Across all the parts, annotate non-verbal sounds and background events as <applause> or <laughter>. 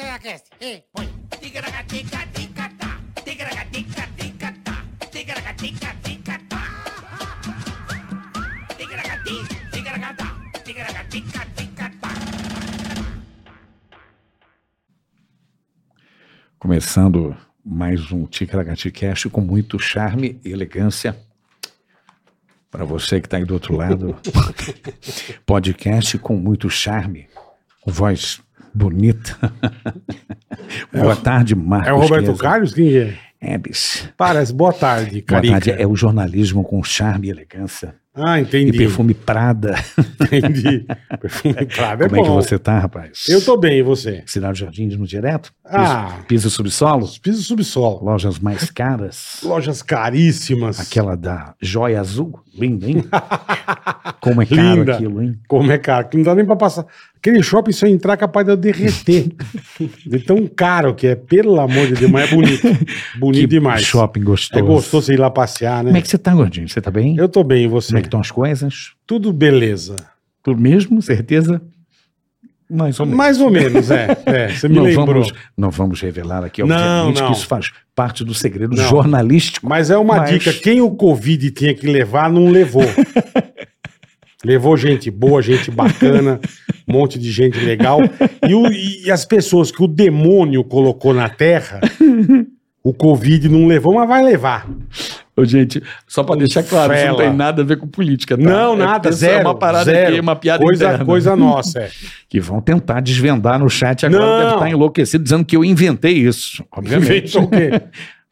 aquece. E põe. Começando mais um Ticaracati Cast com muito charme e elegância. Para você que está aí do outro <laughs> lado, podcast com muito charme, com voz bonita. Boa tarde, Marcos. É o Roberto Chiesa. Carlos? Quem é? É, bicho. Parece. Boa tarde, Boa Carica. tarde. É o jornalismo com charme e elegância. Ah, E entendi. perfume Prada. <laughs> Entendi. Perfume Prada é <laughs> Como é que bom. você tá, rapaz? Eu tô bem, e você? Cidade Jardins no direto? Piso, Ah. piso subsolo? Piso subsolo. Lojas mais caras? Lojas caríssimas. Aquela da joia azul? Linda, <laughs> hein? Como é caro Linda. aquilo, hein? Como é caro, que não dá nem pra passar. Aquele shopping, se eu entrar, é capaz de eu derreter. de tão caro que é, pelo amor de Deus, mas <laughs> é bonito. Bonito demais. shopping gostoso. É gostoso ir lá passear, né? Como é que você tá, gordinho? Você tá bem? Eu tô bem, e você? Como é que estão as coisas? Tudo beleza. Tudo mesmo? Certeza? Mais ou menos. Mais ou menos, é. É, você me não lembrou. Vamos, não vamos revelar aqui, Não, obviamente, não. que isso faz parte do segredo Não. jornalístico. Mas é uma Mas- dica: quem o Covid tinha que levar, não <laughs> levou. levou gente boa, gente bacana, um monte de gente legal. E, o- e as pessoas que o demônio colocou <laughs> na Terra, o Covid não levou, mas vai levar. Tá. Ô, gente, só para deixar claro, isso não Fela. tem nada a ver com política, tá? Não, É nada, porque isso zero. É uma parada zero. aqui, uma piada coisa, interna. Coisa nossa, é. Que vão tentar desvendar no chat agora, Não. deve estar enlouquecido dizendo que eu inventei isso, <laughs> obviamente. Inventou o quê?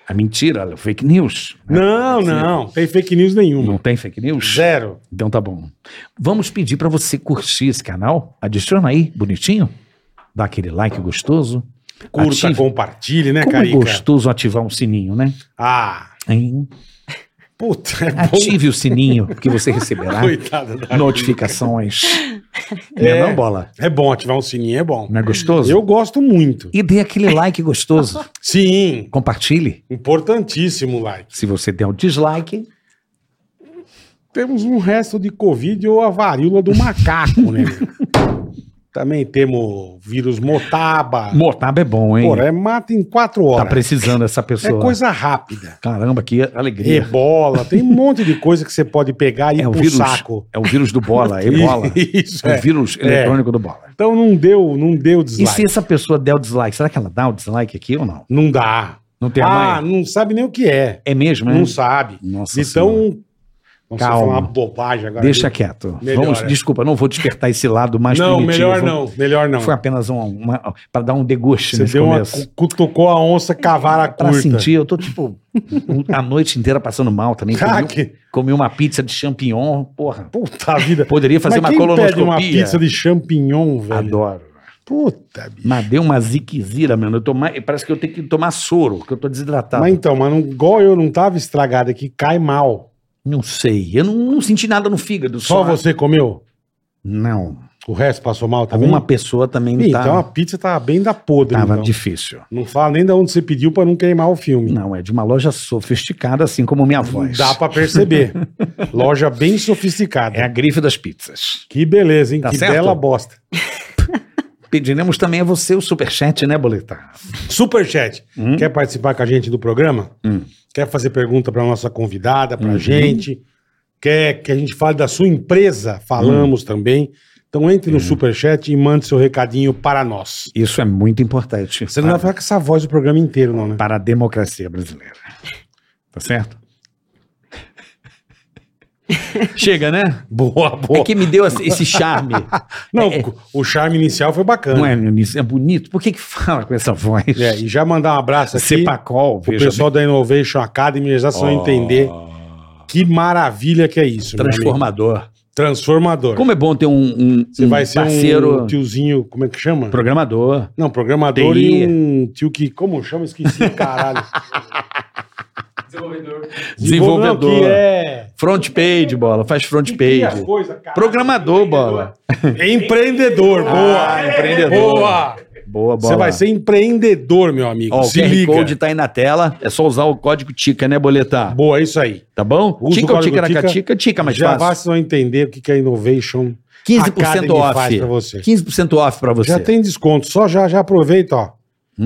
A É mentira, a fake news. né? Não, não, tem fake news nenhuma. Não tem fake news? Zero. Então tá bom. Vamos pedir para você curtir esse canal, adiciona aí, bonitinho, dá aquele like gostoso. Curta, Ative. compartilhe, né, Como é Carica? gostoso ativar um sininho, né? Ah, Hein? puta, é bom. Ative o sininho que você <laughs> receberá Coitada da notificações. É. Não é não, bola? É bom ativar um sininho, é bom. Não é gostoso? Eu gosto muito. E dê aquele like gostoso. Sim, Compartilhe. importantíssimo like. Se você der o dislike, Temos um resto de Covid ou a varíola do macaco, né? meu? <laughs> Também temos vírus motaba. Mortaba é bom, hein? Porra, é mata em quatro tá horas. precisando essa é pessoa. coisa rápida. Caramba, que É. alegria. Ebola, tem um monte de coisa que você pode pegar e ir É o pro vírus. saco. É o vírus do bola, <laughs> ebola. Isso, É é. o vírus eletrônico do bola. Então não deu, não deu E se dislike. essa pessoa der o dislike, será que ela dá o dislike aqui ou não? Não dá. Não tem a ah, mais? não sabe nem o que é. É mesmo, né? Não sabe. Nossa senhora. Então, vamos Calma. falar uma bobagem agora. Deixa quieto. Melhor, Vamos, é. desculpa, não vou despertar esse lado mais não, primitivo. melhor não, melhor não. Foi apenas uma, uma para dar um deguste Você nesse deu uma, começo. cu- cutucou a onça, cavar a Pra curta. sentir, eu tô tipo a noite inteira passando mal também. Ah, Comi, um- que- comi uma pizza de champignon, porra. Puta vida. Poderia fazer Mas uma quem pede uma colonoscopia. pizza de champignon, velho? Adoro. Puta, bicho. Mas deu uma ziquezira, mano. Eu tô mais- Parece que eu tenho que tomar soro, que eu tô desidratado. Mas então, mas não, igual eu não tava estragado aqui, cai mal. Não sei. Eu não, não senti nada no fígado. Só você comeu? Não. O resto passou mal também? Alguma pessoa também Ih, tá, Então a pizza tava bem da podre. tava então. difícil. Não fala nem de onde você pediu pra não queimar o filme. Não, é de uma loja sofisticada, assim como minha voz. Dá <laughs> pra perceber. Loja bem sofisticada. É a grife das pizzas. Que beleza, hein? Tá que certo? bela bosta. Pediremos também a você o superchat, né, Boleta? Superchat. Quer participar com a gente do programa? Hum. Quer fazer pergunta para nossa convidada, para a Uhum. gente? Quer que a gente fale da sua empresa? Falamos também. Então entre no Superchat e mande seu recadinho para nós. Isso é muito importante Você não para, vai ficar com essa voz o programa inteiro, não, né? para a democracia brasileira. Tá certo? Chega, né? <laughs> Boa, boa. É que me deu esse esse <laughs> charme. Não, é- o charme inicial foi bacana. Não é, meu amigo? É bonito. Por que que fala com essa voz? É, e já mandar um abraço aqui. Cepacol, O veja pessoal da Innovation Academy já só bem. entender que maravilha que é isso. meu amigo. Transformador. Transformador. Como é bom ter um, um, Você um vai ser parceiro um tiozinho, como é que chama? programador. Não, programador TI. e um tio que. Como chama? Esqueci, <laughs> <laughs> caralho. Desenvolvedor. Não, que é. Front page, bola. Faz front que page. cria as coisas, caralho. Programador, bola. É Empreendedor, boa. Ah, empreendedor. Boa. Boa, bola. Você vai ser empreendedor, meu amigo. Ó, o Se QR liga. Code tá aí na tela. É só usar o código TICA, né, Boletar? Boa, é isso aí. Tá bom? Usa o tica ou código ticaracatica? Tica, Tica, tica é mais Já fácil. vocês vão entender o que que a Innovation 15% Academy off. faz pra você. 15% off pra você. Hum? Já tem desconto. Só já, já aproveita, ó.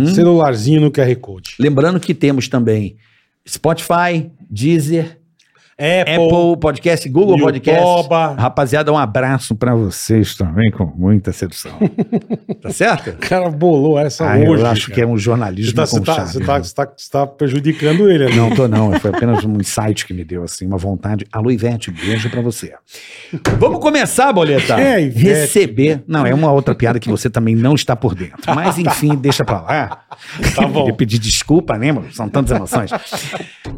Celularzinho no QR Code. Lembrando que temos também Spotify, Deezer, Apple, Apple, Podcast, Google Podcast. Youtuba. Rapaziada, um abraço pra vocês também, com muita sedução. tá certo? O cara bolou essa Ah, hoje. eu acho que é um Você jornalismo tá, com você tá, charme, você tá- né? você tá- você tá prejudicando ele, né? Não tô não, foi apenas um insight que me deu assim, uma vontade. Alô Ivete, beijo pra você. Vamos começar, Boleta. É, Ivete. Receber, não, é uma outra piada que você também não está por dentro. <laughs> Mas enfim, deixa pra lá. Tá bom. Eu pedir desculpa, né, mano? São tantas emoções.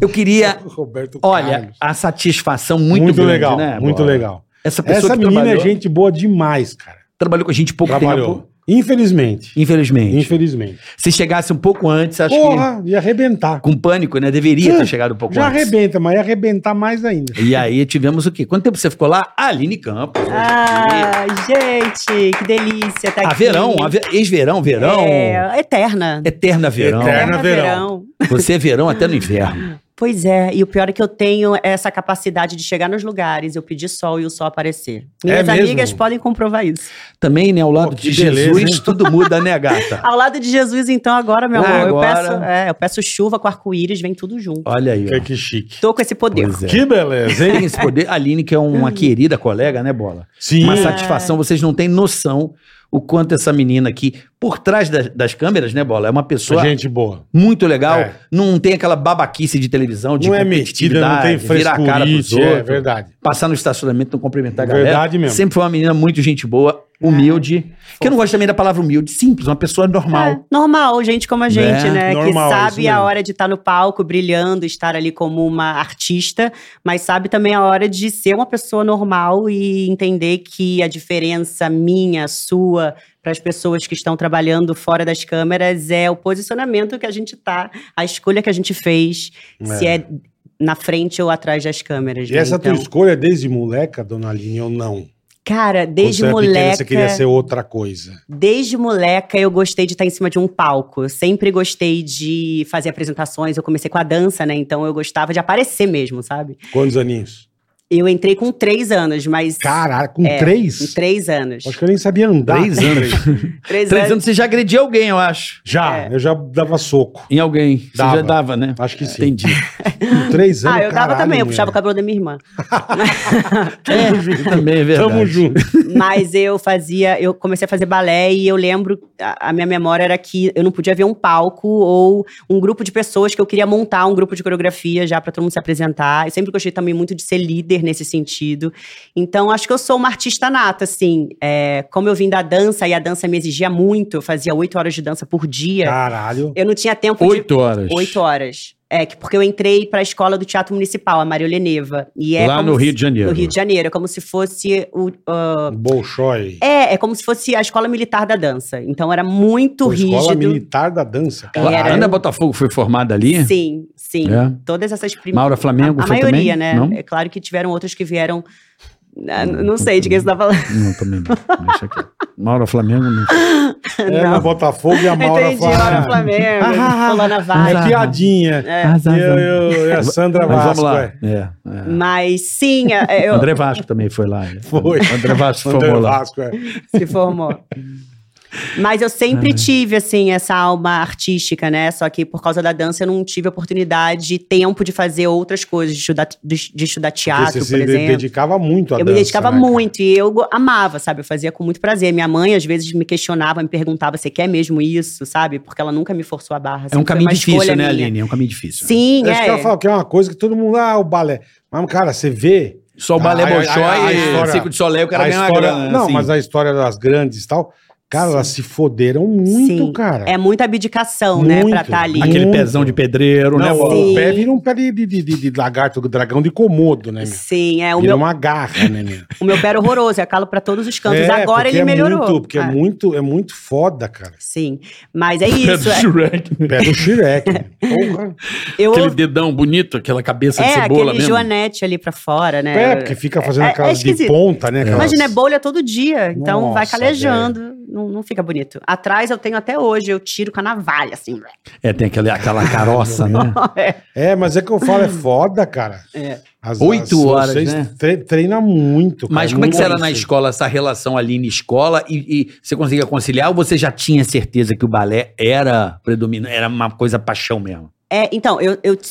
Eu queria, Roberto olha, Carlos. a satisfação muito, grande, legal, né, muito Bola? legal. Essa pessoa Essa que menina trabalhou, é gente boa demais, cara. trabalhou com a gente pouco Trabalhou. tempo, Infelizmente. infelizmente. Infelizmente. Se chegasse um pouco antes, acho Porra, ia arrebentar. que com pânico, né, deveria Sim, ter chegado um pouco Já antes. arrebenta, mas ia arrebentar mais ainda. E aí tivemos o quê? Quanto tempo você ficou lá? Aline Campos. Ah, gente, que delícia tá a aqui. Ah, verão, a ve- ex-verão, verão. É, eterna. Eterna verão. Eterna. verão. Você é verão até no inverno. Pois é, e o pior é que eu tenho essa capacidade de chegar nos lugares, eu pedir sol e o sol aparecer. Minhas mesmo? amigas podem comprovar isso. Também, né? Ao lado Pô, que de beleza, Jesus, hein? tudo muda, né, gata? Ao lado de Jesus, então, agora, meu Ah, amor, agora. Eu, peço, é, eu peço chuva com arco-íris, vem tudo junto. Olha aí. É Que, Ó. que chique. Tô com esse poder. Pois é. Que beleza, hein? Tem esse poder. A Aline, que é Hum. uma querida colega, né, Bola? Sim. Uma satisfação. Vocês não têm noção o quanto essa menina aqui, por trás da- das câmeras, né, Bola? É uma pessoa Gente boa. muito legal. É. Não tem aquela babaquice de televisão, um de não é metida, não tem competitividade, virar a cara pros frescurite, é outros. verdade. passar no estacionamento, não cumprimentar a galera. Verdade mesmo. É. Sempre foi uma menina muito gente boa, humilde. que eu não gosto também da palavra humilde, simples, uma pessoa normal. É, normal, gente como a gente, Né? né? Normal, é que isso sabe mesmo. a hora de estar no palco brilhando, estar ali como uma artista, mas sabe também a hora de ser uma pessoa normal e entender que a diferença minha, sua, para as pessoas que estão trabalhando fora das câmeras é o posicionamento que a gente tá, a escolha que a gente fez, se é na frente ou atrás das câmeras. E né? essa Então, tua escolha é desde moleca, dona Aline, ou não? Cara, desde Quando você era pequena, moleca. Você queria ser outra coisa. Desde moleca eu gostei de estar em cima de um palco. Eu sempre gostei de fazer apresentações. Eu comecei com a dança, né? Então eu gostava de aparecer mesmo, sabe? Quantos aninhos? Eu entrei com três anos, mas. Caralho, com Com três? três anos. Acho que eu nem sabia andar. Três anos. Três, Três anos. anos você já agrediu alguém, eu acho. Já, É. eu já dava soco. Em alguém. Você Dava. já dava, né? Acho que sim. <laughs> Entendi. Com três anos, Ah, eu dava caralho, também, eu meu. puxava o cabelo da minha irmã. Tamo junto. Também é verdade. Tamo junto. Mas eu fazia, eu comecei a fazer balé e eu lembro, a, a minha memória era que eu não podia ver um palco ou um grupo de pessoas que eu queria montar um grupo de coreografia já pra todo mundo se apresentar. Eu sempre gostei também muito de ser líder nesse sentido. Então acho que eu sou uma artista nata, assim. É, como eu vim da dança e a dança me exigia muito, eu fazia oito horas de dança por É. dia. Caralho. Eu não tinha tempo de Oito horas. oito horas. É, que- porque eu entrei pra escola do Teatro Municipal, a Maria Leneva. E é Lá como no se- Rio de Janeiro. No Rio de Janeiro, é como se fosse o, Bolshoi. é, é como se fosse a escola militar da dança. Então era muito Pô, rígido. É, Escola Militar da Dança. Janeiro. A Era. Ana Botafogo foi formada ali? Sim, sim. É. Todas essas primeiras. Maura Flamengo A, a foi maioria, também? né? Não? É claro que tiveram outros que vieram. Ah, n- Não sei de quem você tá falando. Não, também não. Deixa aqui. Maura Flamengo não. É, na Botafogo e a Maura Entendi, Maura Flávia. Flamengo, Ah, Solana ah, Vaz. É piadinha. E, eu, eu- e a Sandra Mas Vasco. vamos lá. é. É, é. Mas sim, é, é, eu- André Vasco também foi lá. né? Foi. André Vasco Sandra formou lá. Vasco, é. se formou. Mas eu sempre tive, assim, essa alma artística, né? Só que por causa da dança eu não tive oportunidade e tempo de fazer outras coisas, de estudar, de, de estudar Porque teatro, você por se de- exemplo. dedicava muito à Eu dança. me dedicava né, cara? muito e eu go- amava, sabe? Eu fazia com muito prazer. Minha mãe, às vezes, me questionava, me perguntava, você quer mesmo isso, sabe? Porque ela nunca me forçou a barra. É um sempre foi caminho uma difícil, escolha né, minha. Aline? É um caminho difícil. Sim, É isso que eu é. falo, que é uma coisa que todo mundo, ah, o balé. Mas, cara, você vê Só o Ah, balé a- a- a Bolshoi e história- Circo de Soleil, o cara a ganha uma história... grana. não, assim. mas a história das grandes e tal, cara, elas se foderam muito, Sim. cara. É muita abdicação, né? Muito. Pra estar ali. Aquele Muito. pezão de pedreiro, né? Não, Bola? Sim. o pé vira um pé de, de, de, de lagarto, dragão de comodo, né, meu? Sim, é. O Vira meu, uma garra, né, meu? o meu pé era horroroso, eu calo pra todos os <laughs> cantos. É, Agora porque ele é melhorou. Muito, porque é Ah, muito, é muito foda, cara. Sim, <laughs> mas é Pé isso. do é- Shrek. Pé do Shrek. né? Porra. Eu Aquele ouvi- dedão bonito, aquela cabeça de é cebola aquele mesmo. joanete ali pra fora, né? É, porque fica fazendo É- é aquelas de esquisito. ponta, né? Aquelas... Imagina, é bolha todo dia, então Nossa, vai calejando, não, não fica bonito. Atrás eu tenho até hoje, eu tiro com a navalha, assim. <laughs> É, tem aquela, aquela caroça, né? É, É, mas é que eu falo, é foda, cara. é. As- Oito as- horas, vocês né? tre- treina muito. Mas cara, como é que muito você era na isso. escola, essa relação ali na escola? E, e você conseguia conciliar ou você já tinha certeza que o balé era predominante, era uma coisa paixão mesmo? É, então, eu, eu t-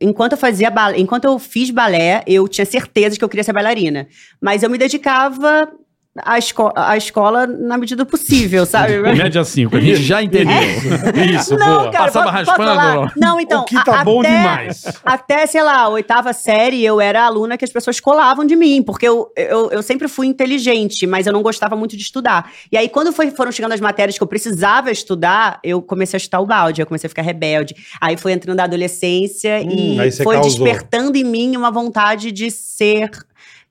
enquanto eu fazia balé, enquanto eu fiz balé, eu tinha certeza de que eu queria ser bailarina, mas eu me dedicava à, esco à escola na medida do possível, sabe? Média 5, a gente <laughs> É. já entendeu. Isso, Passava boa. posso- posso raspando, falar? não? Não, então, o que tá a- bom até, demais. Até, sei lá, a oitava série, eu era a aluna que as pessoas colavam de mim, porque eu, eu, eu sempre fui inteligente, mas eu não gostava muito de estudar. E aí, quando foi- foram chegando as matérias que eu precisava estudar, eu comecei a chutar o balde, eu comecei a ficar rebelde. Aí foi entrando a adolescência Hum, aí e você foi causou. despertando em mim uma vontade de ser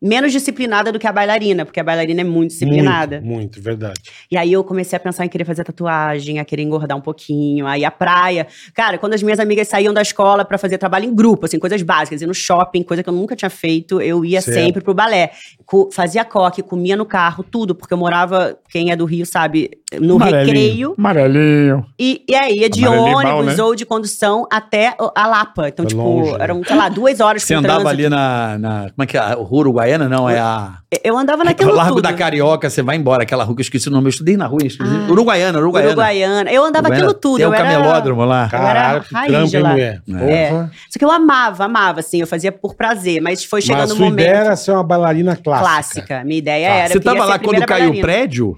menos disciplinada do que a bailarina, porque a bailarina é muito disciplinada. Muito, muito, verdade. E aí eu comecei a pensar em querer fazer tatuagem, a querer engordar um pouquinho, aí a praia. Cara, quando as minhas amigas saíam da escola pra fazer trabalho em grupo, assim, coisas básicas, ir no shopping, coisa que eu nunca tinha feito, eu ia Certo. sempre pro balé. Co- fazia coque, comia no carro, tudo, porque eu morava, quem é do Rio sabe, no recreio. Amarelinho. E, e aí ia de Amarelinho é mal, ônibus né? ou de condução até o- a Lapa. Então, É tipo, longe, né? eram, sei lá, duas horas Você com andava trânsito. ali na, na- Como é que é? A rua Uruguaiana? Não, é a. Eu <laughs> andava o naquilo Largo tudo. da Carioca, você vai embora, aquela rua que eu esqueci o nome, eu estudei na rua, inclusive. Ah. Uruguaiana, Uruguaiana. Uruguaiana. Eu andava Uruguaiana. aquilo tudo. Tem eu um era- camelódromo lá. Eu era Caralho, que raiz trampo, de hein, lá. mulher? É. Porra. Só que eu amava, amava, assim, eu fazia por prazer, mas foi Mas chegando a um sua momento ideia era ser uma bailarina clássica. Tá. clássica. Minha ideia era. você eu queria tava ser lá a quando primeira caiu o bailarina. prédio?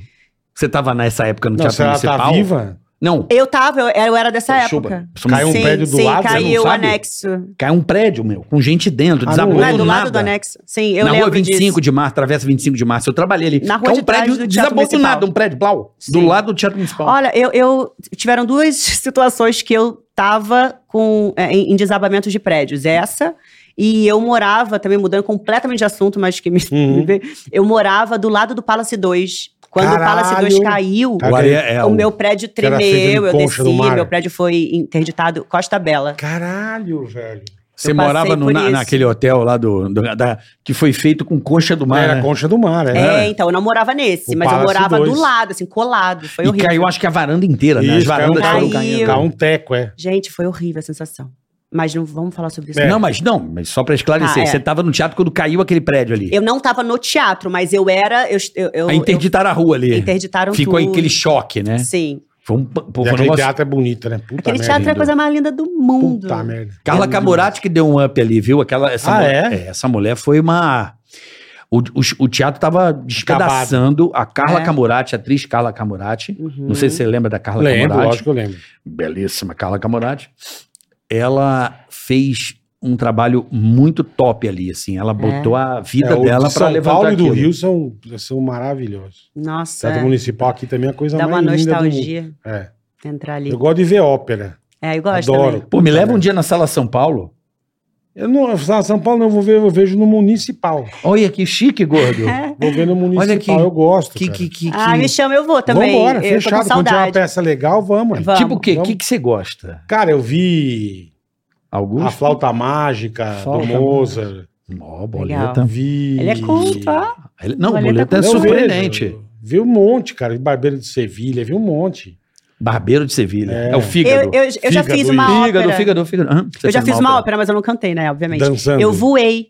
Você tava nessa época no Não, se Teatro ela Municipal? tá viva, Não, Eu tava, eu, eu era dessa Chupa. época. caiu um sim, prédio do sim, lado, você não caiu o sabe? anexo. caiu um prédio, meu, com gente dentro, Ah, desabou não Não é? é do do lado do nada. anexo? Sim, eu na lembro rua 25 disso. de março, atravessa 25 de março. Eu trabalhei ali. Na rua Caiu de um trás prédio do Teatro desabou do Municipal. nada, um prédio, blau, do Sim. lado do Teatro Municipal. Olha, eu, eu- tiveram duas <laughs> situações que eu tava com é, em, em desabamentos de prédios. Essa e eu morava também mudando completamente de assunto, mas que me, <laughs> Uhum. eu morava do lado do Palace 2. Quando o Palace 2 Caralho! Tá caiu, Cara, é, o meu prédio era feito de tremeu, eu concha desci, do mar. meu prédio foi interditado Costa Bela. caralho, velho. Você eu passei morava no- por na- isso. naquele hotel lá do, do- da, que foi feito com coxa do mar. era né? a concha do mar, é. É, então, eu não morava nesse, O mas eu Palace morava dois. do lado, assim, colado. Foi E horrível. caiu, acho que a varanda inteira, né? As Isso, caiu um, varandas foram caiu. caindo. caiu um teco, é. Gente, foi horrível a sensação. Mas não vamos falar sobre isso. É. Não, mas não, mas só pra esclarecer, Ah, é. você tava no teatro quando caiu aquele prédio ali. Eu não tava no teatro, mas eu era. Eu, eu, eu- Aí interditaram a rua ali. eu- interditaram Ficou tudo. aquele choque, né? Sim. Foi um, pô, foi E um aquele negócio- teatro é bonito, né? Puta Aquele merda. teatro é a coisa mais linda do mundo. Puta merda. Carla Camurati que deu um up ali, viu? Aquela, essa Ah, mulher, é? Essa mulher foi uma... O, o- o teatro tava despedaçando a Carla É. Camurati, a atriz Carla Camurati. Uhum. Não sei se você lembra da Carla Lembro, Camurati. lógico que eu lembro. belíssima Carla Camorati, ela fez um trabalho muito top ali, assim, ela botou a vida É, o dela de para São levantar Paulo e do aquilo. Rio são, são maravilhosos. O Nossa, teatro é. municipal aqui também é a coisa dá uma mais linda do mundo. nostalgia É. entrar ali. Eu gosto de ver ópera. É, eu gosto Adoro. também. Pô, me leva um dia na sala São Paulo. Eu não, na São Paulo não, eu vou ver, eu vejo no municipal. Olha que chique, gordo. Vou ver no municipal, aqui. eu gosto. que, cara. que, que, É. Ah, que- me chama, eu vou também. Vambora, eu tô com fechado. Quando tiver uma saudade. peça legal, vamos. aí. Vamos. Tipo o quê? O Vamos. que, que você gosta? Cara, eu vi Augusto? a flauta mágica Flauta do Mozart. Ó, Legal. boleta. Vi. Ele é culto, ó. Ele- Não, Boleta boleta é com- Eu surpreendente. vejo. Vi um monte, cara. Vi Barbeiro de Sevilha, vi um monte. Barbeiro de Sevilha. É, o É. Eu, fígado. eu, eu já Fígado fiz e- uma fígado, ópera. fígado, fígado. Hã? Você Eu já fez fiz uma ópera, mas eu não cantei, né? Obviamente. Dançando. Eu voei.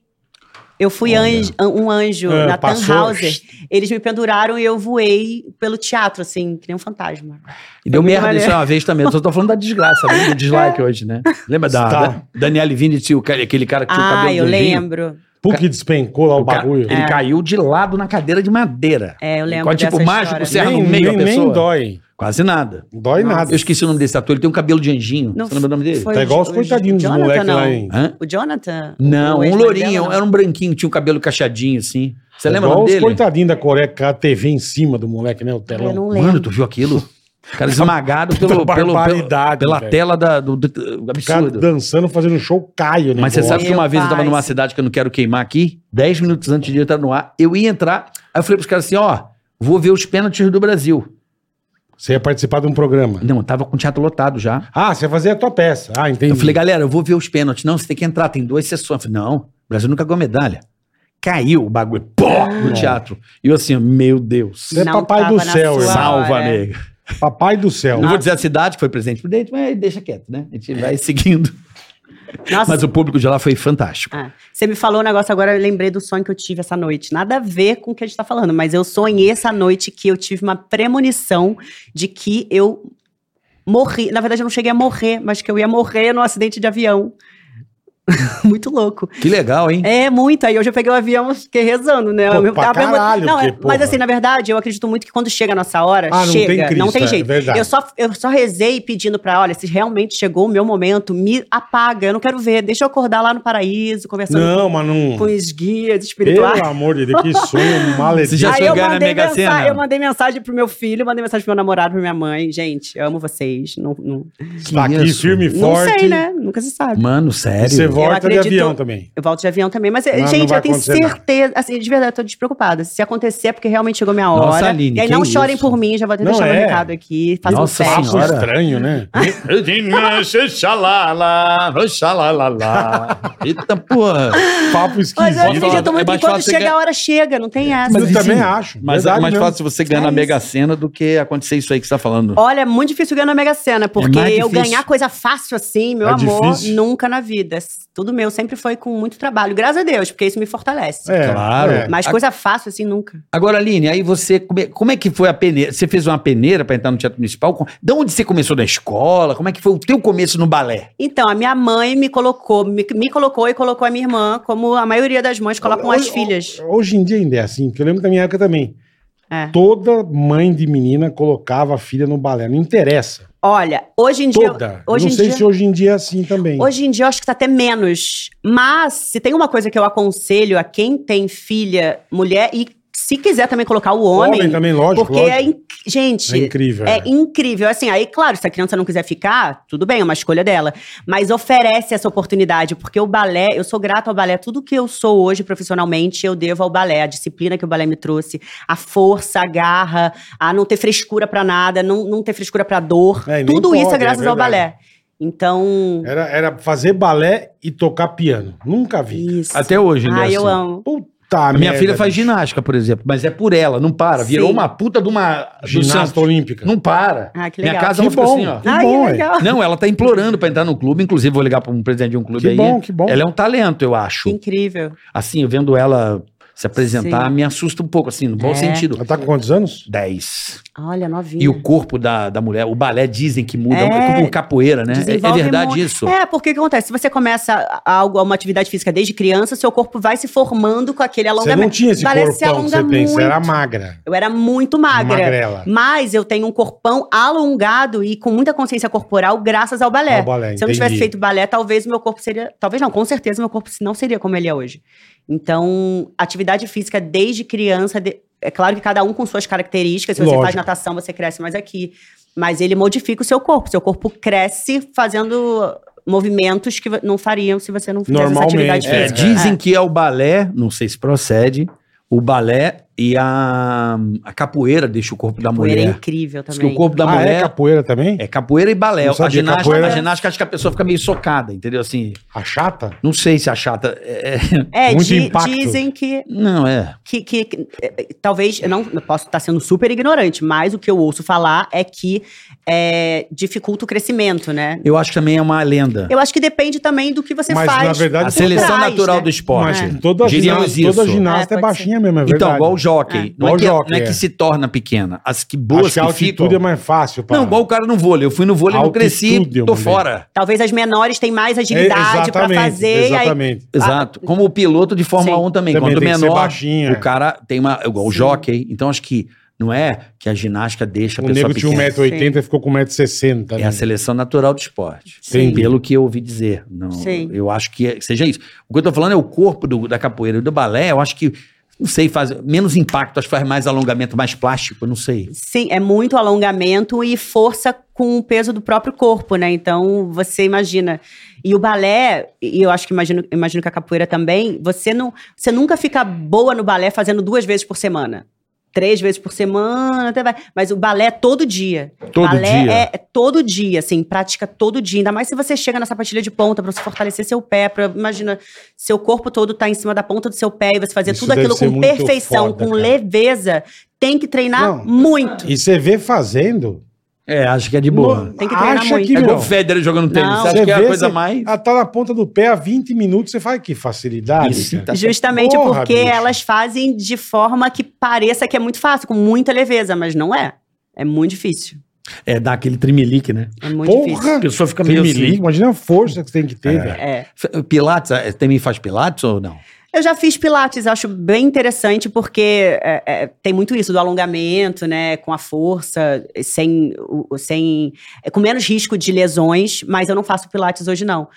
Eu fui anjo- an- um anjo Ah, na passou. Tannhauser. Eles me penduraram e eu voei pelo teatro, assim, que nem um fantasma. E deu Foi muito merda isso uma vez também. Eu só tô falando da desgraça, lembra do <laughs> É. dislike hoje, né? Lembra da, Tá. da Daniele Vinicius, o ca- aquele um cara que tinha o Ah, cabelo eu grandinho? lembro. Por que despencou lá o, O ca- bagulho? Ele caiu de lado na cadeira de madeira. É, eu lembro Quase tipo dessa mágico, história. você erra no meio da pessoa. dói. Quase nada. Não dói Nossa. nada. Eu esqueci o nome desse ator, ele tem um cabelo de anjinho. Não Você lembra o nome dele? foi Tá igual o- os coitadinhos o dos Jonathan, moleques lá não. em. Hã? O Jonathan? Não, o um ex-marido lourinho, dela, era um branquinho, tinha um cabelo cacheadinho assim. Você É lembra o igual nome os dele? coitadinhos da Coreia, com a TV em cima do moleque, né? O Eu telão. não lembro. Mano, tu viu aquilo? O <laughs> cara esmagado pelo, Puta pelo, pelo, barbaridade, pela velho. tela da, do, do- do O cara absurdo. dançando, fazendo show, caio, né? Mas você sabe que uma Meu vez eu tava pai. numa cidade que eu não quero queimar aqui, 10 minutos antes de entrar no ar, eu ia entrar, aí eu falei pros caras assim, ó, vou ver os pênaltis do Brasil. Você ia participar de um programa. Não, eu tava com o teatro lotado já. Ah, você ia fazer a tua peça. Ah, entendi. Eu falei, galera, eu vou ver os pênaltis. Não, você tem que entrar, tem duas sessões. Eu falei, não, o Brasil nunca ganhou medalha. Caiu o bagulho, pô, no teatro. E eu assim, meu Deus, Você é Não papai do tava na céu, sua- irmão. salva, hora. amigo. Papai do céu. né? Não vou dizer a cidade que foi presente por dentro, mas deixa quieto, né? A gente vai seguindo. Nossa, É. Mas o público de lá foi fantástico. Ah, você me falou um negócio agora, eu lembrei do sonho que eu tive essa noite. Nada a ver com o que a gente tá falando, mas eu sonhei essa noite que eu tive uma premonição de que eu morri. Na verdade, eu não cheguei a morrer, mas que eu ia morrer num acidente de avião. <laughs> Muito louco. Que legal, hein? É, muito. Aí hoje eu peguei o avião, fiquei rezando, né? Pô, Eu- pra a premo- caralho, não, é- porque, porra. mas assim, na verdade, eu acredito muito que quando chega a nossa hora, Ah, não chega. tem Cristo, não tem é jeito. verdade. eu, só, eu só rezei pedindo pra, olha, se realmente chegou o meu momento, me apaga. Eu não quero ver. Deixa eu acordar lá no paraíso, conversando com Não, mas não. com os guias espirituais. Pelo <laughs> amor de Deus, que sonho Você já maledito. Aí eu sonhou na mandei, Mega Sena? mensagem, eu mandei mensagem pro meu filho, mandei mensagem pro meu namorado, pra minha mãe. Gente, eu amo vocês. Não, não, Tá aqui Isso. firme e não forte. sei, né? Nunca se sabe. Mano, E sério. Você volta acredito- de avião também. Eu volto de avião também, mas, eh, Mas não gente, vai eu tenho acontecer nada. certeza, assim, de verdade, eu tô despreocupada. Se acontecer é porque realmente chegou minha hora. Nossa, Aline, e aí que não chorem isso? por mim, já vou até Não, deixar meu é. recado aqui, façam Nossa festa. Senhora. Senhora. estranho, né? Xalala, xalala. Eita porra. Papo Mas eu esquisito. Pode falar, acredito muito é mais que quando fácil chega ganhar- a hora, chega, não tem Eu essa. É. Mas também sim, acho. Mas verdade é mais mesmo. fácil você ganhar É na isso. Mega Sena do que acontecer isso aí que você tá falando. Olha, é muito difícil ganhar na Mega Sena, porque mais eu difícil. ganhar coisa fácil assim, meu É amor, difícil. nunca na vida. Tudo meu sempre foi com muito trabalho, graças a Deus, porque isso me fortalece. É, Claro. é. Mas A- coisa fácil assim, nunca. Agora, Aline, aí você. come- Como é que foi a peneira? Você fez uma peneira pra entrar no Teatro Municipal? Com- De onde você começou na escola? Como é que foi o teu começo no balé? Então, a minha mãe me colocou, me, me colocou e colocou a minha irmã, como a maioria das mães colocam as Hoje- filhas. Hoje em dia ainda é assim, porque eu lembro da minha época também. É. Toda mãe de menina colocava a filha no balé. Não interessa. Olha, hoje em dia. Toda. hoje não em sei dia- se hoje em dia é assim também. Hoje em dia eu acho que tá até menos. Mas se tem uma coisa que eu aconselho a quem tem filha, mulher, e se quiser também colocar o homem. também, lógico. porque é, lógico. inc- gente, É incrível. É é. incrível. Assim, aí, claro, se a criança não quiser ficar, tudo bem, é uma escolha dela. Mas oferece essa oportunidade, porque o balé, eu sou grata ao balé. Tudo que eu sou hoje profissionalmente, eu devo ao balé. A disciplina que o balé me trouxe, a força, a garra, a não ter frescura pra nada, não, não ter frescura pra dor. É, e nem tudo isso pode, é é graças ao verdade. balé. Então, Era, era fazer balé e tocar piano. Nunca vi. isso. Até hoje, né? Ai, Ah, eu assim. amo. Puta A minha filha faz ginástica. ginástica, por exemplo, mas é por ela, não para. Virou Sim. uma puta de uma. do Ginasta santo. olímpica. Não para. Ah, que Minha legal. casa Que ela fica bom. assim, ó. é um que Ai, bom, é. que legal. Não, ela tá implorando pra entrar no clube. Inclusive, vou ligar pra um presidente de um clube Que aí. bom, que bom. Ela é um talento, eu Que acho. incrível. Assim, eu vendo ela se apresentar, me assusta um pouco, assim, no bom É. sentido. Ela tá com quantos anos? 10. Olha, novinha. E o corpo da, da mulher, o balé dizem que muda, é, É. tudo capoeira, né? É- É, Desenvolve verdade muito. isso. É, porque o que acontece? Se você começa algo, uma atividade física desde criança, seu corpo vai se formando com aquele Você não alongamento. tinha esse Balé se corpão que você alonga tem. Você muito. era magra. Eu era muito magra. Magrela. Mas eu tenho um corpão alongado e com muita consciência corporal graças ao É balé. o balé, Se eu não entendi. tivesse feito balé, talvez o meu corpo seria. Talvez não, com certeza meu corpo não seria como ele é hoje. Então, atividade física desde criança. de- É claro que cada um com suas características. Se você Lógico. faz natação, você cresce mais aqui. Mas ele modifica o seu corpo. Seu corpo cresce fazendo movimentos que vo- não fariam se você não fizesse essa Normalmente, atividade É, É, física. dizem que é o balé, não sei se procede, o balé e a, a capoeira deixa o corpo da Mulher é mulher. incrível Diz que o também. corpo da ah, é mulher é, capoeira também? capoeira e balé. Não A sabia, ginástica, capoeira- é- a ginástica, acho que a pessoa fica meio socada, entendeu? Assim, A chata? não sei se a chata... é- é- É, muito di- impacto. dizem que não, é. que, que- que- eh, eh, talvez, eu não eu posso estar sendo super ignorante, mas o que eu ouço falar é que eh, dificulta o crescimento, né? Eu acho que também é uma lenda. Eu acho que depende também do que você Mas, faz. na verdade, tá A por seleção trás, natural né? do esporte. Mas toda, Diríamos ginasta, toda isso. ginasta É, é, pode baixinha mesmo, é verdade. Então, igual o jockey. Não, Igual é que, jockey, não é é. que se torna pequena. As que Acho boas que a que, altitude ficam. é mais fácil. pra- Não, igual o cara no vôlei. Eu fui no vôlei, não cresci, Altitude, eu tô mandei. fora. Talvez as menores tenham mais agilidade pra Exatamente, fazer. e aí- Exatamente. Exato. Como o piloto de Fórmula Sim. 1 também. Também Quanto tem que ser menor, baixinho, é. o cara tem uma. Igual o Sim. jockey. Então acho que não é que a ginástica deixa a O pessoa nego tinha pequena. 1,80m e né? ficou com 1,60m. É a seleção natural do esporte. Sim. Pelo que eu ouvi dizer. Não, Sim. Eu acho que é- seja isso. O que eu tô falando é o corpo do- da capoeira e do balé. Eu acho que, não sei, faz menos impacto, acho que faz mais alongamento, mais plástico, não sei. Sim, é muito alongamento e força com o peso do próprio corpo, né? Então, você imagina. E o balé, e eu acho que imagino, imagino que a capoeira também, você não, você nunca fica boa no balé fazendo duas vezes por semana. Três vezes por semana, até vai. Mas o balé é todo dia. Todo balé dia. É, é todo dia, assim, prática todo dia. Ainda mais se você chega nessa sapatilha de ponta pra você fortalecer seu pé, pra, imagina, seu corpo todo tá em cima da ponta do seu pé e você fazer Isso tudo deve aquilo ser com muito perfeição, foda, com cara. leveza. Tem que treinar Não. muito. E você vê fazendo, É, acho que é de boa. Tem que treinar acha muito. que, é igual meu, o Federer jogando tênis. Não. Você acha Você que é a vê, coisa você- mais. ela tá na ponta do pé há 20 minutos, você fala que facilidade. Isso, cara. tá Justamente Porra, porque bicho. elas fazem de forma que pareça que é muito fácil, com muita leveza, mas não é. É muito difícil. É, dá aquele trimelique, né? É muito difícil. Porra! A pessoa fica meio Tem assim. milico, imagina a força que você tem que ter, velho. É. F- Pilates, eh, também faz pilates ou não? Eu já fiz pilates, acho bem interessante, porque é, é, tem muito isso do alongamento, né? Com a força, sem, o- o- sem. é, Com menos risco de lesões, mas eu não faço pilates hoje, não.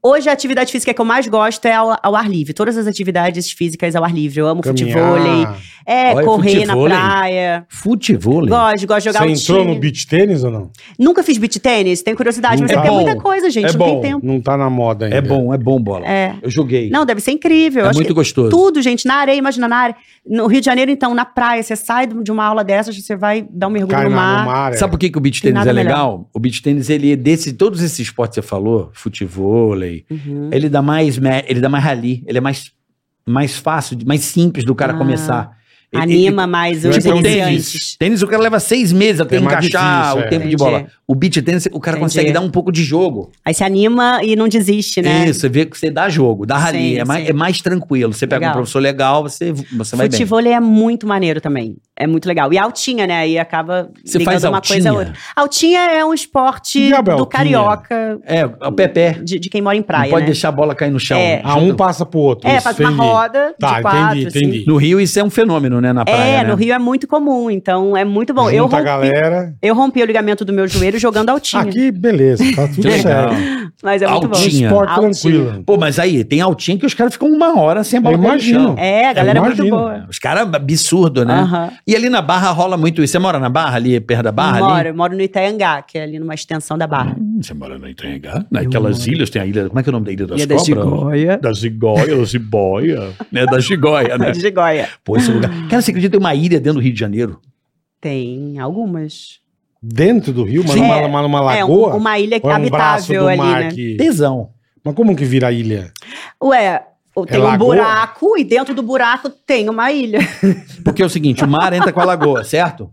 Hoje a atividade física que eu mais gosto é ao, ao ar livre. Todas as atividades físicas ao ar livre. Eu amo futevôlei, Caminhar. é, Olha, correr futevôlei. na praia. Futebol. Gosto, gosto de jogar Você um entrou time. no beach tênis ou não? Nunca fiz beat tênis, tenho curiosidade, mas É é, porque é bom. muita coisa, gente. É não bom. tem tempo. Não tá na moda ainda. É bom, é bom bola. É. Eu joguei. Não, deve ser incrível. é acho que- muito gostoso. Tudo, gente, na areia, imagina, na área. No Rio de Janeiro, então, na praia, você sai de uma aula dessas, você vai dar um mergulho Cai no na, mar. no mar. é. Sabe por que, que o beach Tem tênis é nada legal? O beach tênis, ele é desse, todos esses esportes que você falou, futevôlei, Uhum. ele dá mais, me- ele dá mais rally, ele é mais, mais fácil, de- mais simples do cara Ah. começar. Ele- Anima mais Não é os um tão iniciantes. difícil. Tênis, o cara leva seis meses até É mais encaixar difícil, o é. tempo de Entendi. bola. O beat tênis, o cara Entendi. consegue dar um pouco de jogo. Aí se anima e não desiste, né? Isso, você vê que você dá jogo, dá rali. Sim, é, mais, sim. é mais tranquilo. Você pega um Legal. professor legal, você, você vai bem. Futevôlei é muito maneiro também. É muito legal. E altinha, né? Aí acaba Você faz uma coisa altinha? a outra. Altinha é um Que esporte diabo é do altinha? carioca, É, o pé-pé. de, de quem mora em praia, não pode né? deixar a bola cair no chão. É. Ah, um passa pro outro. É, isso, faz uma entendi. roda Tá, de quatro, entendi, assim. entendi. No Rio, isso é um fenômeno, né? Na praia. é, né? no Rio é muito comum, então é muito bom. eu, Junta a rompi, galera. eu rompi o ligamento do meu joelho jogando Ah, altinha, Aqui, beleza, tá tudo Legal. certo. mas é muito bom. Altinha. Um esporte Altinha. tranquilo. Pô, mas aí, tem altinha que os caras ficam uma hora sem a bola Eu cair no imagino. chão. É, a galera é muito imagino. boa. Os caras, absurdo, né? Aham. E ali na Barra rola muito isso. Você mora na Barra ali, perto da Barra? moro, Ali? eu moro no Itaiangá, que é ali numa extensão da Barra. Hum, Você mora na Itangá? Naquelas ilhas, tem a ilha. Como é que é o nome da ilha das Ilha da cobras? Gigoia. Da Zigóia, da Zibóia. É da Gigóia, <laughs> né? De Goiás. Pô, esse lugar. Cara, você acredita que tem uma ilha dentro do Rio de Janeiro? Tem algumas. Dentro do rio, mas Sim. numa, É. numa, numa é, um- lagoa. uma ilha ou é um braço habitável do ali, mar né? que- Tesão. Mas como que vira ilha? Ué, ou tem um É lagoa? buraco e dentro do buraco tem uma ilha. Porque é o seguinte, o mar entra com a <laughs> lagoa, certo?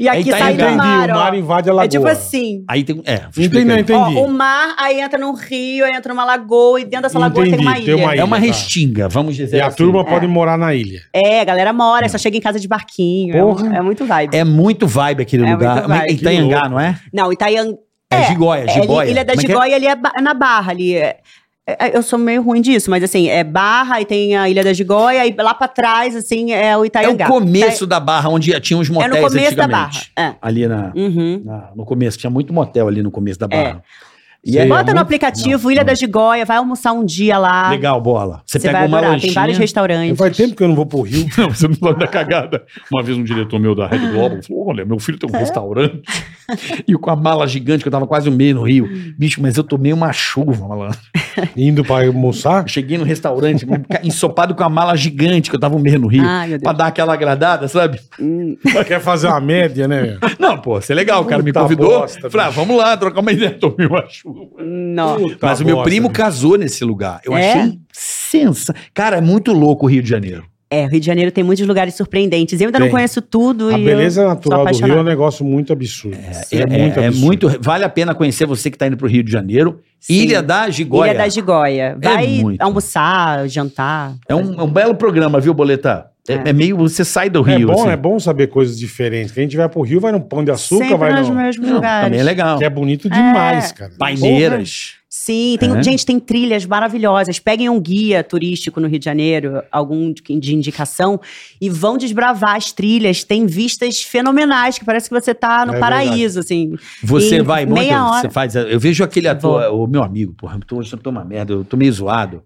E aqui Aí tá sai Entendi, do mar, o ó. mar invade a lagoa. é tipo assim. Aí tem... É, Entendi, explica não, aí. entendi. Ó, o mar, aí entra num rio, aí entra numa lagoa, e dentro dessa lagoa tem Entendi, uma ilha. tem uma ilha. É uma tá. restinga, vamos dizer E a assim. turma pode morar na ilha. É, a galera mora, só chega em casa de barquinho. é um- Porra. É, muito vibe. É muito vibe aquele É lugar. muito vibe. Itaiangá, não é? Não, Itaiangá. É, É, Gigóia, É, Gigóia. ali- Ilha da Como é que é? Gigóia ali é ba- na Barra, ali. É- é- eu sou meio ruim disso, mas assim, é Barra, aí tem a Ilha da Gigóia, e lá pra trás, assim, é o É o Itaiangá. começo da Barra, onde tinha uns Tá- É motéis no começo da Barra. antigamente. É. Ali na, Uhum. na- no começo, tinha muito motel ali no começo da Barra. E é Sei, É. Bota muito- no aplicativo Ilha da Gigóia, vai almoçar um dia lá. Legal, bola. Você, Você pega vai uma adorar. lanchinha. Tem vários restaurantes. Faz tempo que eu não vou pro <laughs> rio. Não, você não pode dar cagada. Uma vez um diretor meu da Rede Ah. Globo falou: olha, meu filho tem É? um <laughs> restaurante. E com a mala gigante, que eu tava quase um mês no Rio. Bicho, mas eu tomei uma chuva, malandro. Indo pra almoçar. Eu Cheguei no restaurante, mas ca- ensopado com a mala gigante, que eu tava um mês no Rio. Ai, meu pra Deus. dar aquela agradada, sabe? Hum. Quer fazer uma média, né? Não, pô, isso é legal. O cara me Puta convidou. bosta, falei, ah, vamos lá, trocar uma ideia. <laughs> Tomei uma chuva. Não. Puta Mas o meu bosta, primo né? casou nesse lugar. Eu É? achei sensa. Cara, é muito louco o Rio de Janeiro. É, Rio de Janeiro tem muitos lugares surpreendentes. Eu ainda Tem. não conheço tudo. A e beleza eu natural do sou Rio é um apaixonada. negócio muito absurdo. É, é- é muito. Vale a pena conhecer você que tá indo pro Rio de Janeiro. Sim. Ilha da Gigóia. Ilha da Gigóia. Vai muito. almoçar, jantar. É um, é um belo programa, viu, Boleta? É, É. é meio. Você sai do É Rio. bom, assim. é bom saber coisas diferentes. Que a gente vai pro Rio, vai no Pão de Açúcar, Sempre vai nos no... mesmos Não, lugares. também é legal. Que é bonito demais, cara. Paineiras. Sim, tem, É? gente, tem trilhas maravilhosas. Peguem um guia turístico no Rio de Janeiro, algum de, de indicação, e vão desbravar as trilhas. Tem vistas fenomenais, que parece que você tá no É paraíso, assim. Você Em vai muito. meia Você hora. É faz. Eu vejo aquele ator, o meu amigo, porra, eu tô, hoje eu tô uma merda, eu tô meio zoado.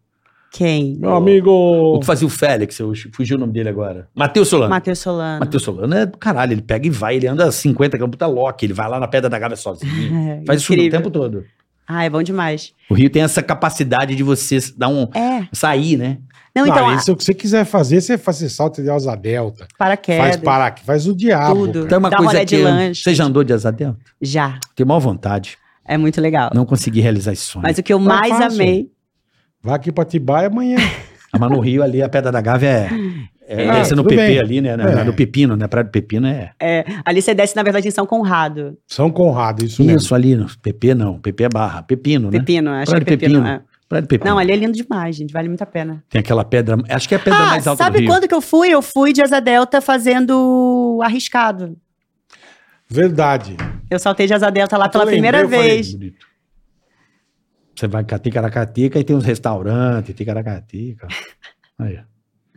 Quem? Meu amigo... O que fazia o Félix, eu fugiu o nome dele agora. Matheus Solano. Matheus Solano. Matheus Solano é do caralho, ele pega e vai, ele anda 50 km, puta Loki, ele vai lá na Pedra da Gávea <laughs> sozinho. É, Faz isso o incrível. tempo todo. Ah, é bom demais. O Rio tem essa capacidade de você dar um É. sair, né? Não, Não, então, isso, o que você quiser fazer, você faz você salta de asa delta. ah, paraquedas. Faz paraque, faz o diabo. Tudo. cara. Então é uma Dá uma coisa olhada que de lanche. você já andou de Azadel? Já. Tenho maior vontade, É muito legal. não consegui realizar esse sonho. Mas o que eu Não é mais fácil. amei. Vai aqui pra Tibai amanhã. Mas no Rio ali a Pedra da Gávea é, É, Ah, desce no tudo PP bem. ali, né? É. No Pepino, né? Praia do Pepino é. Ali você desce, na verdade, em São Conrado. São Conrado, isso mesmo. Isso ali, no PP não, PP é barra, Pepino, né? Pepino, acho Praia que é do Pepino. Pepino. é. Praia do Pepino. Não, ali é lindo demais, gente. Vale muito a pena. Tem aquela pedra, acho que é a pedra Ah, mais alta do sabe Rio. quando que eu fui? Eu fui de Asa Delta fazendo arriscado. Verdade. Eu saltei de Asa Delta lá Eu pela lembrei, primeira eu falei, vez. É Bonito. Você vai em Ticaracatica e tem uns restaurantes, <laughs> Ticaracatica. Aí,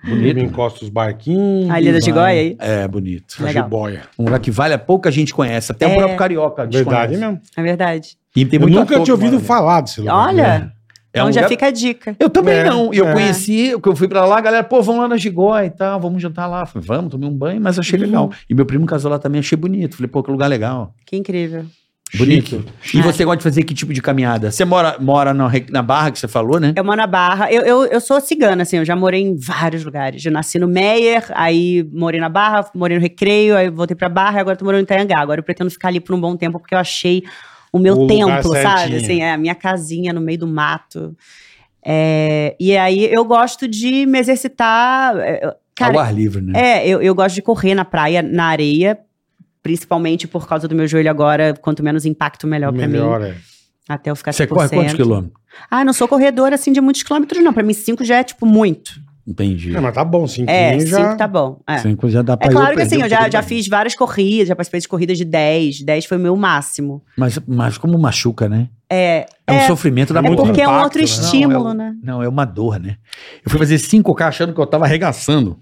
Ele bonito. né? encosta os barquinhos. A Ilha da Chigóia aí. É, bonito. a Legal. jiboia. Um lugar que vale, a pouca gente conhece, até o É. próprio carioca Verdade desconhece. mesmo. É verdade. E tem Eu muito nunca ator que tinha ouvido mora ali. falar desse lugar. né? Olha, É então um já lugar- fica a dica. Eu também É, não. E eu é. conheci, que eu fui pra lá, a galera, pô, vamos lá na Gigóia e tal, vamos jantar lá. Falei, vamos, tomei um banho, mas Uhum. achei legal. E meu primo casou lá também, achei bonito. Falei, pô, que lugar legal. Que incrível. Bonito. E É. você gosta de fazer que tipo de caminhada? Você mora, mora na, re- na barra que você falou, né? Eu moro É na Barra. Eu, eu, eu sou cigana, assim, eu já morei em vários lugares. Eu nasci no Meyer, aí morei na Barra, morei no Recreio, aí voltei pra Barra e agora tô morando em Itaiangá. Agora eu pretendo ficar ali por um bom tempo, porque eu achei o meu O lugar templo, sabe? certinho. Assim, é a minha casinha no meio do mato. É, e aí eu gosto de me exercitar. é, eu- Cara, Ao ar livre, né? é, eu, eu gosto de correr na praia, na areia, principalmente por causa do meu joelho agora. Quanto menos impacto, melhor, pra mim. Melhor, é. Até eu ficar Você 100%. corre quantos quilômetros? Ah, não sou corredora assim de muitos quilômetros, não. Pra mim, cinco já é, tipo, muito. Entendi. É, mas tá bom, cinquinho É, já. cinco tá bom. É, Cinco já dá É pra claro que perder assim, um eu já, pouquinho. já fiz várias corridas, já participei de corridas de 10. 10 foi o meu máximo. Mas, mas como machuca, né? É, É um É. sofrimento da é muito porra. porque é um impacto, outro né? estímulo, Não, é né? um- Não, é uma dor, né? Eu fui fazer 5K achando que eu tava <laughs> arregaçando.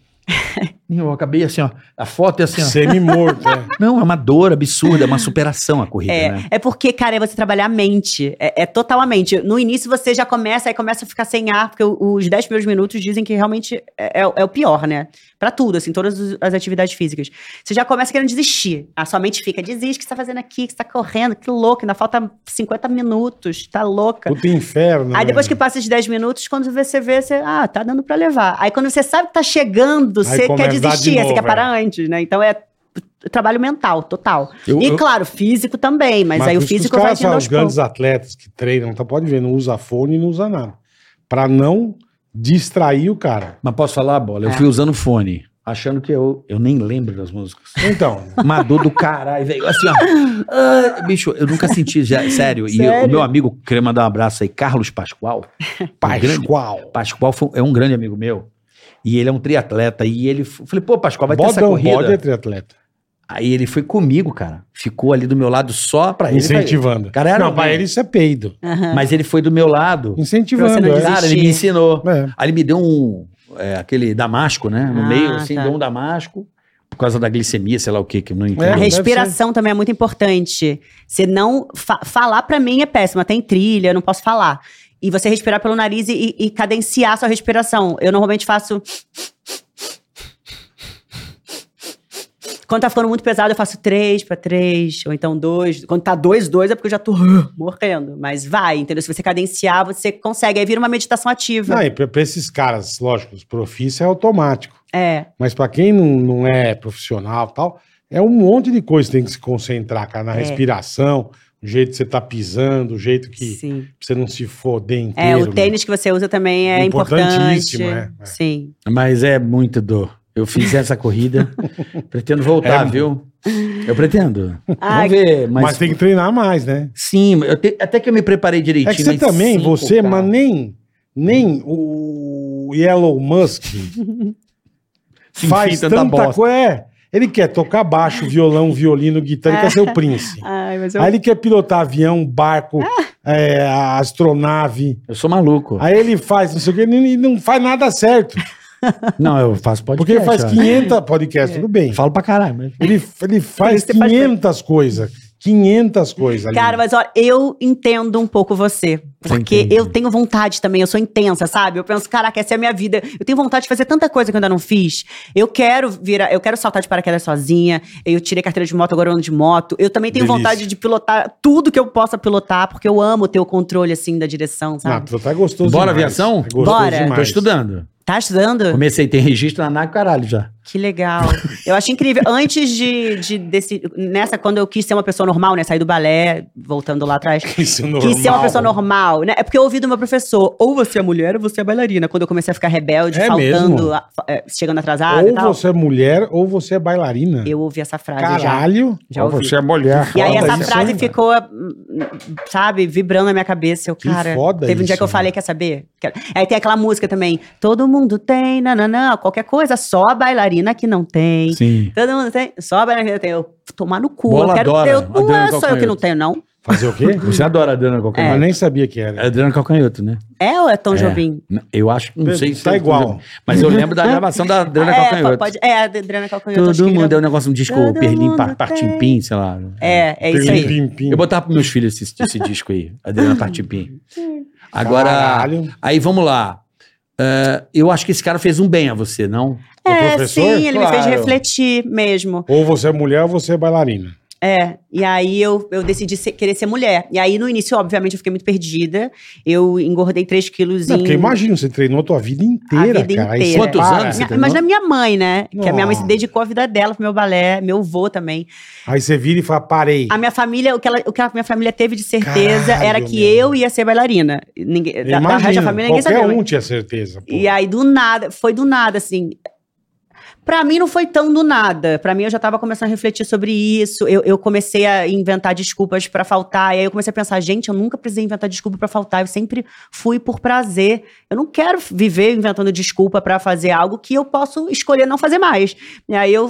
E eu acabei assim, ó. A foto é assim, ó. Semi-morto, <laughs> é. Não, é uma dor absurda, é uma superação a corrida, É, né? é porque, cara, é você trabalhar a mente. É, é total a mente. No início você já começa, aí começa a ficar sem ar, porque o- os 10 primeiros minutos dizem que realmente é, é o- é o pior, né? Pra tudo, assim, todas os- as atividades físicas. Você já começa querendo desistir. A sua mente fica, desiste, o que você tá fazendo aqui, o que você tá correndo, que louco, ainda falta 50 minutos, tá louca. Puta inferno. né? Aí depois que velho. passa esses 10 minutos, quando você vê, você, ah, tá dando pra levar. Aí quando você sabe que tá chegando, você quer começa a dar de desistir, novo, você quer parar antes, né? Então é t- trabalho mental, total. Eu- e eu- claro, físico também, mas, aí por o isso que os físico vai caras indo falam, aos Os grandes poucos. atletas que treinam, tá, pode ver, não usa fone e não usa nada. Pra não distrair o cara. Mas posso falar, bola? Eu É. fui usando fone, achando que eu, eu nem lembro das músicas. Então, Uma dor do caralho, velho. Assim, ó. <laughs> Ah, bicho, eu nunca senti, já- sério. E Sério? o meu amigo, queria mandar um abraço aí, Carlos Pascoal. Um grande- Pascoal. Pascoal foi- é um grande amigo meu. E ele é um triatleta. E ele. f- Falei, pô, Pascoal, vai ter essa Bodão corrida. bode é triatleta. Aí ele foi comigo, cara. Ficou ali do meu lado só tá pra ele. Incentivando. Cara, era não, pra bem. ele isso é peido. Aham. Mas ele foi do meu lado. Pra Incentivando, você não é. Cara, ele me ensinou. É. Aí ele me deu um. é, aquele damasco, né? No Ah, meio, assim, tá. deu um damasco. Por causa da glicemia, sei lá o que, que eu não É, A entendo. deve respiração também é muito importante. Você não. fa- falar pra mim é péssimo, tem trilha, eu não posso falar. E você respirar pelo nariz e, e cadenciar a sua respiração. Eu normalmente faço. Quando tá ficando muito pesado, eu faço três pra três, ou então dois. Quando tá dois, dois é porque eu já tô <laughs> uh, morrendo. Mas vai, entendeu? Se você cadenciar, você consegue. Aí vira uma meditação ativa. Não, e pra, pra esses caras, lógico, os profissa é automático. É. Mas pra quem não, não é profissional e tal, é um monte de coisa que tem que se concentrar, cara, na É. respiração, o jeito que você tá pisando, o jeito que Sim. você não se foder inteiro. né? É, o tênis que você usa também é importante. Importantíssimo, é, é. <laughs> Sim. Mas é muita dor. Eu fiz essa <laughs> corrida. pretendo voltar, É, viu? Eu pretendo. Ah, Vamos ver. Mas, Mas, tem que treinar mais, né? Sim, eu te- até que eu me preparei direitinho. É que você mas também, cinco, você, cara. mas nem, nem o Elon <laughs> Musk Se faz enfia tanta tanta bosta. coisa. É, ele quer tocar baixo, violão, violino, guitarra, ele quer <laughs> ser o príncipe. Ai, mas eu Aí ele quer pilotar avião, barco, Ah. é, astronave. Eu sou maluco. Aí ele faz não sei o que, e não faz nada certo. Não, eu faço podcast. Porque ele faz ó. 500 podcasts, tudo bem. Falo pra caralho. Mas... Ele, ele faz isso que você faz 500 coisas. 500 coisas ali. Cara, mas olha, eu entendo um pouco você. Porque entende. eu tenho vontade também, eu sou intensa, sabe? Eu penso, caraca, essa é a minha vida. Eu tenho vontade de fazer tanta coisa que eu ainda não fiz. Eu quero virar, eu quero saltar de paraquedas sozinha. Eu tirei carteira de moto, agora eu ando de moto. Eu também tenho Delícia. vontade de pilotar tudo que eu possa pilotar, porque eu amo ter o controle, assim, da direção, Ah, sabe? pilotar é gostoso Bora demais. aviação? É gostoso Bora. demais. Tô estudando. Tá estudando? Comecei, tem registro na NAC, caralho, já. Que legal. Eu acho incrível. Antes de, de desse, nessa, quando eu quis ser uma pessoa normal, né? Sair do balé, voltando lá atrás. Isso é normal. Quis ser uma pessoa normal, né? É porque eu ouvi do meu professor, ou você é mulher ou você é bailarina. Quando eu comecei a ficar rebelde, É mesmo? faltando, a- fa- é, chegando atrasada Ou e tal. você é mulher ou você é bailarina. Eu ouvi essa frase já. Caralho. Já Ou ouvi. você é mulher. E aí Foda essa isso, é frase hein, ficou, sabe, vibrando na minha cabeça. Eu, Que cara, foda teve um dia isso, que eu né? falei, quer saber? Quero- Aí tem aquela música também. Todo mundo tem, nananã, qualquer coisa, só a bailarina que não tem. Sim. Todo mundo tem, só a bailarina que não tem. Eu tomar no cu, Bola eu quero adora, ter. Eu, não adora é só eu calcanhoto. que não tenho, não. Fazer o quê? Você adora Adriana Calcanhoto. Eu nem sabia que era. É Adriana Calcanhoto, né? É ou é Tom É. Jobim? Não, Eu acho, não sei se... Tá igual. Mas eu <laughs> lembro da gravação da um Adriana é, Calcanhoto. po- pode, é, a Adriana Calcanhoto. acho Todo que mundo, é gravou. um negócio, um disco Todo Perlim, mundo par, Partim tem. Pim, sei lá. É, é isso aí. Pim, pim, pim. Eu botava pros meus filhos esse, esse disco aí, Adriana Partim Pim. Agora, Caralho. aí vamos lá. É, eu acho que esse cara fez um bem a você, não? O É, professor? sim, ele me fez Claro. refletir mesmo. Ou você é mulher ou você é bailarina. É, e aí eu, eu decidi ser- querer ser mulher. E aí no início, obviamente, eu fiquei muito perdida. Eu engordei 3 quilos Não, em... porque imagina, você treinou a tua vida inteira, A vida cara. Aí inteira. você Quantos para, anos? Minha- entendeu? Imagina a minha mãe, né? Que a minha mãe se Nossa. dedicou a vida dela pro meu balé, meu vô também. Aí você vira e fala, parei. A minha família, o que, ela- o que a minha família teve de certeza Caralho, era que meu. eu ia ser bailarina. Ninguém, da- da, Imagina, resto da família, ninguém qualquer sabia. um tinha certeza. pô. E aí, do nada, foi do nada, assim. Pra mim não foi tão do nada. Pra mim eu já tava começando a refletir sobre isso. Eu, eu comecei a inventar desculpas pra faltar. E aí eu comecei a pensar, gente, eu nunca precisei inventar desculpa pra faltar. Eu sempre fui por prazer. Eu não quero viver inventando desculpa pra fazer algo que eu posso escolher não fazer mais. E aí eu,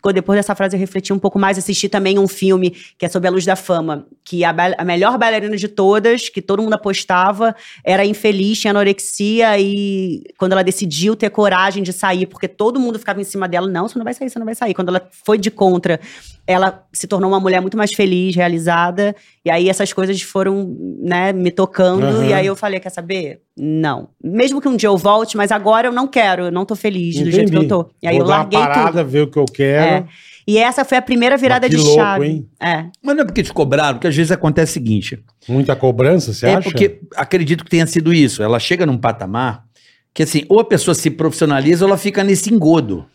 co- depois dessa frase, eu refleti um pouco mais. Assisti também um filme que é sobre a luz da fama, que a, ba- a melhor bailarina de todas, que todo mundo apostava, era infeliz, tinha anorexia e quando ela decidiu ter coragem de sair, porque todo mundo ficava em cima dela, não, você não vai sair, você não vai sair. Quando ela foi de contra, ela se tornou uma mulher muito mais feliz, realizada, e aí essas coisas foram, né, me tocando, Aham. e aí eu falei, quer saber? Não. Mesmo que um dia eu volte, mas agora eu não quero, eu não tô feliz do jeito que eu Entendi. tô. E aí Vou eu dar larguei uma tudo. É. parada, ver o que eu quero. E essa foi a primeira virada Mas que de louco, chave. hein? É. Mas não é porque te cobraram, porque às vezes acontece o seguinte. Muita cobrança, você é acha? porque acredito que tenha sido isso. Ela chega num patamar que, assim, ou a pessoa se profissionaliza ou ela fica nesse engodo.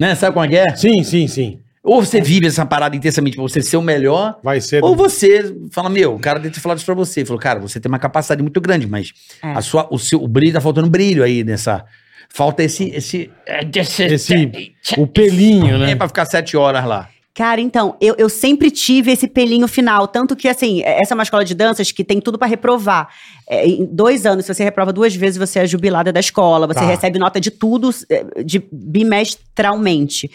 Né? Sabe como é que é? Sim, sim, sim. Ou você vive essa parada intensamente pra você ser o melhor, Vai ser... ou você fala, meu, o cara deve ter falado isso pra você. Ele Falou, cara, você tem uma capacidade muito grande, mas É. a sua, o seu o brilho, tá faltando brilho aí nessa... Falta esse... esse, Esse- O pelinho, É né? pra ficar sete horas lá. Cara, então, eu, eu sempre tive esse pelinho final. Tanto que, assim, é- essa é uma escola de danças que tem tudo pra reprovar. É, em dois anos, se você reprova duas vezes, você é jubilada da escola, você Tá. recebe nota de tudo é, de bimestralmente.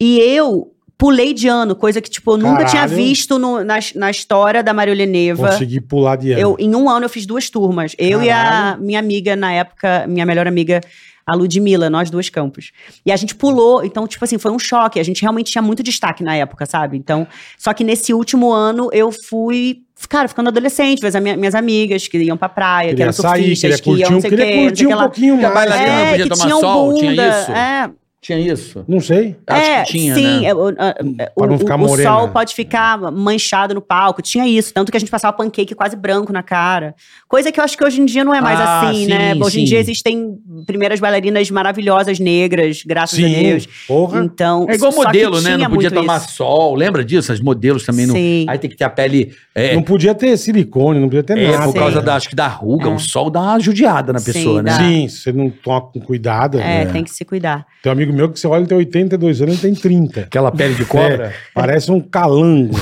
E eu pulei de ano, coisa que, tipo, eu nunca tinha Caralho. visto no- na, na história da Marília Neva. Consegui pular de ano. Eu, em um ano eu fiz duas turmas. Eu e a Caralho. minha amiga, na época, minha melhor amiga, a Ludmilla, nós duas campos. E a gente pulou, então, tipo assim, foi um choque. A gente realmente tinha muito destaque na época, sabe? Então, só que nesse último ano eu fui, cara, ficando adolescente, mas as minha- minhas amigas que iam pra praia, é, que Queria eram sair, queria surfistas, que curtir, iam não um- sei o queria quê, não sei curtir o que um lá. pouquinho Fica mais. bailarina, É, cara. podia que tomar tinham sol, bunda. tinha isso? É, Tinha isso? Não sei. Acho é, que tinha, sim. né? é, o- a- é, o, Pra não ficar o- o morena. sol pode ficar manchado no palco. Tinha isso. Tanto que a gente passava pancake quase branco na cara. Coisa que eu acho que hoje em dia não é mais Ah, assim, sim, né? Hoje sim. em dia existem primeiras bailarinas maravilhosas, negras, graças a Deus. Sim, porra. Então, É igual só que modelo, né? tinha Não podia muito tomar isso. sol. Lembra disso? As modelos também não. Sim. Aí tem que ter a pele. É, Não podia ter silicone, não podia ter é, nada. por sim. causa né? da, acho que da ruga, É. o sol dá uma judiada na Sim, pessoa, né? dá. Sim, se você não toma com cuidado. É, né? tem que se cuidar. Tem um amigo meu que você olha, ele tem 82 anos, ele tem 30. Aquela pele de cobra. É, parece <laughs> um calango.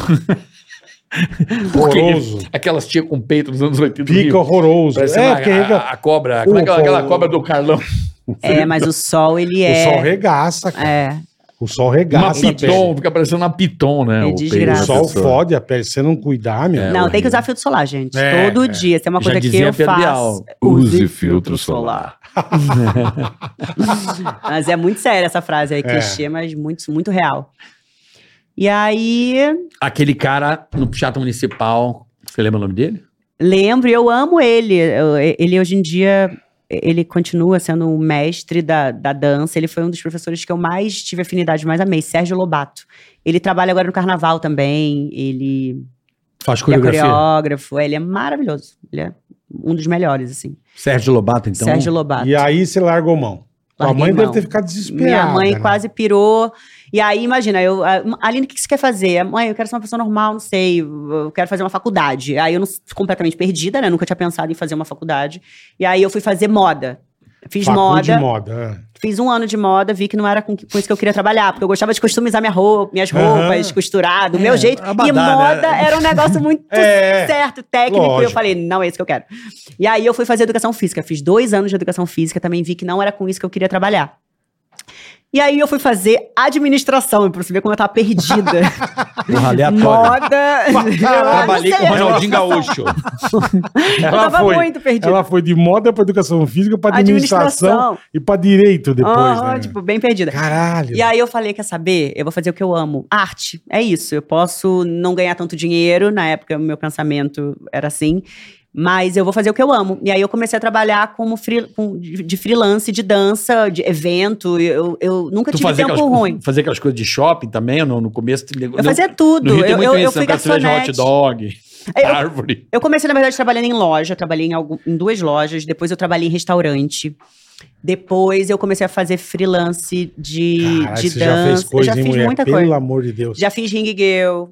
Porque horroroso. Aquelas tia com peito dos anos 80. do Pica Rio. horroroso. Parece é, uma- porque a, rega- a cobra. Como é que é Ufa, aquela o- cobra do Carlão? É, mas o sol, ele é. tá o sol regaça, cara. É. O sol Uma regaça a piton, pele. fica parecendo uma piton, né? É o peito desgraça. da O sol pessoa. fode a pele. Se você não cuidar, meu. Não, tem que É, horrível. usar filtro solar, gente. É, Todo é. dia. Isso é uma Já coisa que dizia eu Pedro faço. Bial, Use filtro solar. Mas é muito séria essa frase aí, É. clichê, mas muito, muito real. E aí, Aquele cara no Teatro Municipal. Você lembra o nome dele? Lembro, e eu amo ele. Eu- Ele hoje em dia, ele continua sendo um mestre da, da dança. Ele foi um dos professores que eu mais tive afinidade, mais amei, Sérgio Lobato. Ele trabalha agora no carnaval também. Ele Faz é coreógrafo. Ele é maravilhoso. Ele é um dos melhores, assim. Sérgio Lobato, então. Sérgio Lobato. E aí você largou mão. Tua tá Larguei mãe deve mão. ter ficado desesperada. Minha mãe né? quase pirou. E aí, imagina, eu, a- Aline, o que que você quer fazer? Mãe, eu quero ser uma pessoa normal, não sei, eu quero fazer uma faculdade. Aí eu não, completamente perdida, né? Nunca tinha pensado em fazer uma faculdade. E aí eu fui fazer moda. Fiz Facul de moda, moda. é. fiz um ano de moda, vi que não era com, que- com isso que eu queria trabalhar, porque eu gostava de customizar minha roupa, minhas Aham. roupas, costurar, do É, meu jeito. e abadá, né? moda era um negócio muito <laughs> É, é. certo, técnico. E eu Lógico. falei, não é isso que eu quero. E aí eu fui fazer educação física. Fiz dois anos de educação física, também vi que não era com isso que eu queria trabalhar. E aí eu fui fazer administração, pra você ver como eu <laughs> tava perdida. Porra, um É aleatório. moda. <laughs> Eu não Trabalhei sei, com o Ronaldinho eu tava- Gaúcho. Eu tava muito perdida. Ela foi de moda pra educação física, pra administração, Administração. e pra direito depois, Aham, né? Tipo, bem perdida. Caralho. E aí eu falei, quer saber? Eu vou fazer o que eu amo. Arte. É isso. Eu posso não ganhar tanto dinheiro. Na época, meu pensamento era assim. Mas eu vou fazer o que eu amo. E aí eu comecei a trabalhar como free- com- de de freelance, de dança, de evento. Eu, eu nunca Tu tive fazia tempo aquelas, ruim. fazer aquelas coisas de shopping também, no, no começo. tu- Eu fazia tudo. no Rio tem eu, muito eu, eu isso, fui né? Pra cerveja garçonete. hot dog, Eu- árvore. Eu comecei, na verdade, trabalhando em loja. Eu trabalhei em, algum- em duas lojas. Depois eu trabalhei em restaurante. Depois eu comecei a fazer freelance de, Caralho, você de já fez dança. Eu coisa, já hein, fiz mulher? muita Pelo coisa. amor de Deus. Já fiz ring girl,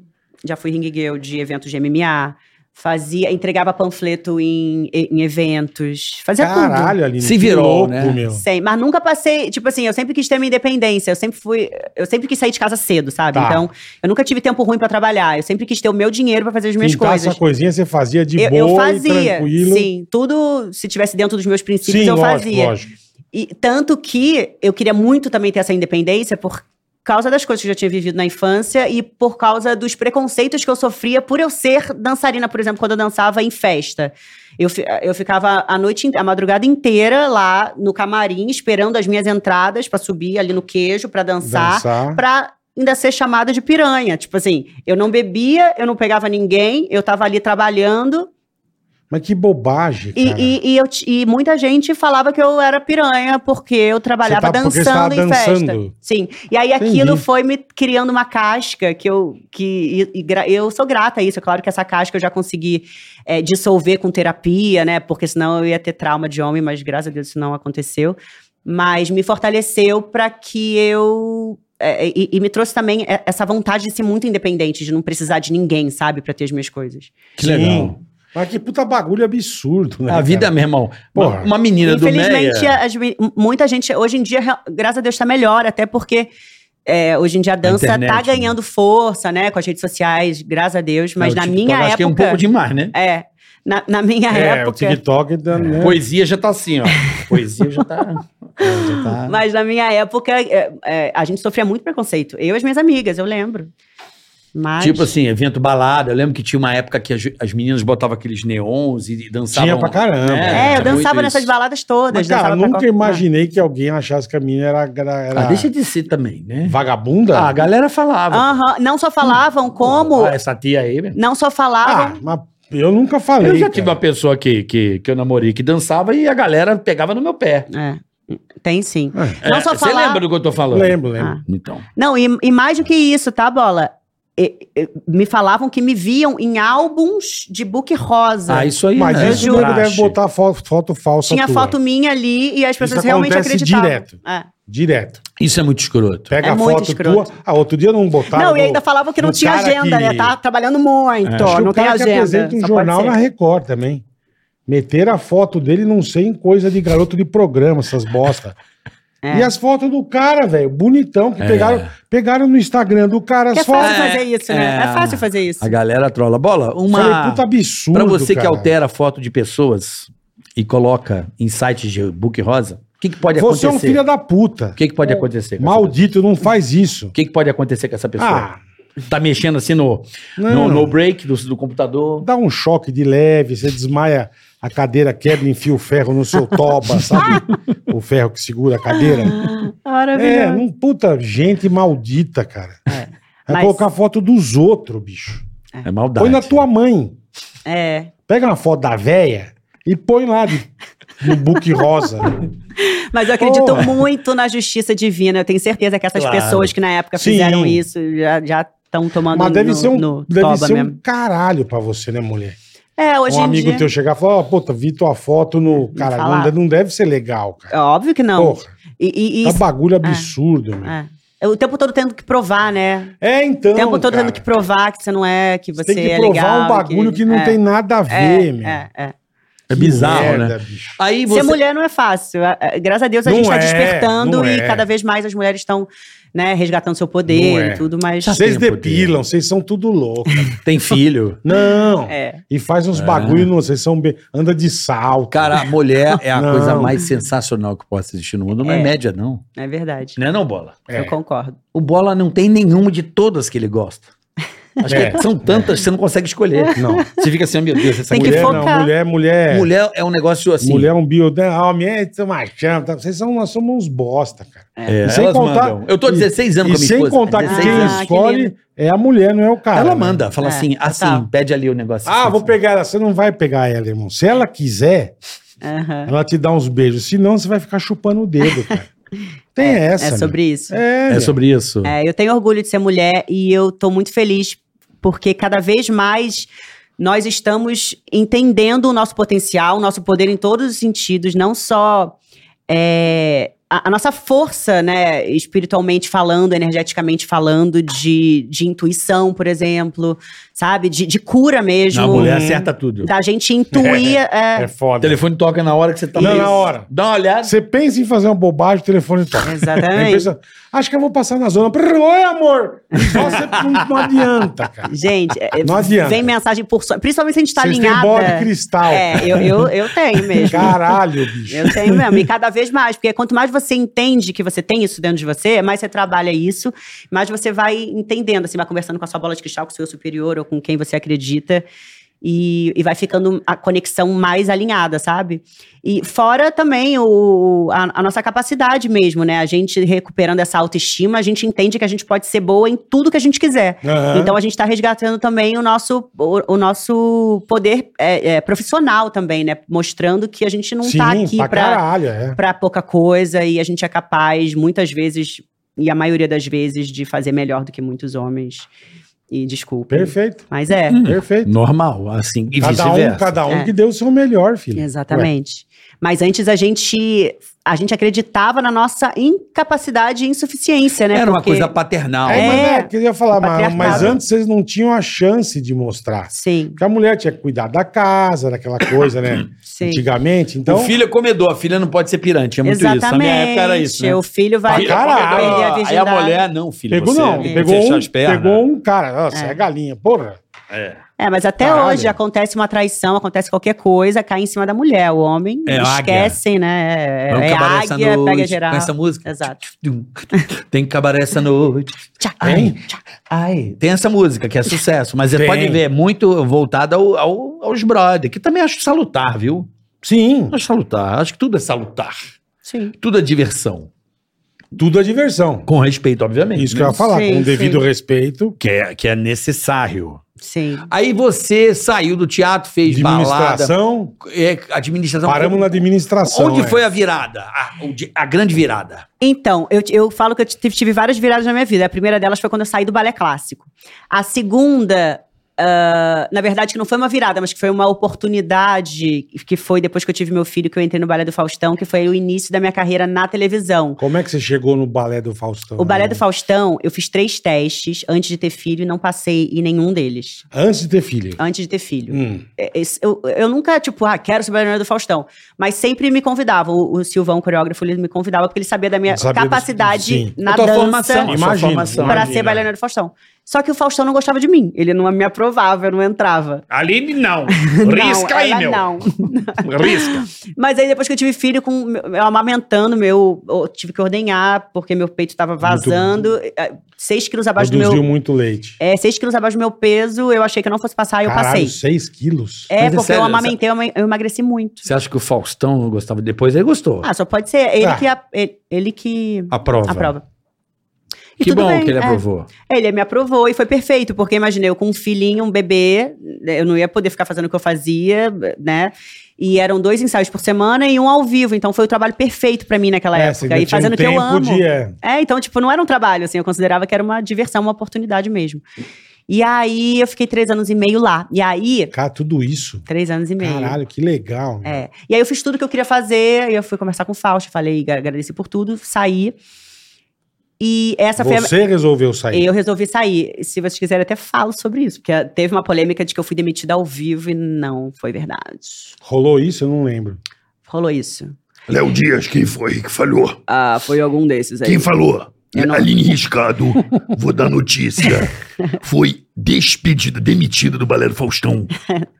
já fui ring girl de eventos de MMA, fazia, entregava panfleto em, em eventos, fazia é tudo. Caralho, Aline. Se que virou, louco, né? meu. Sem, mas nunca passei, tipo assim, eu sempre quis ter minha independência, eu sempre fui, eu sempre quis sair de casa cedo, sabe? Tá. Então, eu nunca tive tempo ruim pra trabalhar, eu sempre quis ter o meu dinheiro pra fazer as minhas Pintar coisas. essa coisinha você fazia de Eu, boa eu e fazia, tranquilo. sim, tudo se tivesse dentro dos meus princípios Sim, eu lógico, fazia. lógico. E tanto que eu queria muito também ter essa independência por causa das coisas que eu já tinha vivido na infância e por causa dos preconceitos que eu sofria por eu ser dançarina, por exemplo, quando eu dançava em festa. Eu, fi- eu ficava a noite, in- a madrugada inteira lá no camarim, esperando as minhas entradas pra subir ali no queijo, pra dançar, Dançar. pra ainda ser chamada de piranha. Tipo assim, eu não bebia, eu não pegava ninguém, eu tava ali trabalhando Mas que bobagem, e, cara. e- e eu ti- e muita gente falava que eu era piranha porque eu trabalhava Você tá- porque você dançando tava em dançando. festa. Sim. E aí aquilo Entendi. foi me criando uma casca que eu que e- e gra- eu sou grata a isso. É claro que essa casca eu já consegui é, dissolver com terapia, né? Porque senão eu ia ter trauma de homem, mas graças a Deus isso não aconteceu. Mas me fortaleceu para que eu é, e, e me trouxe também é, essa vontade de ser muito independente, de não precisar de ninguém, sabe, para ter as minhas coisas. Que legal. Mas que puta bagulho absurdo, né? A vida, cara? meu irmão. Porra. Uma menina do Meia. Infelizmente, as me- muita gente, hoje em dia, rea- graças a Deus, tá melhor, até porque é, hoje em dia a dança internet, tá né? ganhando força, né, com as redes sociais, graças a Deus, mas É, o na TikTok minha Acho que é época. um pouco demais, né? é, na, na minha É, o época. TikTok dá, né? Poesia já tá <laughs> assim, ó. Poesia já tá. é, já tá- Mas na minha época, é, é, a gente sofria muito preconceito. Eu e as minhas amigas, eu lembro. Mas. Tipo assim, evento balada. Eu lembro que tinha uma época que as, as meninas botavam aqueles neons e dançavam. Tinha pra caramba. é, eu muito dançava isso. nessas baladas todas. Mas, cara, dançava pra nunca qualquer- imaginei que alguém achasse que a menina era, era, era Ah, deixa de ser também, né? vagabunda. Ah, a galera falava. Aham, Não só falavam como. Ah, essa tia aí, meu. Não só Ah, falavam. mas eu nunca falei. Eu já cara. tive uma pessoa que, que, que eu namorei que dançava e a galera pegava no meu pé. É, tem sim. Ah. É, Não só Você falar- lembra do que eu tô falando? Lembro, lembro. Ah. Então. Não, e, e mais do que isso, tá, Bola? E- e- me falavam que me viam em álbuns de book rosa. Ah, isso aí. Mas né? isso o nego deve Praxe. botar fo- foto, falsa Tinha tua. foto minha ali e as pessoas Isso realmente acontece acreditavam. direto. É. Direto. Isso é muito escroto. Pega É a muito foto escroto. tua. Ah, outro dia não botaram. não, e no- ainda falavam que não no tinha cara agenda, que- É. né? Tá trabalhando muito, Acho que não o tem cara que agenda. apresenta um Só jornal pode na ser. Record também. Meteram a foto dele, não sei, em coisa de garoto de programa, essas bosta. <laughs> É. E as fotos do cara, velho, bonitão, É. que pegaram, pegaram no Instagram do cara Que as é fotos. fácil fazer isso, né? É. É, fácil fazer isso. A galera trola. Bola, Falei, uma. puta absurdo, Pra você que cara. altera a foto de pessoas e coloca em sites de book rosa, o que, que pode Você acontecer? é um filho da puta. O que, que pode acontecer? com essa pessoa? Maldito, não faz isso. O que, que pode acontecer com essa pessoa? Ah, Tá mexendo assim no, não. no, no break do, do computador. Dá um choque de leve, você desmaia, a cadeira quebra, enfia o ferro no seu toba, <laughs> sabe? o ferro que segura a cadeira. É, Maravilhoso. É, não puta gente maldita, cara. Vai Mas- colocar foto dos outros, bicho. É maldade. Põe na tua mãe. É. Pega uma foto da véia e põe lá de, no book <laughs> rosa. Mas eu acredito Porra. muito na justiça divina. Eu tenho certeza que essas Claro. pessoas que na época Sim. fizeram isso já já estão tomando Mas deve no, ser um, no deve toba ser um mesmo. caralho pra você, né, mulher? É, hoje um em amigo dia. teu chegar e falar, ó, puta, vi tua foto no... Cara, não, falar. de- não deve ser legal, cara. É Óbvio que não. Porra. E, e- Tá e- bagulho absurdo, meu. é. O tempo todo tendo que provar, né? É, então. O tempo todo cara, tendo que provar que você não é, que você Tem que é provar legal. um bagulho que, não é, tem nada a ver, é, meu. é, é. É Que bizarro, né? merda, bicho. Aí Ser você. mulher não é fácil. A- a- Graças a Deus a Não gente está é, não despertando e é. cada vez mais as mulheres estão né, resgatando seu Não poder é. e tudo, mas. Tá Vocês tempo depilam, vocês são tudo louco. Tem filho. Não. É. E faz uns bagulho, não, vocês são. be- Anda de salto. Cara, a mulher é a Não. coisa mais sensacional que possa existir no mundo. Não é, É. média, não. É verdade. Não é não, Bola? É. Eu concordo. O Bola não tem nenhuma de todas que ele gosta. Acho É. que são tantas que você não consegue escolher. Não. Você fica assim, oh, meu Deus, essa Tem que mulher... mulher, não, focar. mulher, mulher. Mulher, Mulher é um negócio assim. é um bio. Ah, homem, é, tá machão, tá? Vocês são, nós somos uns bosta, cara. É, E sem elas contar- mandam. Eu tô 16 anos com E a minha sem esposa. contar que 16 quem anos. Ah, que escolhe lindo. é a mulher, não é o cara. Ela né? manda, fala É, assim, assim, total. pede ali o negócio. Ah, assim, vou assim. pegar ela. Você não vai pegar ela, irmão. Se ela quiser, Aham. ela te dá uns beijos. Senão, você vai ficar chupando o dedo, <laughs> cara. Tem essa. É meu. sobre isso. É, É meu. sobre isso. É, eu tenho orgulho de ser mulher e eu tô muito feliz porque cada vez mais nós estamos entendendo o nosso potencial, o nosso poder em todos os sentidos, não só é, a, a nossa força, né, espiritualmente falando, energeticamente falando, de, de intuição, por exemplo, sabe? De, de cura mesmo. Não, a mulher acerta tudo. Da gente <laughs> intuir. é, É O foda. telefone toca na hora que você tá... Não, na hora. Dá uma olhada. Você pensa em fazer uma bobagem, o telefone toca. É Exatamente. impressionante. Acho que eu vou passar na zona. Brrr, Oi, amor! Só você não, não adianta, <laughs> cara. Gente, é, Não adianta. vem mensagem por sonho. Principalmente se a gente tá Vocês têm alinhada. bola de cristal. É, eu, eu, eu tenho mesmo. Caralho, bicho. Eu tenho mesmo, e cada vez mais, porque quanto mais você entende que você tem isso dentro de você, mais você trabalha isso, mais você vai entendendo, assim, vai conversando com a sua bola de cristal, com o seu eu superior ou com quem você acredita. E, e vai ficando a conexão mais alinhada, sabe? E fora também o, a, a nossa capacidade mesmo, né? A gente recuperando essa autoestima, a gente entende que a gente pode ser boa em tudo que a gente quiser. Aham. Então a gente está resgatando também o nosso, o, o nosso poder é, é, profissional também, né? Mostrando que a gente não Sim, está aqui pra para caralho, é. pouca coisa e a gente é capaz, muitas vezes, e a maioria das vezes, de fazer melhor do que muitos homens. E desculpa. Perfeito, Mas é, Uhum. perfeito. Normal, assim, Hum. e Cada um, vice-versa. cada um É. que deu o seu melhor, filho. exatamente. Mas antes a gente a gente acreditava na nossa incapacidade e insuficiência, né? Era uma Porque- coisa paternal. um, É, É, né? mas é, que eu ia falar, o mas, patriarcado. mas antes vocês não tinham a chance de mostrar. Sim, Porque a mulher tinha que cuidar da casa, daquela coisa, né? <coughs> sim. Antigamente, então. o filho é comedor, a filha não pode ser pirante. É muito isso. Na minha época era isso. Né? O filho vai Pra caralho. perder Aí a virgindade. a mulher, não, filho. Ah, Pegou você não, tem que pegou fechar um, as pernas. pegou um cara, ó, você é. É. galinha, porra. É, mas até Caralho. hoje acontece uma traição, acontece qualquer coisa, cai em cima da mulher. O homem É, esquecem, né? É, Vamos é acabar um essa águia, noite pega geral. Com essa música. Exato. Tem que acabar essa noite. Tchá, Ai, tchá. ai. Tem essa música que é sucesso, mas você Tem. pode ver, é muito voltada ao- ao- aos brother, que também acho salutar, viu? Sim, Acho salutar. Acho que tudo é salutar. Sim. Tudo é diversão. tudo é diversão. Com respeito, obviamente. Isso que né? eu ia falar, Sim, com o devido sim. respeito. que é, que é necessário. Sim. Aí você saiu do teatro, fez balada, Administração, é, administração. paramos na administração. Onde é. foi a virada? A, o di- a grande virada. Então, eu, te- eu falo que eu tive, tive várias viradas na minha vida. A primeira delas foi quando eu saí do balé clássico. A segunda, ah, na verdade, que não foi uma virada, mas que foi uma oportunidade, que foi depois que eu tive meu filho, que eu entrei no balé do Faustão, que foi o início da minha carreira na televisão. Como é que você chegou no balé do Faustão? O balé do Faustão, eu fiz três testes antes de ter filho e não passei em nenhum deles. Antes de ter filho. Antes de ter filho. Hum. É, esse- Eu, eu nunca, tipo, ah, quero ser bailarina do Faustão. Mas sempre me convidavam. O, o Silvão, o coreógrafo, ele me convidava porque ele sabia da minha Sabia do- capacidade sim. na a tua dança formação, a sua Imagino, formação. pra imagina. ser bailarina do Faustão. Só que o Faustão não gostava de mim. Ele não me aprovava, eu não entrava. Aline, não. Não, Risca aí, ela meu. Não. Risca. Mas aí depois que eu tive filho, com, eu amamentando, meu, eu tive que ordenhar porque meu peito tava vazando. eh, Seis quilos abaixo do Produziu meu... muito leite. É, 6 quilos abaixo do meu peso, eu achei que eu não fosse passar, eu Caralho, passei. 6 quilos? É, Mas é porque sério, eu amamentei, eu ama- eu emagreci muito. Você acha que o Faustão não gostava depois? Ele gostou. Ah, só pode ser ele Ah. Tá que a- ele, ele que a prova. aprova. E Que tudo bom bem, que ele é. aprovou. Ele me aprovou e foi perfeito, porque imaginei, eu com um filhinho, um bebê, eu não ia poder ficar fazendo o que eu fazia, né? E eram dois ensaios por semana e um ao vivo, então foi o trabalho perfeito pra mim naquela É, você época. ainda E tinha fazendo um o que eu tempo amo. de, é, É, então, tipo, não era um trabalho, assim, eu considerava que era uma diversão, uma oportunidade mesmo. E aí eu fiquei três anos e meio lá. E aí, Cara, tudo isso. três anos e meio. Caralho, que legal. meu. É. E aí eu fiz tudo que eu queria fazer, e eu fui conversar com o Fausto, falei, "Gra- agradeci por tudo, saí. E essa foi a- Você resolveu sair. Eu resolvi sair. Se vocês quiserem, até falo sobre isso, porque teve uma polêmica de que eu fui demitida ao vivo e não foi verdade. Rolou isso? Eu não lembro. Rolou isso. Léo Dias, quem foi que falhou? Ah, foi algum desses aí. Quem falou? Eu não- Aline Riscado, vou dar notícia. Foi despedida, demitida do Balé do Faustão.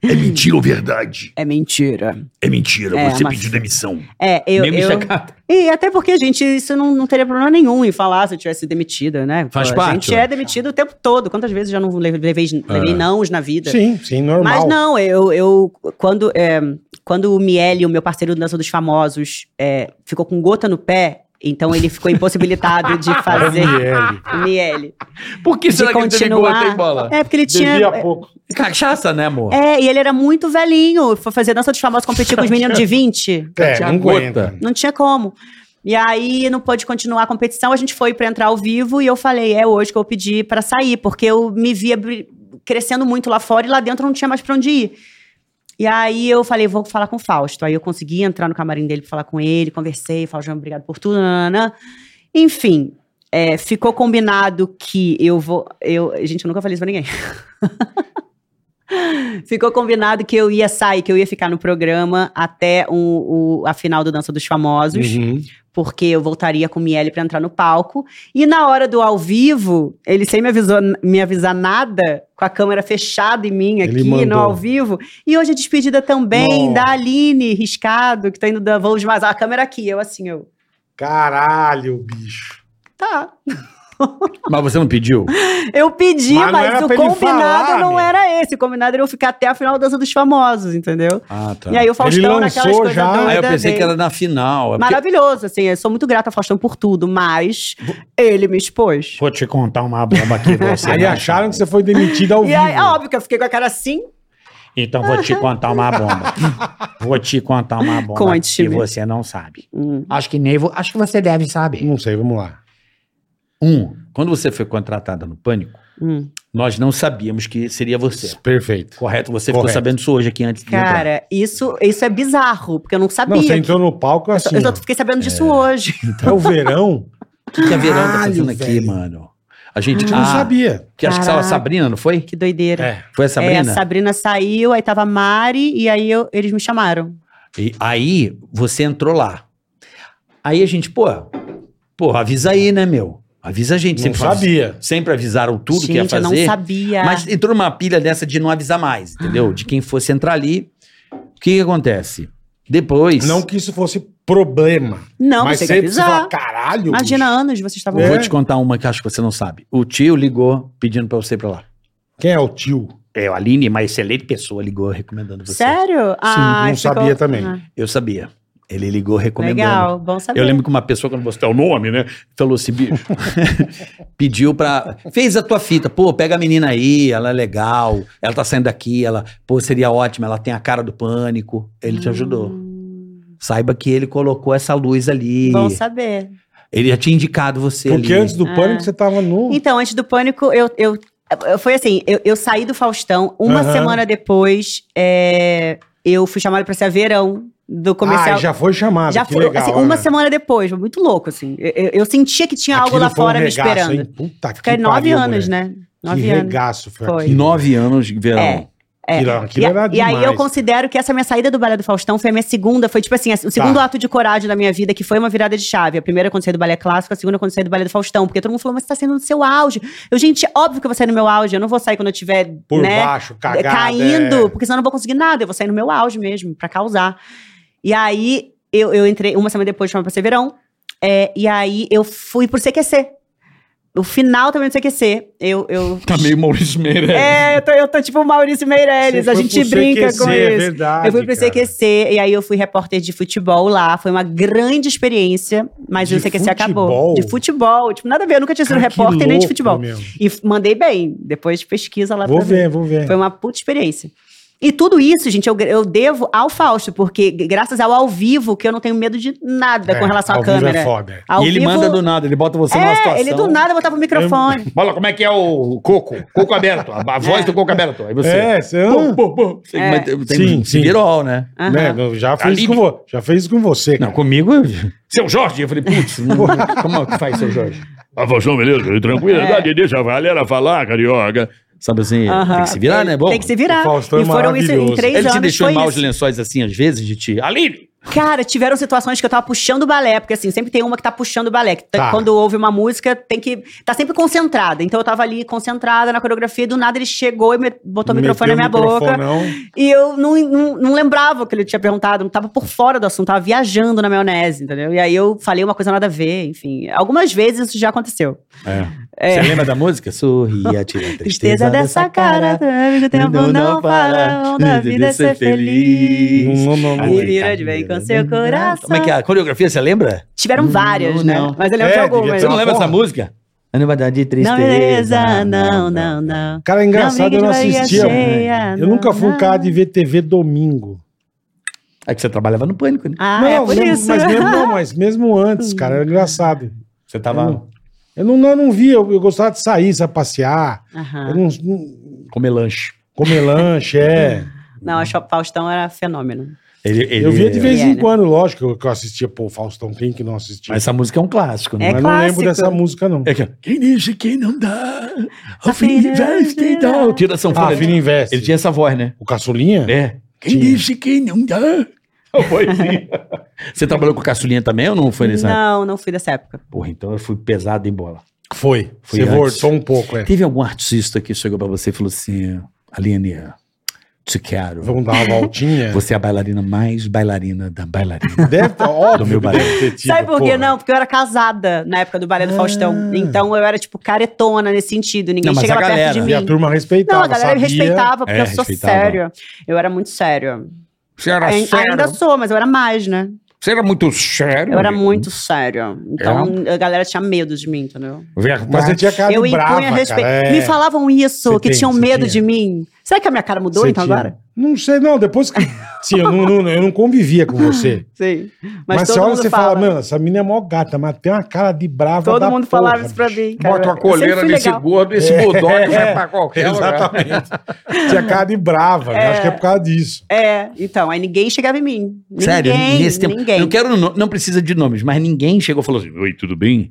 É mentira ou verdade? É mentira. É mentira, É, você mas- pediu demissão. É, eu. Mesmo eu- chacado. E até porque, gente, isso não, não teria problema nenhum em falar se eu tivesse demitida, né? Faz Pô, A parte, gente ué. É. é demitido o tempo todo. Quantas vezes eu já não leve- levei, levei nãos na vida? Sim, sim, normal. Mas não, eu, eu quando, é, quando o Miele, o meu parceiro do Dança dos Famosos, é, ficou com gota no pé, então ele ficou impossibilitado <laughs> de fazer. Miele. O Miele. Por que De será que ele teve gol até em bola? continuar. É, porque ele tinha. Devia pouco. Cachaça, né, amor? É, e ele era muito velhinho. Foi fazer Dança dos Famosos competir com os meninos de 20. É, Tinha não gota. aguenta. Não tinha como. E aí não pôde continuar a competição, a gente foi pra entrar ao vivo e eu falei, é hoje que eu pedi pra sair, porque eu me via bri- crescendo muito lá fora e lá dentro eu não tinha mais pra onde ir. E aí eu falei, vou falar com o Fausto. Aí eu consegui entrar no camarim dele pra falar com ele, conversei, Fausto, obrigado por tudo, nananã. Enfim, é, ficou combinado que eu vou... Eu, gente, eu nunca falei isso pra ninguém. <laughs> Ficou combinado que eu ia sair, que eu ia ficar no programa até o, o- a final do Dança dos Famosos Uhum. porque eu voltaria com o Miele pra entrar no palco. E na hora do ao vivo, ele sem me, avisou, me avisar nada, com a câmera fechada em mim Ele aqui no mandou. ao vivo. E hoje a despedida também Nossa. da Aline Riscado, que tá indo da Vamos Mais. A câmera aqui, eu assim, eu. Caralho, bicho. Tá. Mas você não pediu? Eu pedi, Mas não mas, era o pra ele combinado falar, não meu. era esse. O combinado era eu ficar até a final da Dança dos Famosos, entendeu? Ah, tá. E aí o Faustão lançou naquelas coisas já. doidas Aí eu pensei dele. que era na final. é porque- Maravilhoso, assim, eu sou muito grata ao Faustão por tudo, mas ele me expôs. Vou te contar uma bomba aqui, você. Aí não acharam que sabe. você foi demitido ao <laughs> E vivo. aí, é óbvio que eu fiquei com a cara assim, Então vou te contar uma <laughs> bomba. Vou te contar uma bomba Conte, que né? você não sabe. Hum. Acho que nem vo- acho que você deve saber. Não sei, vamos lá. Um, quando você foi contratada no Pânico, hum. nós não sabíamos que seria você. Perfeito. Correto? Você ficou Correto. sabendo isso hoje aqui antes de entrar. Cara, isso, isso é bizarro, porque eu não sabia. Não, você entrou no palco assim. eu só fiquei sabendo disso hoje. <laughs> ó. É o verão? O que, que a Verão tá fazendo Caralho, aqui, velho. mano? A gente, A gente ah, não sabia. Que acho que estava a Sabrina, não foi? Que doideira. É. Foi a É, a Sabrina? Sabrina saiu, aí tava a Mari, e aí eu- eles me chamaram. E aí você entrou lá. Aí a gente, pô, pô, avisa aí, né, meu? Avisa a gente. Não Sempre, fala- sabia. sempre avisaram tudo que ia Gente, eu não fazer. sabia. Mas entrou numa pilha dessa de não avisar mais, entendeu? De quem fosse entrar ali. O que, que acontece? Depois. Não que isso fosse problema. não, mas você quer sempre você avisar. fala, caralho. Imagina, bicho. anos vocês estavam É. Vou te contar uma que acho que você não sabe. O tio ligou pedindo pra você ir pra lá. Quem é o tio? É, a Aline, uma excelente pessoa, ligou recomendando você. Sério? Ah, não sabia também. Eu sabia. Ele ligou recomendando. Legal, bom saber. Eu lembro que uma pessoa, quando você deu o nome, né? Falou assim, bicho. <laughs> pediu pra. Fez a tua fita. Pô, pega a menina aí, ela é legal. Ela tá saindo daqui, ela. Pô, seria ótima, ela tem a cara do pânico. Ele te ajudou. Hum, Saiba que ele colocou essa luz ali. Bom saber. Ele já tinha indicado você Porque ali. antes É. do pânico você tava no. Então, antes do pânico, eu. eu eu- foi assim, eu, eu saí do Faustão, uma Aham. semana depois, é, eu fui chamada pra ser a verão do comercial. Ah, já foi chamado. Já que foi, legal, assim, né? uma semana depois, foi muito louco, assim. Eu, eu- eu sentia que tinha algo Aquilo lá foi um fora me regaço, esperando. hein? Puta Fiquei que nove pariu, anos, moleque. né? Nove que anos. regaço foi, Foi. aquilo. Nove anos de verão. É. É. Aquilo, aquilo e, era e aí eu demais. considero que essa minha saída do Balé do Faustão foi a minha segunda, foi tipo assim, o segundo Tá. ato de coragem da minha vida, que foi uma virada de chave. A primeira quando saí do Balé Clássico, a segunda quando saí do Balé do Faustão, porque todo mundo falou, mas você tá sendo no seu auge. Eu, gente, é óbvio que eu vou sair no meu auge, eu não vou sair quando eu tiver, Por né, baixo, cagada. caindo, é. porque senão eu não vou conseguir nada, eu vou sair no meu auge mesmo, pra causar. E aí, eu, eu entrei, uma semana depois, chamava pra ser verão, é, e aí eu fui pro CQC. O final também do CQC, eu... eu Tá meio Maurício Meirelles. é, eu tô, eu tô tipo o Maurício Meirelles, Você a foi gente pro brinca CQC, com É isso. verdade, eu fui pro cara. CQC, e aí eu fui repórter de futebol lá, foi uma grande experiência, mas De o CQC futebol? acabou. De futebol, tipo, nada a ver, eu nunca tinha sido Cara, Ah, que repórter nem de louco, futebol. meu. E f- mandei bem, depois pesquisa lá Vou pra ver. ver, vou ver. Foi uma puta experiência. E tudo isso, gente, eu, eu devo ao Fausto, porque graças ao ao vivo, que eu não tenho medo de nada com relação à ao vivo câmera. É foda. Ao e ele vivo- manda do nada, ele bota você numa situação. É, ele do nada botava o microfone. Bola, como é que é o coco? Coco aberto. <laughs> A, a voz do coco aberto. Aí você. É, você... Pô, pô, pô. Tem, É. mas tem- tem Sim, sim. virol, né? Aham. Tá né, eu já, fez Alívio. com vo... já fez com você, cara. comigo. Seu Jorge. Eu falei, putz, não- como é que faz, seu Jorge? A Faustão, beleza? Tranquilidade, deixa a galera falar, carioca. Sabe assim, Aham. tem que se virar, né? Bom, Tem que se virar. o Faustão é e foram isso em maravilhoso. três ele anos. te deixou foi em maus isso. lençóis assim, às vezes, de ti. Aline! Cara, tiveram situações que eu tava puxando o balé, porque assim, sempre tem uma que tá puxando o balé. Que tá- Tá. Quando ouve uma música, tem que. Tá sempre concentrada. Então eu tava ali concentrada na coreografia, e do nada ele chegou e me- botou o microfone na minha Meteu o boca. microfonão. E eu não, não, não lembrava o que ele tinha perguntado, não tava por fora do assunto, tava viajando na maionese, entendeu? E aí eu falei uma coisa nada a ver, enfim. Algumas vezes isso já aconteceu. É. Você lembra da música? <laughs> Sorria, tira a Tristeza dessa cara, amigo, tempo não, não, não para, para, não da vida é ser feliz. Não, não, não. E vira de bem com seu coração. né? Como é que é? A coreografia, você lembra? Tiveram várias, né? não. Mas eu lembro É, devia de algumas. Você ter não uma lembra porra. essa música? A novidade de Não, tristeza. beleza, não, não, não. Cara, é engraçado, Não, eu não amiga de barriga assistia. cheia, eu nunca fui um não, cara não. de ver TV domingo. É que você trabalhava no pânico, né? Ah, não, é por mesmo- isso. Mas mesmo, não, mas mesmo antes, cara, era engraçado. Você tava Eu não, eu não via, eu, eu gostava de sair, sabe, passear. Eu Aham. não, não- É. comer lanche. comer lanche, é. Não, acho que o Faustão era fenômeno. Ele, ele- eu via de vez em Ele era. quando, lógico, eu- que eu assistia, pô, Faustão, quem que não assistia? Mas essa música é um clássico, né? É mas não lembro clássico. dessa música, não. É que, ó, quem deixa, quem não dá. A filha vai dá. dar. Tira a sanfona. Ah, Vini Investe. Ele tinha essa voz, né? O Caçulinha? É. Quem Tinha. deixa, quem não <laughs> dá. Você trabalhou com a caçulinha também ou não foi nessa? Não, não fui dessa época. Porra, então eu fui pesado em bola. Foi. Foi Você antes. voltou um pouco, é. Teve algum artista que chegou pra você e falou assim: Aline, te quero. Vamos <laughs> dar uma voltinha. Você é a bailarina mais bailarina da <laughs> bailarina. Deve ter, Do óbvio, meu que deve ter tido, Sabe por quê? Tipo, porra. Não, porque eu era casada na época do balé do Faustão. Então eu era, tipo, caretona nesse sentido. Ninguém Não, mas chegava a perto de galera- mim. E a turma respeitava, Não, a galera me sabia. respeitava, porque É, eu sou respeitava. séria. Eu era muito séria. Você Tá era Ai- sério? Ainda sou, mas eu era mais, né? Você era muito sério? Eu era muito séria. Então É? a galera tinha medo de mim, entendeu? Verdade. Mas você tinha cara eu de é brava, impunha respeito. cara, é. Me falavam isso, Você que tem, tinham você medo tinha. de mim. Será que a minha cara mudou Você então tinha- agora? Não sei, não. Depois <laughs> que. Sim, eu não, não- eu não convivia com você. Sim. Mas, Mas, todo você olha e mundo você fala. fala, mano, essa menina é mó gata, mas tem uma cara de brava. todo da mundo porra, falava isso pra bicho." mim. cara. Bota uma Eu sempre coleira fui nesse legal. É. gordo, esse bodoque vai pra qualquer lugar. <laughs> Exatamente. Tinha cara de brava. né? Acho que é por causa disso. É, então, aí ninguém chegava em mim. Ninguém, Sério, nesse tempo. ninguém. Não quero, no- não precisa de nomes, mas ninguém chegou e falou assim: Oi, tudo bem?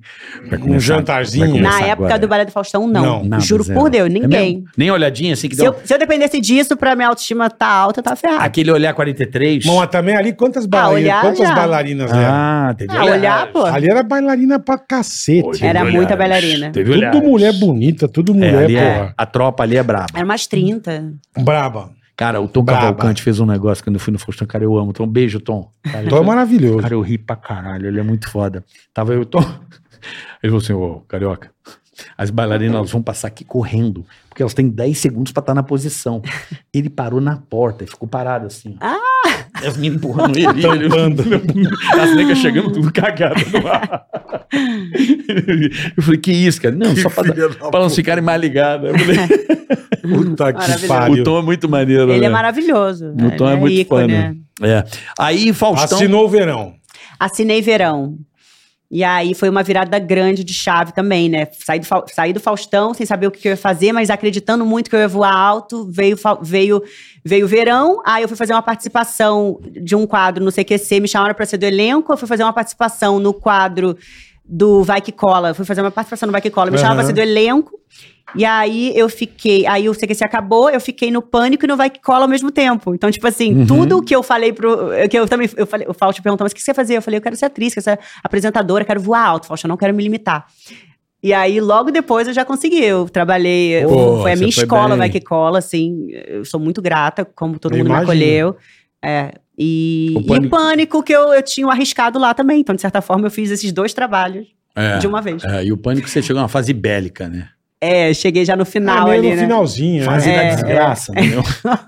Um jantarzinho. Na começar época agora. do Balé do Faustão, não. Não, nada, Juro zero. por Deus, É ninguém. mesmo? Nem olhadinha assim que se, deu. eu, se eu dependesse disso pra minha autoestima tá alta, eu tava ferrada. Aquele olhar 43. Bom, mas também ali, quantas bailarinas, Ah, olhar, quantas já. bailarinas eram? ah, entendi. Ah, olhar, pô. Ali era bailarina pra cacete. Era muita bailarina. Teve Tudo olhares. mulher bonita, tudo É, mulher, ali é- porra. a tropa ali é braba. Era umas 30. Braba. Cara, o Tom Braba. Cavalcante fez um negócio quando eu fui no Faustão. Cara, eu amo. Tom, beijo, Tom. Cara, Então é maravilhoso. Cara, eu ri pra caralho, ele é muito foda. Tava eu, Tom. Ele falou assim, ô, carioca, as bailarinas elas vão passar aqui correndo, porque elas têm 10 segundos pra estar na posição. Ele parou na porta e ficou parado assim. ó. Elas me empurrando ele. ele- Ah! <laughs> Tampando. <laughs> As negras chegando tudo cagado no <laughs> ar. Eu falei, que isso, cara? Não, só pra, pra elas ficarem mais ligadas. Eu falei, <laughs> Puta que Maravilhoso. o pariu. Tom é muito maneiro, Ele né? é maravilhoso. O Tom é, muito fã, né? É. Aí, Faustão... Assinou o verão. Assinei Verão. E aí foi uma virada grande de chave também, né? Saí do, Fau- saí do Faustão sem saber o que que eu ia fazer, mas acreditando muito que eu ia voar alto, veio, Fau- veio, veio verão, aí eu fui fazer uma participação de um quadro no CQC, me chamaram pra ser do elenco, eu fui fazer uma participação no quadro do Vai Que Cola, eu fui fazer uma participação no Vai Que Cola, me chamaram pra Aham. ser do elenco, e aí eu fiquei, aí o CQC acabou, eu fiquei no pânico e no vai que cola ao mesmo tempo. Então, tipo assim, tudo que eu falei pro. Que eu também. Eu falei, o Fausto perguntou, mas o que você quer fazer? Eu falei, eu quero ser atriz, quero ser apresentadora, quero voar alto, Fausto, eu não quero me limitar. E aí, logo depois, eu já consegui. Eu trabalhei. eu- Pô, foi a você minha foi escola, bem. vai que cola, assim. Eu sou muito grata, como todo Eu mundo imagino. me acolheu. É. E e O o Pânico- pânico, que eu, eu tinha o arriscado lá também. Então, de certa forma, eu fiz esses dois trabalhos É. de um- uma vez. É, e o pânico você chegou numa fase bélica, né? É, cheguei já no final meio ali, no né? finalzinho. Fase né? da É, desgraça, né? meu? <laughs> Fase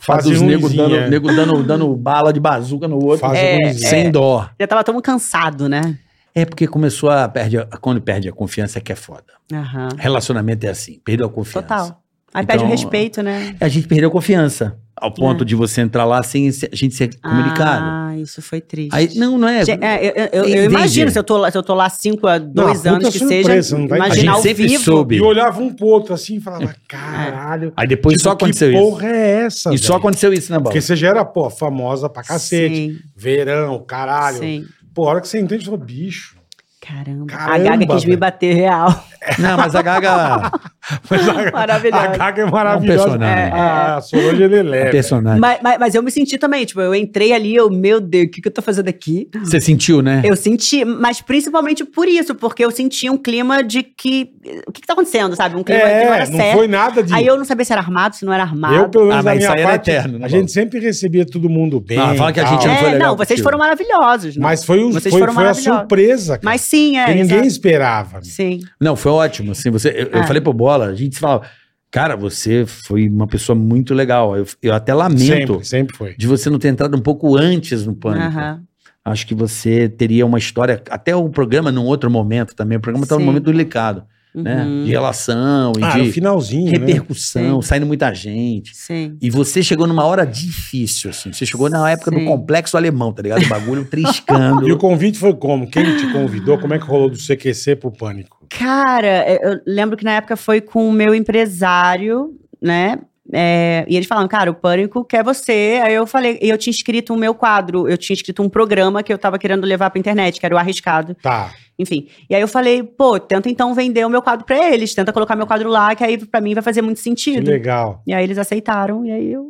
Fase dos nego ruinzinha, dando, é. nego dando, dando bala de bazuca no outro. Fase É, ruinzinha. sem dó. Já tava tão cansado, né? É porque começou a perder. Quando perde a confiança é que é foda. Aham. Relacionamento é assim, perdeu a confiança. Total. Aí Então, perde o respeito, né? A gente perdeu a confiança. Ao ponto de você entrar lá sem se- a gente ser comunicado. Ah, isso foi triste. Aí, não, não é. Ge- é, eu- eu- eu, Entendi. imagino, se eu, tô, lá- se eu tô lá cinco a dois puta anos que surpresa, seja, não dá a imaginar gente ao sempre vivo. soube. E olhava um pro outro assim e falava, caralho. Aí depois tipo, É. só aconteceu que isso. porra é essa? E só velho? aconteceu isso, né, Bola? Porque você já era, pô, famosa pra cacete. Sim, Verão, caralho. sim. Pô, a hora que você entende, você <laughs> fala, bicho. Caramba. A Caramba, Gaga quis me velho. bater real. Não, mas a Gaga. <laughs> A Maravilhosa. caga é É um maravilhosa. personagem. Ah, a Solange ele é é leve. personagem. Mas, mas, mas eu me senti também, tipo, eu entrei ali, eu, meu Deus, o que, que eu tô fazendo aqui? Você sentiu, né? Eu senti, mas principalmente por isso, porque eu senti um clima de que. O que, que tá acontecendo, sabe? Um clima que não É, era não certo. foi nada de... Aí eu não sabia se era armado, se não era armado. Eu, pelo menos, Ah, da mas isso minha aí era parte, eterno, né, a Paulo? gente sempre recebia todo mundo bem. Não, fala que a tal. gente não é, foi legal não, vocês contigo. foram maravilhosos. né? Mas foi, os, Vocês foi, foram foi a maravilhosos. surpresa, cara. Mas sim, é. que ninguém exato. esperava. Sim. Não, foi ótimo. Assim, você, eu, eu Ah. falei pro Bola, a gente falava, cara, você foi uma pessoa muito legal. Eu, eu até lamento Sempre, sempre foi. de você não ter entrado um pouco antes no pânico. Aham. Acho que você teria uma história, até o programa num outro momento também. O programa estava num Sim. momento delicado, né? Uhum. De relação e Ah, no de finalzinho, né? repercussão, Sim. saindo muita gente. Sim. E você chegou numa hora difícil, assim. Você chegou na época do Sim. complexo alemão, tá ligado? O bagulho <laughs> E o triscando. convite foi como? Quem te convidou? Como é que rolou do CQC pro Pânico? Cara, é, eu eu lembro que na época foi com o meu empresário, né? É, e eles falaram, cara, o pânico quer você. Aí eu falei, e eu tinha escrito o meu quadro, eu tinha escrito um programa que eu tava querendo levar pra internet, que era o Arriscado. Tá. Enfim. E aí eu falei, pô, tenta então vender o meu quadro pra eles, tenta colocar meu quadro lá, que aí pra mim vai fazer muito Que sentido. legal. E aí eles aceitaram, e aí eu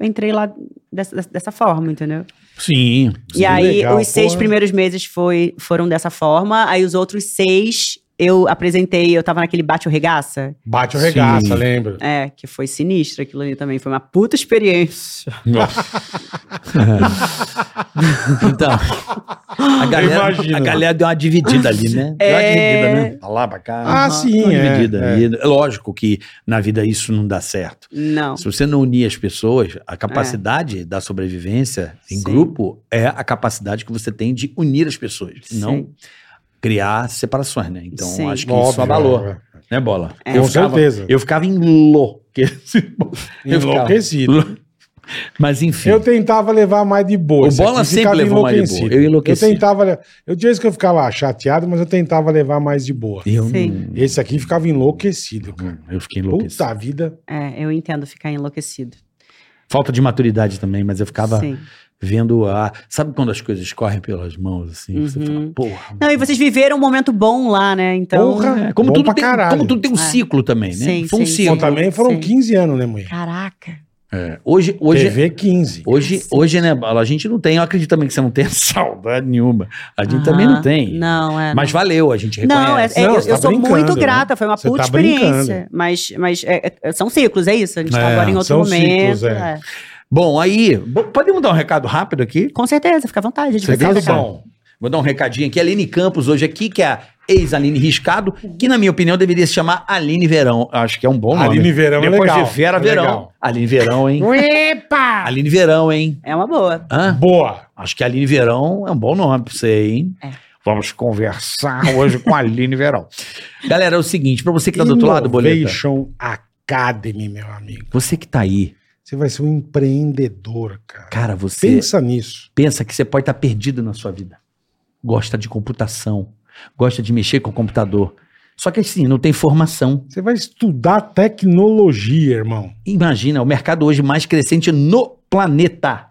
entrei lá dessa, dessa- dessa forma, entendeu? Sim. e aí é legal, os seis porra. primeiros meses foi, foram dessa forma, aí os outros seis eu apresentei, eu tava naquele bate ou regaça, Bate o regaça, Sim. lembra? é, que foi sinistro aquilo ali também, foi uma <laughs> puta experiência. Então, a galera, Imagino. a galera deu uma dividida ali, né? Deu uma É. dividida, né? Pra lá, pra cá. Ah, Uhum. sim, Deu uma é, dividida. é. E É. lógico que na vida isso não dá certo. Não. Se você não unir as pessoas, a capacidade da sobrevivência em Sim. grupo é a capacidade que você tem de unir as pessoas, não Sim. criar separações, né? Então, Sim. acho que isso abalou, né? né, Bola? É. Com ficava- certeza. Eu ficava enlouquecido. <laughs> Eu ficava- Enlouquecido. Mas enfim. Eu tentava levar mais de boa. O Isso Bola aqui sempre ficava levou mais de boa. enlouquecido. Eu enlouqueci. Eu tentava. le- Eu tinha isso que eu ficava chateado, mas eu tentava levar mais de boa. Eu, Sim. não- Esse aqui ficava enlouquecido, cara. eu fiquei enlouquecido. Puta vida. É, eu entendo ficar enlouquecido. Falta de maturidade também, mas eu ficava Sim. vendo a. Sabe quando as coisas correm pelas mãos, assim? Você Uhum. fala, porra. Não, e vocês viveram um momento bom lá, né? Então. Porra, É, como, bom tudo pra tem, caralho. como tudo tem um É. ciclo também, né? Sim, Foi um sim, Bom, ciclo. É, também foram Sim. 15 anos, né, mulher? Caraca. Hoje, hoje, TV 15. hoje, hoje, né, Bala, a gente não tem. Eu acredito também que você não tem <laughs> saudade nenhuma. A gente também não Aham. tem. Ah, Não, é. Mas valeu, a gente reconhece. Não, é, é- Não, eu, você eu tá sou brincando, muito né? grata, foi uma Você puta tá experiência. brincando. Mas, mas é- é- são ciclos, é isso. A gente tá É, agora em outro são momento. ciclos, é. é. Bom, aí, bo- podemos dar um recado rápido aqui? Com certeza, fica à vontade. Você Você viu, tá bom? Vou dar um recadinho aqui. Aline Campos hoje aqui, que é a ex-Aline Riscado, que na minha opinião deveria se chamar Aline Verão. Acho que é um bom nome. Aline Verão é Depois legal, de Vera é Verão. legal. Aline Verão, hein? Ah. Epa! Aline Verão, hein? é uma boa. Hã? Boa. Acho que Aline Verão é um bom nome pra você, hein? É. Vamos conversar hoje com a Aline Verão. Galera, é o seguinte, pra você que tá do outro lado, Boleta, Innovation Academy, meu amigo. você que tá aí, Você vai ser um empreendedor, cara. cara, você pensa, Pensa nisso. que você pode estar perdido na sua vida. Gosta de computação, gosta de mexer com o computador. Só que assim, não tem formação. Você vai estudar tecnologia, irmão. Imagina, é o mercado hoje mais crescente no planeta.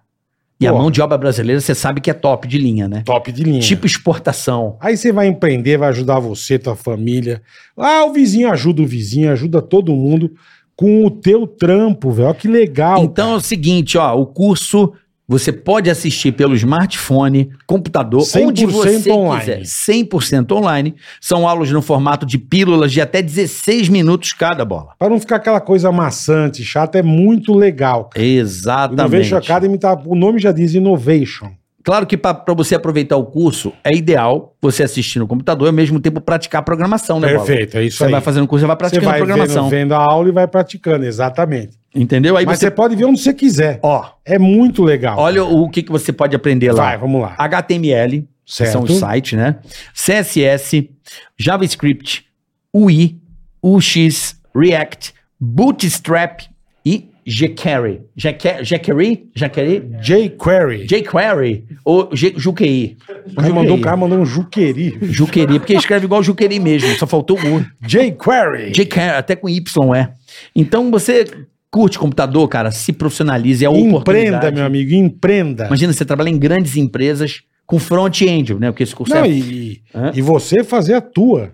E a Porra. mão de obra brasileira, você sabe que é top de linha, né? Top de linha. Tipo exportação. Aí você vai empreender, vai ajudar você, tua família. Ah, o vizinho ajuda o vizinho, ajuda todo mundo com o teu trampo, velho. Olha que legal. Então é o seguinte, ó, o curso você pode assistir pelo smartphone, computador, 100% onde você online. quiser, 100% online. São aulas no formato de pílulas de até 16 minutos cada bola. Para não ficar aquela coisa maçante, chata, é muito legal, cara. Exatamente. Innovation Academy, tá, o nome já diz Innovation. Claro que para você aproveitar o curso, é ideal você assistir no computador e ao mesmo tempo praticar a programação, né, Bola? é isso Você vai fazendo curso, você vai praticando você vai a programação. Vendo, vendo a aula e vai praticando, exatamente. Entendeu? Aí Mas você. você pode ver onde você quiser. Ó, É muito legal. olha o que, que você pode aprender lá. Vai, vamos lá. HTML, que Certo. são os sites, né? CSS, JavaScript, UI, UX, React, Bootstrap e jQuery. Jque- jQuery? jQuery? jQuery. jQuery ou J- Juquei. O cara mandou, o cara mandou um juqueri. Juqueri, porque escreve igual Juqueri mesmo, só faltou o U. jQuery. jQuery, até com Y é. Então você curte computador, cara, se profissionalize, é a Empreenda, oportunidade. meu amigo, empreenda. Imagina, você trabalha em grandes empresas com front-end, né? Porque esse curso Não, é... e, Hã? e você fazer a tua.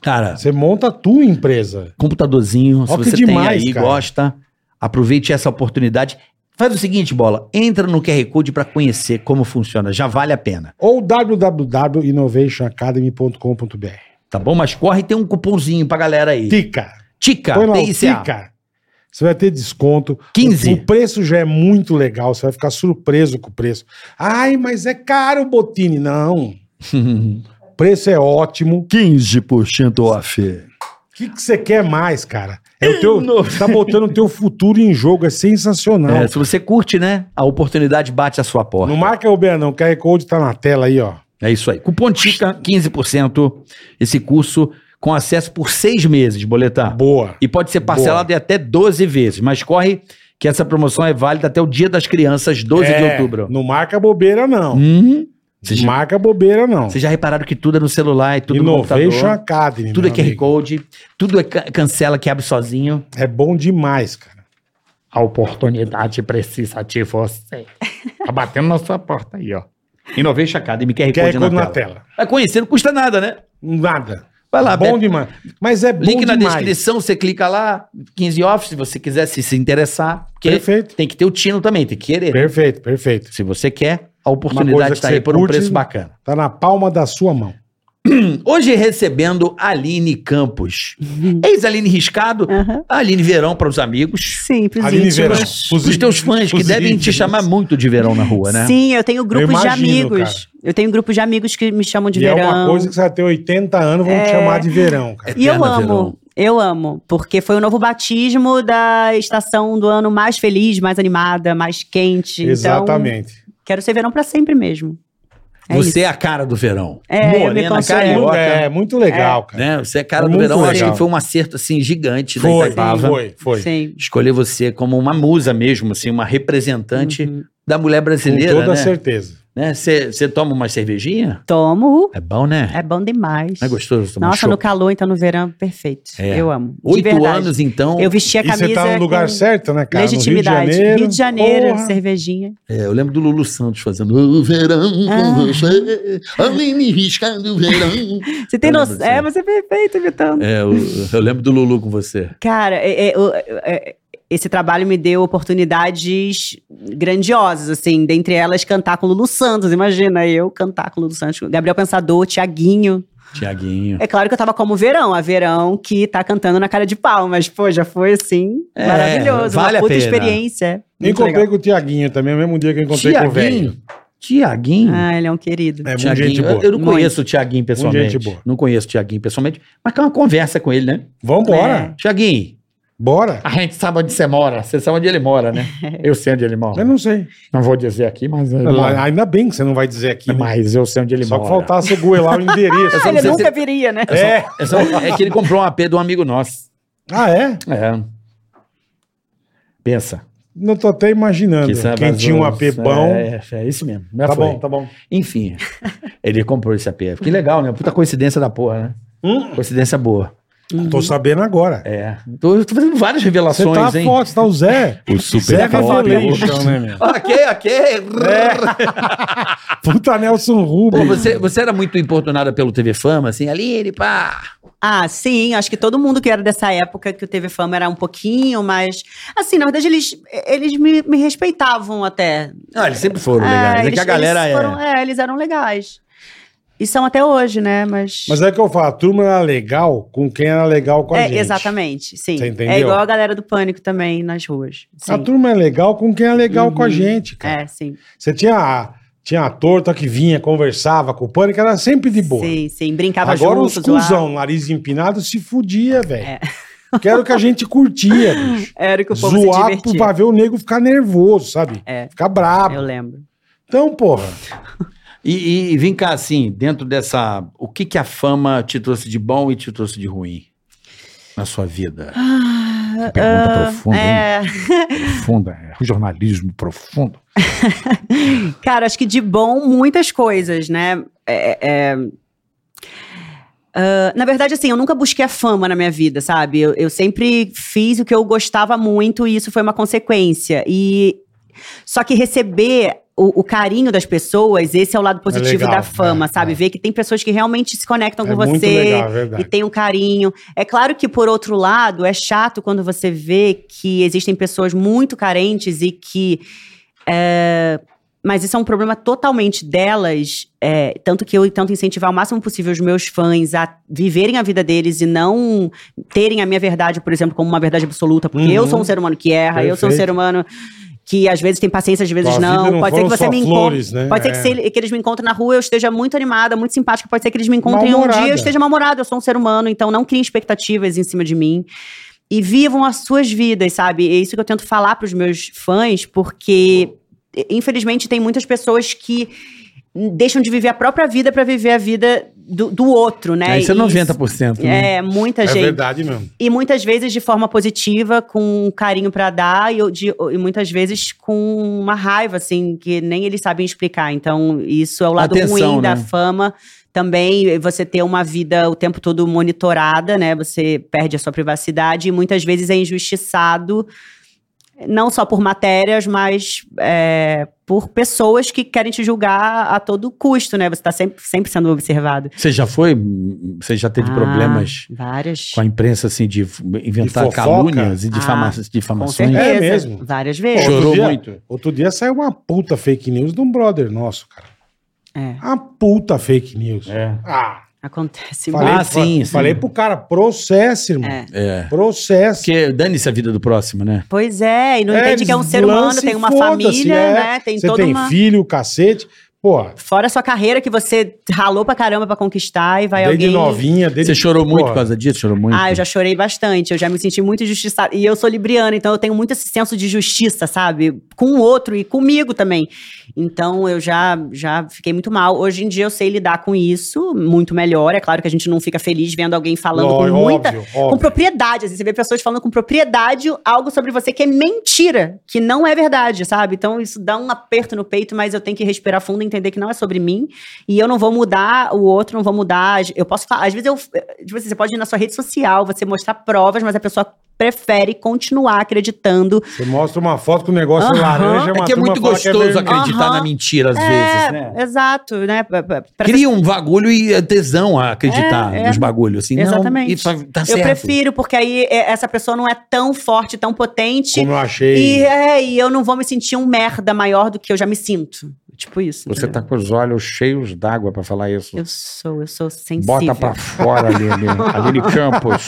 Cara, Você monta a tua empresa. computadorzinho, se Ó, que você demais, tem aí, cara. gosta, aproveite essa oportunidade. Faz o seguinte, Bola, entra no QR Code pra conhecer como funciona, já vale a pena, Ou www.innovationacademy.com.br. tá bom? Mas corre, tem um cupomzinho pra galera aí. Tica. Tica, Põe lá o TICA. Tica. Você vai ter desconto. 15. O, o preço já é muito legal. Você vai ficar surpreso com o preço. Ai, mas é caro, Botini. <laughs> Não. O preço é ótimo. 15% off. O que que você quer mais, cara? É <laughs> o teu, você tá botando o teu futuro em jogo. É sensacional. É, se você curte, né? A oportunidade bate a sua porta. Não marca o Bernão. O QR Code tá na tela aí, ó. É isso aí. Cupom TICA, 15%. Esse curso com acesso por seis meses, boletar. Boa. E pode ser parcelado em até 12 vezes. Mas corre que essa promoção é válida até o Dia das Crianças, 12 de É, outubro. Não marca bobeira, não. Hum, Vocês Não marca bobeira, não. vocês já repararam que tudo é no celular e tudo no Innovation computador. Academy. Tudo é meu QR amigo. Code, tudo é ca- cancela que abre sozinho. É bom demais, cara. A oportunidade precisa de você. Tá batendo na sua porta aí, <laughs> ó. Innovation Academy, QR, QR Code, na, Code na tela. tela. Vai conhecer, não custa nada, né? Nada. Vai lá, bom Beto. demais. Mas é bom Link na demais. descrição, você clica lá, 15 off, se você quiser, se se interessar. Porque Perfeito. tem que ter o tino também, tem que querer. Perfeito, perfeito. Se você quer, a Uma coisa oportunidade que está você aí por um curte- preço bacana. Tá na palma da sua mão. Hoje recebendo Aline Campos. Uhum. Ex-Aline Riscado, Aham. Aline Verão para os amigos. Sim, pros Aline íntimos. Verão. Os, teus fãs, que os devem te íntimos. chamar muito de verão na rua, né? Sim, eu tenho grupos de imagino, amigos. cara. Eu tenho grupos de amigos que me chamam de E verão. é uma coisa que você vai ter 80 anos, É. vão te chamar de verão, cara. E eu Eterna amo, verão. eu amo, porque foi o novo batismo da estação do ano mais feliz, mais animada, mais quente. Exatamente. Então, quero ser verão pra sempre mesmo. É você é isso. a cara do verão. É, eu me considero. carioca, é, muito legal, cara. né? Você é a cara É do muito verão. Acho legal. que foi um acerto assim gigante Foi, da Itapava. foi, foi. Sim. Escolher você como uma musa mesmo, assim, uma representante Uhum. da mulher Com brasileira, toda né? certeza. né? Você você toma uma cervejinha? Tomo, É bom, né? é bom demais. Não é gostoso tomar um Nossa, no chopp? calor, então no verão, perfeito. É. Eu amo. De Oito verdade. anos, então. Eu vesti a E camisa é você tá no lugar com certo, né, cara? No legitimidade. Rio de Janeiro. porra. cervejinha. É, eu lembro do Lulu Santos fazendo. O verão Ah. com você, Aline Riscado, o verão. Você tem Eu lembro noção? disso. É, você é perfeito, Vitão. É, eu, eu lembro do Lulu com você. Cara, é- é- o- é- esse trabalho me deu oportunidades grandiosas, assim, dentre elas cantar com Lulu Santos, imagina eu cantar com Lulu Santos, Gabriel Pensador, Tiaguinho. Tiaguinho. É claro que eu tava como Verão, a Verão que tá cantando na cara de pau, mas pô, já foi assim, É, maravilhoso, vale a uma puta pena. experiência. Eu Muito Encontrei legal. com o Tiaguinho também, o mesmo dia que eu encontrei com o velho. Tiaguinho? Tiaguinho? Ah, ele é um querido. É muito Tiaguinho. gente eu, boa. eu não Muito. conheço o Tiaguinho pessoalmente. gente boa. Não conheço o Tiaguinho pessoalmente, mas que é uma conversa com ele, né? É. Vambora, Tiaguinho, bora. A gente sabe onde você mora. Você sabe onde ele mora, <laughs> né? Eu sei onde ele mora. Eu não sei. Não vou dizer aqui, mas ele mora. Ainda bem que você não vai dizer É aqui, né? Mas eu sei onde ele Só que mora. faltasse goelar o endereço. Ah, ele sei nunca se- viria, né? É. é, só- é que ele comprou um AP de um amigo nosso. Ah, é? É. Pensa. Não tô até imaginando. Que sabe Quem as tinha um AP outras. bom. É, é, é isso mesmo. Já Tá foi. bom, tá bom. Enfim, ele comprou esse AP. Que legal, né? Puta coincidência da porra, né? Hum. Coincidência boa. Tô sabendo agora. É. Tô, tô fazendo várias Você revelações, tá hein? forte, você tá o Zé. O é Zé super Revelation, né, meu? Ok, ok. <laughs> É. Puta Nelson Pô, Rubens. você, você era muito importunada pelo TV Fama, assim, Aline, pá. Ah, sim, acho que todo mundo que era dessa época que o TV Fama era um pouquinho, mas assim, na verdade eles, eles me, me respeitavam até. Não, Ah, eles sempre foram legais. é que a galera eles foram- é. é, eles eram legais. E são até hoje, né? Mas, Mas é que eu falo, a turma era legal com quem era legal com a é, gente. exatamente, sim. Você entendeu? É igual a galera do pânico também nas ruas. Sim. A turma é legal com quem é legal Uhum. com a gente, cara. É, sim. Você tinha a, tinha a torta que vinha, conversava com o pânico, era sempre de boa. Sim, sim, brincava Agora um juntos os cuzão, nariz empinado, se fudia, velho. É. Que era o que a gente <laughs> curtia, bicho. Era o que o povo se Zoar pro- divertia. pra ver o nego ficar nervoso, sabe? É. Ficar brabo. Eu lembro. Então, porra. E, e- e vem cá, assim, dentro dessa. O que, que a fama te trouxe de bom e te trouxe de ruim na sua vida? Ah, Que Pergunta profunda, hein? É. Profunda. É jornalismo profundo. Cara, acho que de bom muitas coisas, né? É, é, ah, na verdade, assim, eu nunca busquei a fama na minha vida, sabe? Eu, eu sempre fiz o que eu gostava muito e isso foi uma consequência. E só que receber o, o carinho das pessoas, esse é o lado positivo legal, da fama, é, sabe? é. Ver que tem pessoas que realmente se conectam é com muito você legal, é e verdade. tem um carinho. É claro que, por outro lado, é chato quando você vê que existem pessoas muito carentes e que. é, mas isso é um problema totalmente delas. é, tanto que eu tento incentivar o máximo possível os meus fãs a viverem a vida deles e não terem a minha verdade, por exemplo, como uma verdade absoluta. Porque eu Uhum. sou um ser humano que erra, eu sou um Perfeito. ser humano que às vezes tem paciência, às vezes Tua vida não. não Pode ser que foram você só me encontre. flores, né? Pode ser que, É. se ele- que eles me encontrem na rua, eu esteja muito animada, muito simpática. Pode ser que eles me encontrem um dia, Mal-humorada. eu esteja mal-humorada. Eu sou um ser humano, então não criem expectativas em cima de mim. E vivam as suas vidas, sabe? É isso que eu tento falar para os meus fãs, porque infelizmente tem muitas pessoas que deixam de viver a própria vida para viver a vida do, do outro, né? Aí isso é E 90%. isso- né? É, muita É gente. verdade mesmo. E muitas vezes de forma positiva, com um carinho pra dar, e, eu- de- e muitas vezes com uma raiva, assim, que nem eles sabem explicar. Então, isso é o lado Atenção, ruim da né? fama. Também eh, você ter uma vida o tempo todo monitorada, né? Você perde a sua privacidade e muitas vezes é injustiçado, não só por matérias, mas eh, por pessoas que querem te julgar a todo custo, né? Você está sempre, sempre sendo observado. Você já foi? Você já teve Ah, problemas Várias. com a imprensa, assim, de f- inventar De fofoca? calúnias e difama- Ah, Com difamações? certeza. É mesmo. Várias Pô, vezes. outro Chorou dia- muito. Outro dia saiu uma puta fake news de um brother nosso, cara. É, Uma puta fake news. Ah, acontece falei, muito. É. Ah, sim, sim. falei pro cara, processa, irmão. É. É. Processa. Porque dane-se a vida do próximo, né? Pois é, e não É, entende eles que é um ser humano, lançam e tem uma foda-se, família, é. né? Tem Você toda tem uma. filho, cacete. Pô, Fora a sua carreira que você ralou pra caramba pra conquistar e vai desde alguém. novinha, desde... Você chorou muito Pô, por causa disso? Chorou muito? Ah, eu já chorei bastante, eu já me senti muito injustiçada. E eu sou libriana, então eu tenho muito esse senso de justiça, sabe? Com o outro e comigo também. Então eu já, já fiquei muito mal. Hoje em dia eu sei lidar com isso muito melhor. É claro que a gente não fica feliz vendo alguém falando Ló- com muita. óbvio, com óbvio. propriedade. Assim, você vê pessoas falando com propriedade algo sobre você que é mentira, que não é verdade, sabe? Então isso dá um aperto no peito, mas eu tenho que respirar fundo e entender que não é sobre mim. E eu não vou mudar o outro, não vou mudar. Eu posso falar. Às vezes eu. Tipo assim, você pode ir na sua rede social, você mostrar provas, mas a pessoa prefere continuar acreditando. Você mostra uma foto com o negócio Aham. laranja, É uma que é turma muito fala é gostoso vermelho. acreditar Aham. na mentira às é, vezes, né? exato, né? Pra- pra- pra- Cria um bagulho e é tesão a acreditar É, é. nos bagulhos, assim. Exatamente. Não, e fa- tá eu certo. prefiro, porque aí é, essa pessoa não é tão forte, tão potente. Como eu achei. E, é, e eu não vou me sentir um merda maior do que eu já me sinto. Tipo isso. Você entendeu? tá com os olhos cheios d'água pra falar isso. Eu sou, eu sou sensível. Bota pra fora, Aline. Aline Campos.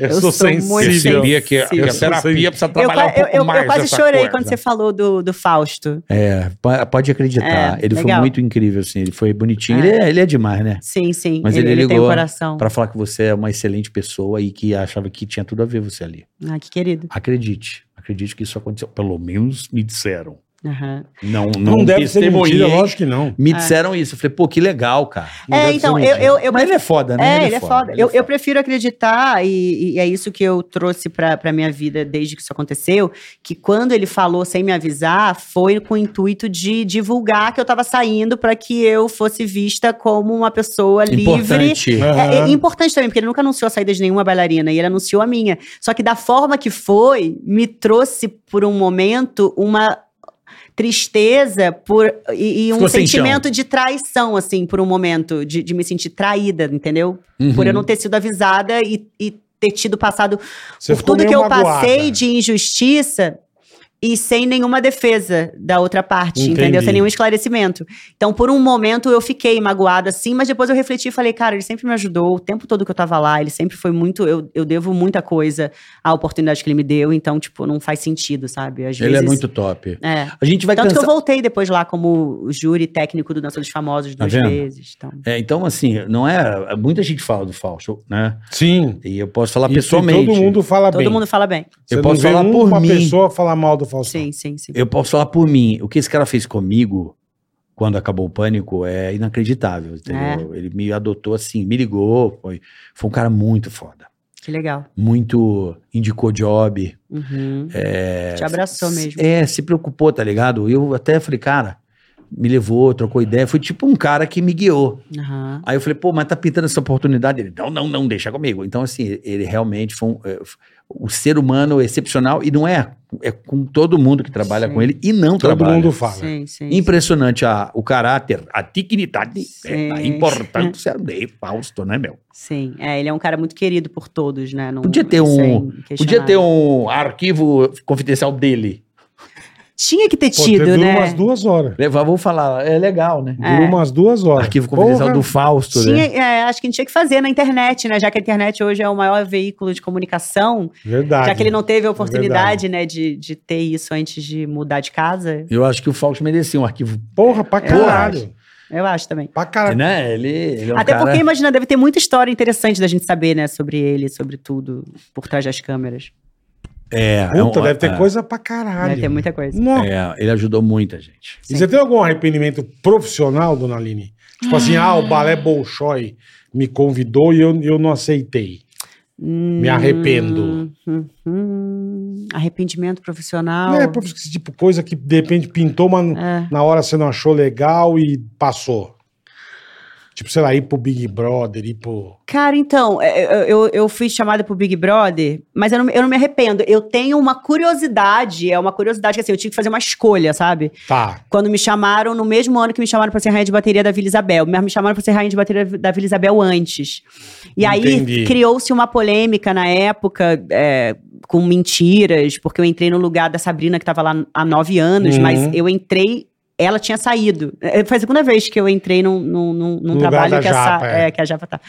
Eu, <laughs> eu sou sou muito sensível. Percebia que, que Eu a sou terapia precisa Eu, trabalhar qua- um pouco eu- eu- eu mais quase essa chorei coisa. quando você falou do, do Fausto. É, po- pode acreditar. É, ele foi legal. muito incrível, assim. Ele foi bonitinho. É. Ele, é, ele é demais, né? Sim, sim. Mas ele tem ligou um coração. Pra falar que você é uma excelente pessoa e que achava que tinha tudo a ver você ali. Ah, que querido. Acredite. Acredite que isso aconteceu. Pelo menos me disseram. Aham. Não, Não, não, deve ser testemunhei. mentira, lógico que não. Me disseram isso. Eu falei, pô, que legal, cara. Não É, deve então, ser eu, mentira. eu, eu Mas ele é foda, né? É, ele é foda. ele é Eu, eu prefiro acreditar, e, e é isso que eu trouxe pra, pra minha vida desde que isso aconteceu, que quando ele falou sem me avisar, foi com o intuito de divulgar que eu tava saindo pra que eu fosse vista como uma pessoa livre. Importante. É, Aham. é importante também, porque ele nunca anunciou a saída de nenhuma bailarina, e ele anunciou a minha. Só que da forma que foi, me trouxe por um momento uma tristeza por, e, e um Ficou sem chão. sentimento de traição, assim, por um momento, de, de me sentir traída, entendeu? Uhum. Por eu não ter sido avisada e, e ter tido passado Você por ficou tudo que meio eu magoada. passei de injustiça e sem nenhuma defesa da outra parte, Entendi. entendeu? Sem nenhum esclarecimento. Então, por um momento, eu fiquei magoada, assim, mas depois eu refleti e falei, cara, ele sempre me ajudou o tempo todo que eu tava lá, ele sempre foi muito. Eu, eu devo muita coisa à oportunidade que ele me deu, então, tipo, não faz sentido, sabe? Às Ele é vezes- muito top. É. A gente vai Tanto que eu cansar. voltei depois lá como júri técnico do Dança dos Famosos Tá duas vendo? vezes. Então. É, então, assim, não é. Muita gente fala do Fausto, né? Sim. E eu posso falar E- e pessoalmente. Todo mundo fala Todo bem. mundo fala bem. Você Eu não posso vê falar por uma mim. pessoa falar mal do Faustão. Sim, sim, sim. Eu posso falar por mim. O que esse cara fez comigo quando acabou o pânico é inacreditável, entendeu? Ele me adotou assim, me ligou. Foi, foi um cara muito foda. Que legal. muito indicou job. Uhum. é, Te abraçou se- mesmo. É, se preocupou, tá ligado? Eu até falei, cara, me levou, trocou ideia. Foi tipo um cara que me guiou. Aham. Aí eu falei, pô, mas tá pintando essa oportunidade? Ele, não, não, não, deixa comigo. Então, assim, ele realmente foi um, é, f- o ser humano excepcional e não é, é com todo mundo que trabalha Sim. com ele e não Todo trabalha. mundo fala. Sim, sim. Impressionante a, o caráter, a dignidade, Sim. é, a importância de Fausto, né, meu? Sim. É, ele é um cara muito querido por todos, né? Não- Podia ter isso é um- Podia ter um arquivo confidencial dele. Tinha que ter Pô, tido, dura né? umas duas horas. Levar, vou falar, é legal, né? É. Dura umas duas horas. Arquivo confidencial Porra, do Fausto, Tinha, né? é, acho que a gente tinha que fazer na internet, né? Já que a internet hoje é o maior veículo de comunicação, Verdade. já que ele não É teve a oportunidade, Verdade. né, de, de ter isso antes de mudar de casa, Eu acho que o Fausto merecia um arquivo, Porra, É. pra caralho. eu acho também. Pra caralho. né? Ele, ele é um Até cara... porque, imagina, deve ter muita história interessante da gente saber, né, sobre ele, sobre tudo, por trás das câmeras. É, é um- Puta, deve ter é, coisa pra caralho. Deve ter muita coisa. Nossa. é, ele ajudou muita gente. E você tem algum arrependimento profissional, dona Aline? Tipo assim, ah, o Balé Bolshoi me convidou e eu, eu não aceitei. Me arrependo. Hum, Arrependimento profissional. É, prof- tipo, coisa que de repente pintou, mas É. na hora você não achou legal e passou. Tipo, sei lá, ir pro Big Brother, ir pro. Cara, então, é, é, eu, eu fui chamada pro Big Brother, mas eu não, eu não me arrependo. Eu tenho uma curiosidade, é uma curiosidade que assim, eu tive que fazer uma escolha, sabe? Tá. Quando me chamaram, no mesmo ano que me chamaram pra ser rainha de bateria da Vila Isabel, mas me chamaram pra ser rainha de bateria da Vila Isabel antes. E Entendi. aí criou-se uma polêmica na época é, com mentiras, porque eu entrei no lugar da Sabrina que tava lá há nove anos, Uhum. mas eu entrei. Ela tinha saído. É, Foi a segunda vez que eu entrei num, num, num- num No lugar trabalho da que, essa, Japa, é. é, que a Japa tá.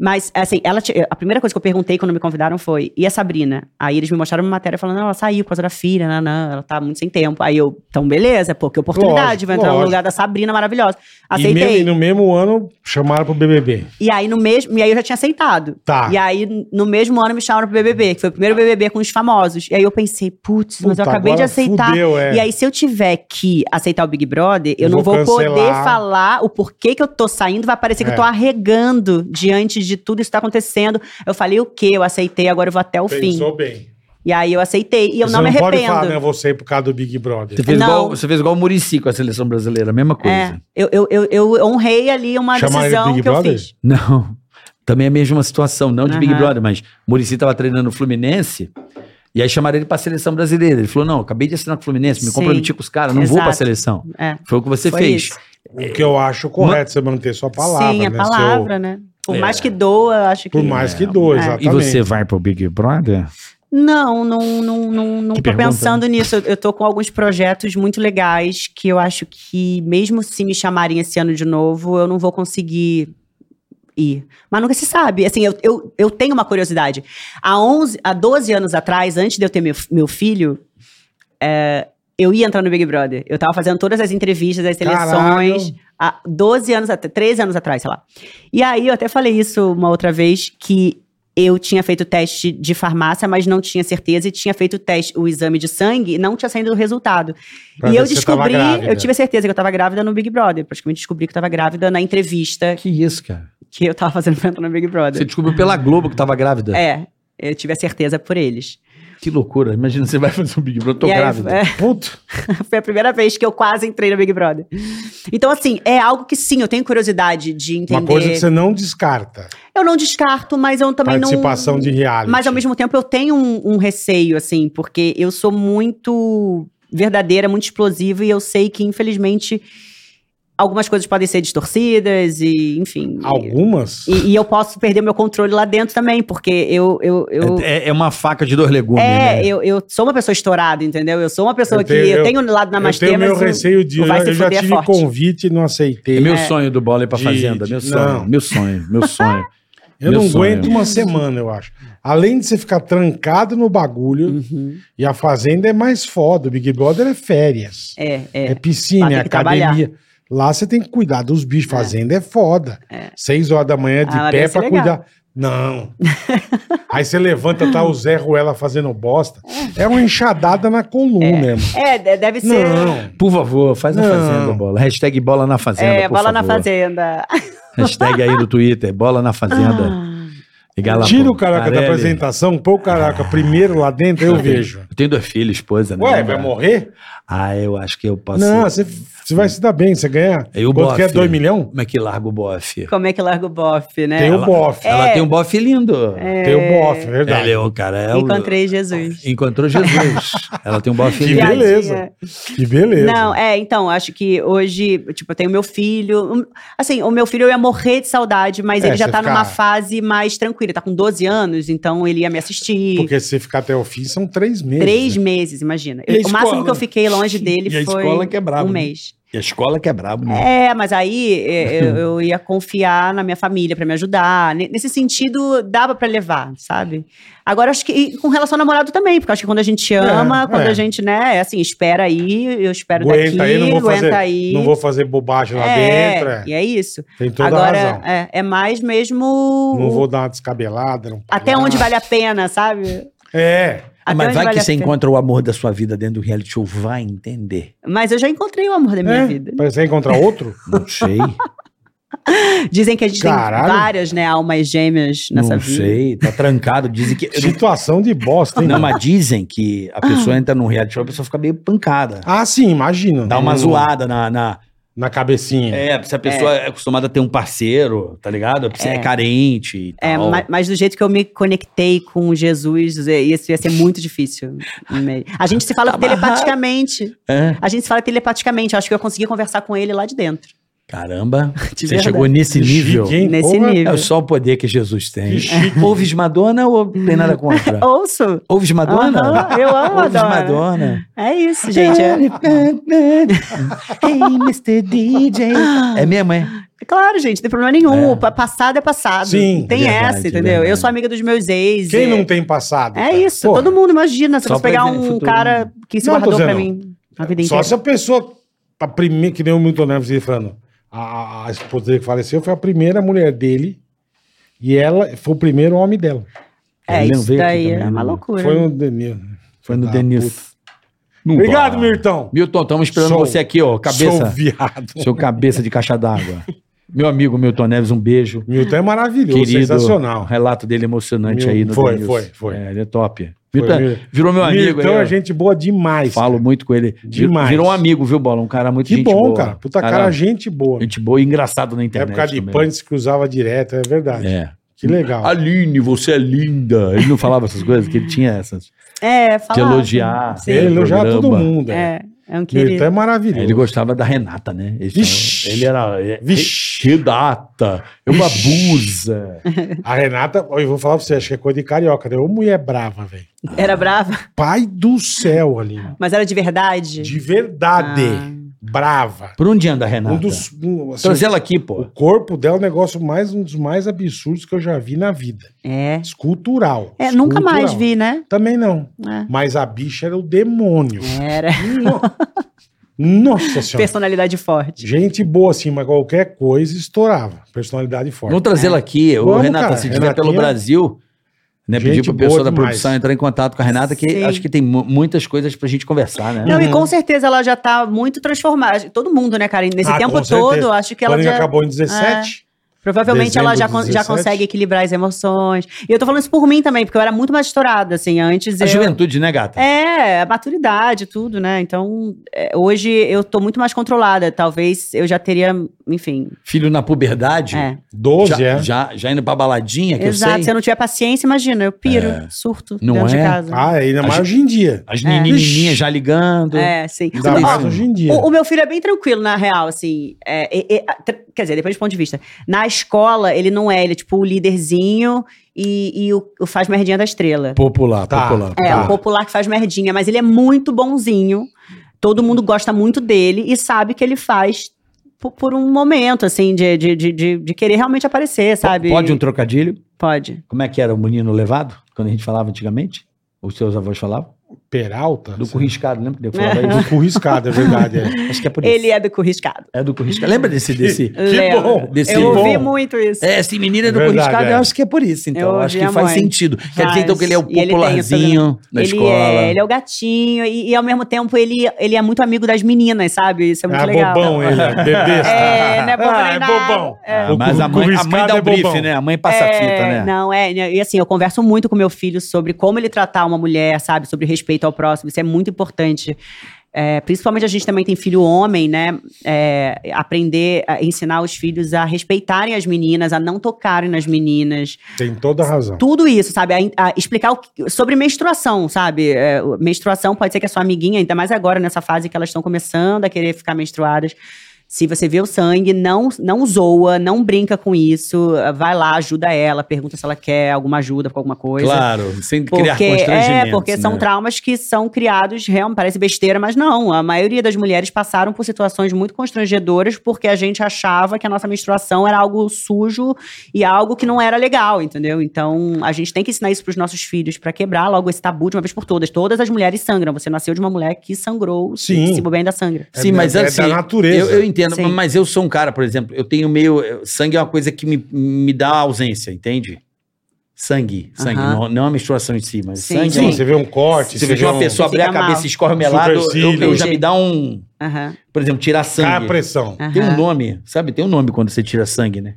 Mas, assim, ela ti- a primeira coisa que eu perguntei quando me convidaram foi: e a Sabrina? Aí eles me mostraram uma matéria falando: não, ela saiu por causa da filha, não, não, ela tá muito sem tempo. Aí eu, então beleza, pô, que oportunidade, Lógico, vai entrar no lógico. lugar da Sabrina maravilhosa. E, mesmo- e Aceitei. no mesmo ano chamaram pro BBB. E aí no mesmo. E aí eu já tinha aceitado. Tá. E aí, no mesmo ano, me chamaram pro BBB, que foi o primeiro BBB com os famosos. E aí eu pensei, putz, mas eu Puta, acabei de agora aceitar. fudeu, é. E aí, se eu tiver que aceitar o Big Brother, Eu eu não vou vou poder cancelar. falar o porquê que eu tô saindo. Vai parecer que É. eu tô arregando diante de tudo isso que tá acontecendo. Eu falei o quê? Eu aceitei, agora eu vou até o fim. bem. E aí eu aceitei. E eu Você não me pode falar, né? arrependo. Eu vou sair por causa do Big Brother. Você fez, Não. igual, você fez igual o Murici com a seleção brasileira, a mesma coisa. É, eu, eu, eu, eu honrei ali uma Chamaram ele de decisão Big que eu Brother? fiz. Não. Também é a mesma situação, não de Big Aham. Brother, mas o Murici estava treinando o Fluminense e aí chamaram ele para a seleção brasileira. Ele falou: Não, acabei de assinar com o Fluminense, me Sim. comprometi com os caras, não vou Exato. para a seleção. É. Foi o que você Foi fez. isso. O que eu acho correto, você manter sua palavra. Sim, a né? palavra, né? Por É. mais que doa, eu acho que. Seu- por mais que doa, É. exatamente. E você vai pro Big Brother? Não, não, não, não, não Que tô pergunta, né? pensando nisso. Eu- Eu tô com alguns projetos muito legais que eu acho que, mesmo se me chamarem esse ano de novo, eu não vou conseguir ir. Mas nunca se sabe. Assim, eu, eu, eu tenho uma curiosidade. Há, 11, há 12 anos atrás, antes de eu ter meu, meu filho, é, eu ia entrar no Big Brother. Eu tava fazendo todas as entrevistas, as seleções Caralho. há 12 anos, até 13 anos atrás, sei lá. E aí eu até falei isso uma outra vez, que eu tinha feito teste de farmácia, mas não tinha certeza, e tinha feito o teste, o exame de sangue, e não tinha saído o resultado. Pra e ver eu se você tava descobri, grávida. eu tive a certeza que eu tava grávida no Big Brother, praticamente descobri que eu tava grávida na entrevista Que isso, cara? que eu tava fazendo pra entrar no Big Você Brother. descobriu pela Globo que estava grávida. É, eu tive a certeza por eles. Que loucura. Imagina, você vai fazer um Big Brother, eu tô E aí, grávida. é, <laughs> Puta, Foi a primeira vez que eu quase entrei no Big Brother. Então, assim, é algo que sim, eu tenho curiosidade de entender. uma coisa que você não descarta. Eu não descarto, mas eu também não. participação de reality. Mas ao mesmo tempo eu tenho um, um receio, assim, porque eu sou muito verdadeira, muito explosiva, e eu sei que, infelizmente, algumas coisas podem ser distorcidas, e, enfim. Algumas? E, e eu posso perder meu controle lá dentro também, porque eu. eu, eu É, é uma faca de dois legumes. é, né? eu, eu sou uma pessoa estourada, entendeu? Eu sou uma pessoa Eu que. tenho- eu- eu tenho um lado na eu tenho meu receio de. o vai se eu já fuder é tive forte. convite e não aceitei. É meu sonho do bola ir pra De- fazenda. de- Meu sonho, não. meu sonho, meu sonho. eu meu não sonho. aguento uma semana, eu acho. Além de você ficar trancado no bagulho, Uhum. e a fazenda é mais foda. O Big Brother é férias. É, é. É, piscina, Lá é tem que trabalhar. academia. Lá você tem que cuidar dos bichos. Fazenda é, foda. Seis horas da manhã de Ah, lá pé deve ser pra legal. cuidar. <laughs> Não. Aí você levanta, tá o Zé Ruela fazendo bosta. É uma enxadada na coluna, irmão. É, de- deve ser. Não. Por favor, faz a Não. fazenda, bola. Hashtag bola na fazenda. é, por bola na favor. fazenda. Ah. Hashtag aí no Twitter, bola na fazenda. Ligar lá Tira pro o tá caraca da Carelli. apresentação, põe o caraca primeiro lá dentro, eu vejo. Eu tenho dois filhos, esposa, né? Ué, vai morrer? Ah, eu acho que eu posso. Não, você você vai se dar bem, você ganha. E o Quanto bofe? que é 2 milhões? Como é que larga o bofe? <laughs> Como é que larga o bofe, né? Tem o Ela- bofe. É. Ela tem um bofe lindo. Tem o bofe, é Ela verdade. é o cara. um É o- Encontrei Jesus. Encontrou Jesus. Ela tem um bofe Que lindo. Piadinha. beleza. Que beleza. Não, é, então, acho que hoje, tipo, eu tenho meu filho. um, Assim, o meu filho eu ia morrer de saudade, mas É, ele já você tá numa ficar- fase mais tranquila. Tá com 12 anos, então ele ia me assistir. Porque se você ficar até o fim, são três meses. Três né? meses, imagina. E a Eu- o máximo escola? que eu <laughs> fiquei longe dele E a foi escola que é braba, um né? mês. E a escola que é brabo, né? É, mas aí é, eu, eu ia confiar na minha família pra me ajudar. Ne- Nesse sentido, dava pra levar, sabe? Agora, acho que e com relação ao namorado também, porque acho que quando a gente ama, é. quando a gente, né, é assim, espera aí, eu espero Aguenta daqui, aí, não vou aguenta fazer- aí. Não vou fazer bobagem lá é, dentro. é. E é isso. Tem toda Agora, a razão. É, é mais mesmo. Não vou Ah. dar uma descabelada. não Até pagar. onde vale a pena, sabe? É. Até mas onde vai vale que a você pena. encontra o amor da sua vida dentro do reality show, vai entender. Mas eu já encontrei o amor da minha é. vida. Pra você encontrar <laughs> outro? <laughs> Não sei. Dizem que a gente Caralho. tem várias, né, almas gêmeas nessa não vida. sei. Tá trancado. Dizem que. Situação de bosta, hein? Não, mas dizem que a pessoa entra num reality show, a pessoa fica meio pancada. Ah, sim, imagino. Dá uma Hum, zoada na. na- Na cabecinha. É, se a pessoa é. acostumada a ter um parceiro, tá ligado? Se é, É. carente e tal. É, ma- mas, do jeito que eu me conectei com Jesus, é, isso ia ser muito difícil. Me- A gente se fala Tá amarrado. telepaticamente. É. A gente se fala telepaticamente. Eu Acho que eu consegui conversar com ele lá de dentro. Caramba, De você verdade. chegou nesse nível. Chique, hein? nesse Porra. nível. É só o poder que Jesus tem. Que chique. Ouves Madonna ou tem nada <laughs> contra? Ouço. Ouves Madonna? Aham, eu amo Ouves Madonna. <laughs> Madonna. É isso, gente. É, hey, Mr. DJ. É mesmo, é? claro, gente, não tem problema nenhum. É. O pa- Passado é passado. Sim, Não tem verdade, essa, entendeu? verdade. Eu sou amiga dos meus ex. Quem é- não tá? tem passado? É isso. Todo mundo imagina. Se Só você pegar prevê- um futuro. cara que se Não, tô guardou pra dizendo. mim a vida Só inteira. se a pessoa, a primeira, que nem o Milton Neves ele falando, a, a- a esposa dele que faleceu foi a primeira mulher dele e ela foi o primeiro homem dela. É, Ele não isso veio aqui daí também, é uma né? loucura. Foi um no Denil. Foi no Ah, Denilson. Não Obrigado, dá. Milton. Milton, estamos esperando Sou- você aqui, ó. Sou Cabeça, viado. seu cabeça de caixa d'água. Meu amigo Milton Neves, um beijo. Milton é maravilhoso, Querido. O sensacional. relato dele é emocionante Meu- aí no foi, Denilson. foi, foi. É, ele é top. Foi Milton, mesmo. virou meu amigo. Milton ele- é gente boa demais. Falo cara. muito com ele. Vir- Demais. Virou um amigo, viu, Bola? Um cara muito Que gente bom, boa. cara. Puta cara, gente boa. Gente boa e engraçado na Na internet. época de também. pânico se cruzava direto, é verdade. É. Que legal. Aline, você é linda. Ele não falava essas coisas, que ele tinha essas. É, De falar. assim, elogiar. Sim. Ele no elogiava todo programa. mundo. É. É, é um Milton querido. é maravilhoso. Ele gostava da Renata, né? Ele, Vixe. ele era. é- Vixe. Renata, é uma abusa. A Renata, ó, eu vou falar pra você, acho que é coisa de carioca, né? Ô mulher brava, velho. Era brava, Pai do céu, ali. mas era de verdade. De verdade. Ah. Brava. Por onde anda a Renata? Um dos. um, assim, Trazer ela aqui, o pô. corpo dela é um negócio mais, um dos mais absurdos que eu já vi na vida. É. Escultural. É, nunca mais Escultural. vi, né? Também não. É. Mas a bicha era o demônio. Era. É. No- Nossa senhora. Personalidade forte. Gente boa, assim, mas qualquer coisa estourava. Personalidade forte. Vamos É. trazer ela aqui. O Vamos, Renata cara. se tiver Renatinha- pelo Brasil, né? Gente Pedir pra boa pessoa da demais. produção entrar em contato com a Renata, que Sim. acho que tem mu- muitas coisas pra gente conversar, né? Não, Uhum. e com certeza ela já tá muito transformada. Todo mundo, né, Karen? Nesse Ah, tempo com certeza. todo, acho que ela Pânico já. acabou em 17. Provavelmente ela já, Dezembro de con- já 17. consegue equilibrar as emoções. E eu tô falando isso por mim também, porque eu era muito mais estourada, assim. Antes A eu. juventude, né, gata? É, a maturidade, tudo, né? Então, é, hoje eu tô muito mais controlada. Talvez eu já teria, enfim. Filho na puberdade. É. 12, já, é. já, já indo pra baladinha, Tipo, é que eu Exato. sei. Se eu não tiver paciência, imagina, eu piro, surto Não dentro é? de casa. Ah, ainda A mais gente- hoje em dia. As menininhas já ligando. É, sim. Ainda Ó, mais hoje em dia. O, o meu filho é bem tranquilo, na real, assim. É, e- e- a- tr- quer dizer, depois do ponto de vista. Na escola, ele não é, ele é tipo o líderzinho e, e o, o faz merdinha da estrela. Popular, Tá. popular. É, Tá. o popular que faz merdinha, mas ele é muito bonzinho. Todo mundo gosta muito dele e sabe que ele faz po- por, um momento, assim, de, de, de, de- de querer realmente aparecer, sabe? Pode um trocadilho? Pode. Como é que era o menino levado? Quando a gente falava antigamente? Os seus avós falavam? Peralta? Do Sei Curriscado, lembra que eu lá. falava Do Curriscado, é verdade. É. isso? Acho que é por isso. Ele é do Curriscado. É do Curriscado. Lembra desse... desse... Lembro. bom, Desse Eu bom. ouvi muito isso. É, esse menino é do Verdade, Curriscado, é. eu acho que é por isso, então. Eu Eu acho ouvi que a faz mãe. sentido. Quer dizer, então, que ele é o Faz. E ele tem o popularzinho na ele escola. É, ele é o gatinho e, e, ao mesmo tempo ele, ele é muito amigo das meninas, sabe? Isso é muito Ah, legal. bobão ele, é bebesta. É, não é bobo Ah, nem é nada. bobão. É. Ah, mas a mãe, a mãe Curriscado dá o é brief, bobão. né? A mãe passa a fita, né? Não, é. né, E assim, eu converso muito com meu filho sobre como ele tratar uma mulher, sabe? Sobre respeito ao próximo. Isso é muito importante. É, principalmente a gente também tem filho homem, né? É, aprender, a ensinar os filhos a respeitarem as meninas, a não tocarem nas meninas. Tem toda a razão. Tudo isso, sabe? A- a explicar o que- sobre menstruação, sabe? É, o- menstruação pode ser que a sua amiguinha, ainda mais agora, nessa fase que elas estão começando a querer ficar menstruadas. Se você vê o sangue, não, não zoa, não brinca com isso. Vai lá, ajuda ela, pergunta se ela quer alguma ajuda com alguma coisa. Claro, sem Porque, criar constrangimento. né? é, porque né? são traumas que são criados, realmente, parece besteira, mas não. A maioria das mulheres passaram por situações muito constrangedoras porque a gente achava que a nossa menstruação era algo sujo e algo que não era legal, entendeu? Então, a gente tem que ensinar isso para os nossos filhos, para quebrar logo esse tabu de uma vez por todas. Todas as mulheres sangram. Você nasceu de uma mulher que sangrou, Sim. se bobear ainda sangra. É Sim, da- mas é da assim. natureza. Eu, eu entendo, Sim. mas eu sou um cara, por exemplo, eu tenho meio. eu- Sangue é uma coisa que me, me dá ausência, entende? Sangue. Sangue. Aham. Não, não a menstruação em si, mas Sim. sangue. é Sim, uma- você vê um corte, se você vê uma um- pessoa abrir a Fica cabeça mal. e escorre o melado, eu, eu Supercílio. já me dá um. Aham. Por exemplo, tirar Cai a sangue. pressão. aham. Tem um nome, sabe? Tem um nome quando você tira sangue, né?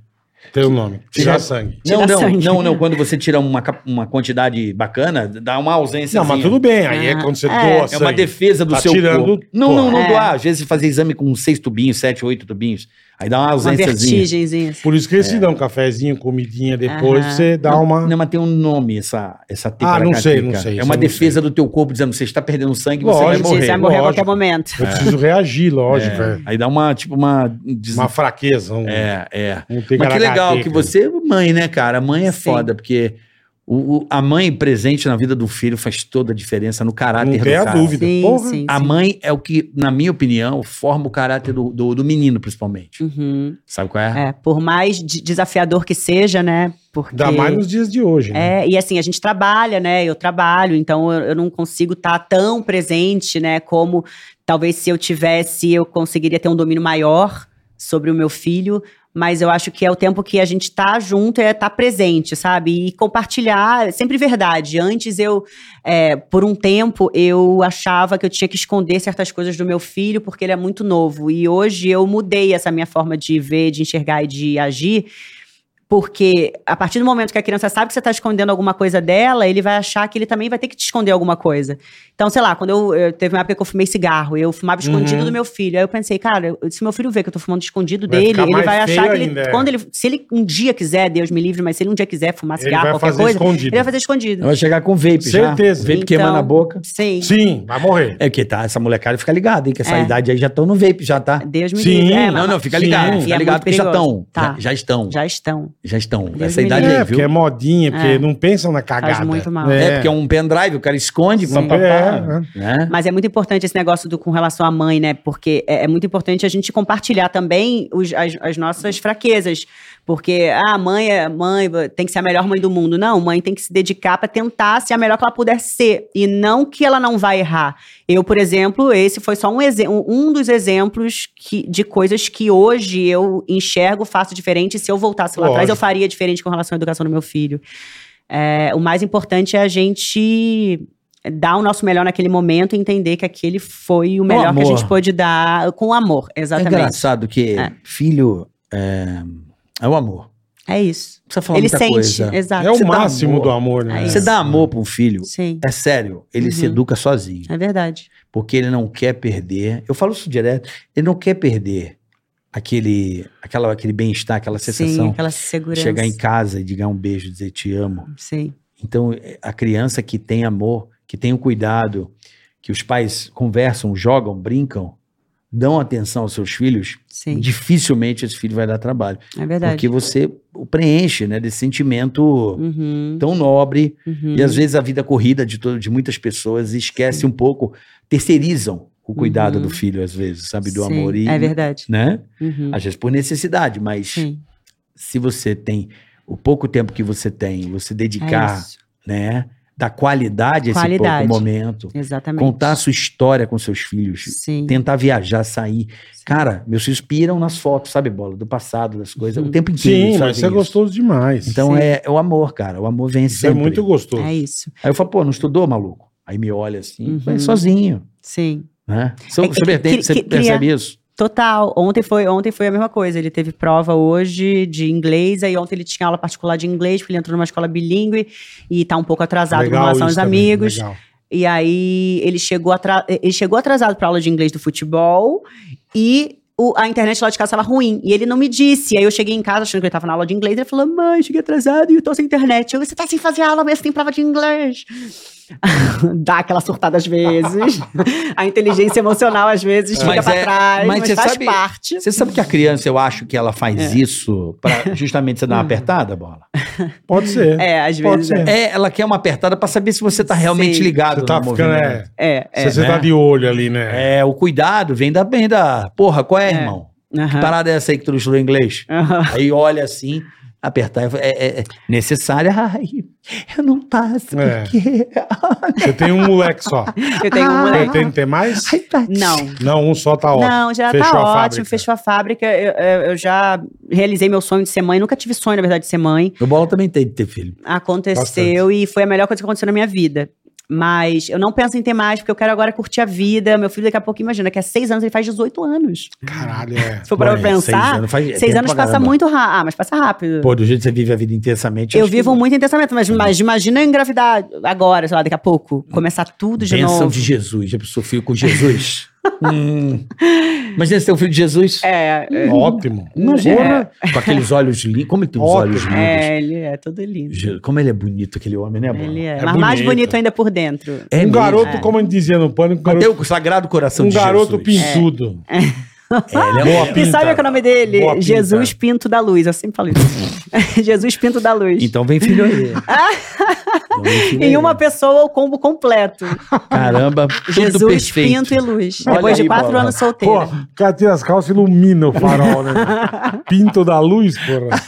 Tem o nome. Tirar Já- sangue. Tirar não, não, sangue. não, não. Quando você tira uma, cap- uma quantidade bacana, dá uma ausência. Não, mas tudo bem. Aí é Ah, quando você é. doa assim. É uma sangue. defesa do Tá seu tirando, corpo. Não, porra. não, não É. doar. Às vezes você fazia exame com seis tubinhos, sete, oito tubinhos. Aí dá uma Uma ausênciazinha. vertigenzinha. Por isso que eles te dão um cafezinho, comidinha depois, Aham. você dá uma... É. Não, mas tem um nome essa, essa tica Ah, não sei, racatica. não sei, É isso uma eu não defesa do teu corpo dizendo, você está perdendo sangue, você vai Lógico, Gente, morrer. Você vai morrer a qualquer lógico. momento. Eu preciso reagir, lógico. é. Aí dá uma, tipo, uma... des- Uma fraqueza. Um, É, é. um ticaracateca. Mas que legal que você é mãe, né, cara? Mãe é Sim. foda, porque o, o- a mãe presente na vida do filho faz toda a diferença no caráter Não do tem a cara. dúvida. Sim, Porra. sim, A sim. mãe é o que, na minha opinião, forma o caráter do, do, do menino, principalmente. Uhum. Sabe qual é? É, por mais de- desafiador que seja, né? Porque. Ainda mais nos dias de hoje. né? É, e assim, a gente trabalha, né? Eu trabalho, então eu, eu não consigo estar tão presente, né? Como talvez se eu tivesse, eu conseguiria ter um domínio maior sobre o meu filho. Mas eu acho que é o tempo que a gente tá junto, é estar presente, sabe? E compartilhar, é sempre verdade. Antes eu é, por um tempo eu achava que eu tinha que esconder certas coisas do meu filho porque ele é muito novo. E hoje eu mudei essa minha forma de ver, de enxergar e de agir. Porque a partir do momento que a criança sabe que você está escondendo alguma coisa dela, ele vai achar que ele também vai ter que te esconder alguma coisa. Então, sei lá, quando eu, eu- teve uma época que eu fumei cigarro, eu fumava escondido Uhum. do meu filho. Aí eu pensei, cara, eu- se meu filho ver que eu tô fumando escondido Vai dele, ficar ele mais vai feio achar que ele, ainda, é. quando ele, se ele um dia quiser, Deus me livre, mas se ele um dia quiser fumar Ele cigarro, vai qualquer fazer coisa, escondido. ele vai fazer escondido. Vai chegar com vape Certeza. já. Vape Então- queimando a boca. Sim. Sim, vai morrer. É que tá, essa molecada fica ligada, hein? Que essa É. idade aí já estão no vape, já tá. Deus me Sim, livre. É, não, mas- não, fica Sim. ligado, E fica é ligado, muito porque já perigoso. estão. Tá. Já, já estão, já, Já estão. estão. Deus Essa me idade É, aí, porque viu? é modinha, porque É. não pensam na cagada. muito mal. É, porque é um pendrive, o cara esconde, Sim. papapá, É, né? Mas é muito importante esse negócio do, com relação à mãe, né? Porque é, é muito importante a gente compartilhar também os- as, as nossas fraquezas. Porque, ah, mãe é mãe, tem que ser a melhor mãe do mundo. Não, mãe tem que se dedicar para tentar ser a melhor que ela puder ser. E não que ela não vai errar. Eu, por exemplo, esse foi só um, exe- um- um dos exemplos que, de coisas que hoje eu enxergo, faço diferente. Se eu voltasse lá atrás, eu Lógico. faria diferente com relação à educação do meu filho. É, o mais importante é a gente dar o nosso melhor naquele momento e entender que aquele foi o melhor que a amor. gente pôde dar com amor, É exatamente. engraçado que É. filho é, é o amor. Não É, isso. precisa falar Ele muita sente, coisa. exato. É o Você dá máximo amor. do amor, né? Aí Você dá amor para um filho, Sim, é sério, ele se Uhum. educa sozinho. é verdade. porque ele não quer perder. Eu falo isso direto, ele não quer perder aquele, aquela, aquele bem-estar, aquela Sim, sensação aquela de segurança. chegar em casa e de dar um beijo, dizer te amo. Sim, Então, eh, a criança que tem amor, que tem o cuidado, que os pais conversam, jogam, brincam, dão atenção aos seus filhos, sim, dificilmente esse filho vai dar trabalho, é verdade. porque você o preenche, né, desse sentimento Uhum, tão nobre uhum. Então, e às vezes a vida corrida de, todo, de muitas pessoas esquece um pouco, terceirizam o cuidado Uhum. do filho, às vezes, sabe? Do Sim, amor. E, É verdade. Né? Uhum, Às vezes por necessidade, mas Sim, se você tem o pouco tempo que você tem, você é dedicar, isso. né? da qualidade, Qualidade. esse pouco momento. Exatamente. Contar a sua história com seus filhos. Sim. Tentar viajar, sair. Cara, meus filhos piram nas fotos, sabe, bola? Do passado, das coisas. Uhum. O tempo inteiro. Sim, eles mas fazem isso é gostoso demais. Então Sim. é, é o amor, cara. O amor vence Isso é sempre. muito gostoso. É isso. Aí eu falo, pô, não estudou, maluco? Aí me olha assim, Uhum. vai sozinho. Sim. Né? So- É que- você percebe, que- você que- cria- percebe isso? Total. Ontem foi, ontem foi a mesma coisa. Ele teve prova hoje de inglês, aí ontem ele tinha aula particular de inglês, porque ele entrou numa escola bilíngue e tá um pouco atrasado com relação aos isso também, amigos. legal. E aí ele chegou, atra- ele chegou atrasado pra aula de inglês do futebol e o- a internet lá de casa estava ruim. E ele não me disse. Aí eu cheguei em casa achando que ele tava na aula de inglês. Ele falou: mãe, cheguei atrasado e eu tô sem internet. Eu, você tá sem fazer aula, mas você tem prova de inglês. <laughs> Dá aquela surtada às vezes. a inteligência emocional, às vezes, fica Mas pra é- trás, mas, mas você faz sabe- parte. Você sabe que a criança, eu acho que ela faz É. isso pra justamente <laughs> você dar uma apertada, bola? Pode ser. É, às Pode vezes. ser. Hum. é. É, ela quer uma apertada pra saber se você tá realmente Sim. ligado Você tá no ficando. movimento. É, É, é. se você né? tá de olho ali, né? É, o cuidado vem da, vem da... Porra, qual é, É. irmão? Que Aham. parada é essa aí que tu não estudou <laughs> inglês? Aham. Aí olha assim, apertar é, é- é necessária. <laughs> Ai, eu não passo, É. <laughs> porque... Você tem um moleque só. Eu tenho um moleque. Pretende ter mais? Ai, tá. pra- Não. Não, um só tá ótimo. Não, já Fechou tá a ótimo, fábrica. fechou a fábrica. Eu, eu- eu já realizei meu sonho de ser mãe, nunca tive sonho, na verdade, de ser mãe. O Bola também tem de ter filho. Aconteceu e foi a melhor coisa que aconteceu na minha vida. Mas eu não penso em ter mais, porque eu quero agora curtir a vida. Meu filho, daqui a pouco, imagina, que há seis anos, ele faz 18 anos. Caralho, é. Se for pra Ué, pensar, anos, faz- é seis tempo anos pra passa caramba. muito rápido. Ah, mas passa rápido. Pô, do jeito que você vive a vida intensamente. eu vivo muito intensamente, mas, mas imagina eu engravidar agora, sei lá, daqui a pouco. Começar tudo de Benção novo. de Jesus. Já pensou filho com <laughs> Jesus? hum. Imagina você ter um filho de Jesus. É, <laughs> é, Ótimo. Imagina. Com aqueles olhos lindos. Como ele tem os Ótimo. olhos lindos. é, ele é todo lindo. Je- Como ele é bonito, aquele homem, né, Bola? Ele é. É mas mais bonito. bonito ainda por dentro. É um mesmo. garoto, como a gente dizia no pânico, um Até garoto, o sagrado coração um de garoto Jesus. pintudo. É, ele é Boa um- E pinta. sabe qual é o nome dele? Boa pinta. Jesus Pinto da Luz. Eu sempre falo isso. <laughs> Jesus Pinto da Luz. Então vem filho <laughs> aí. Então vem filho aí. em uma pessoa, o combo completo. Caramba, tudo Jesus, perfeito. Pinto e Luz. Olha Depois aí, de quatro Bola. anos Pô, solteiro. o cara tira as calças e ilumina o farol, <laughs> né? meu? Pinto da luz, porra.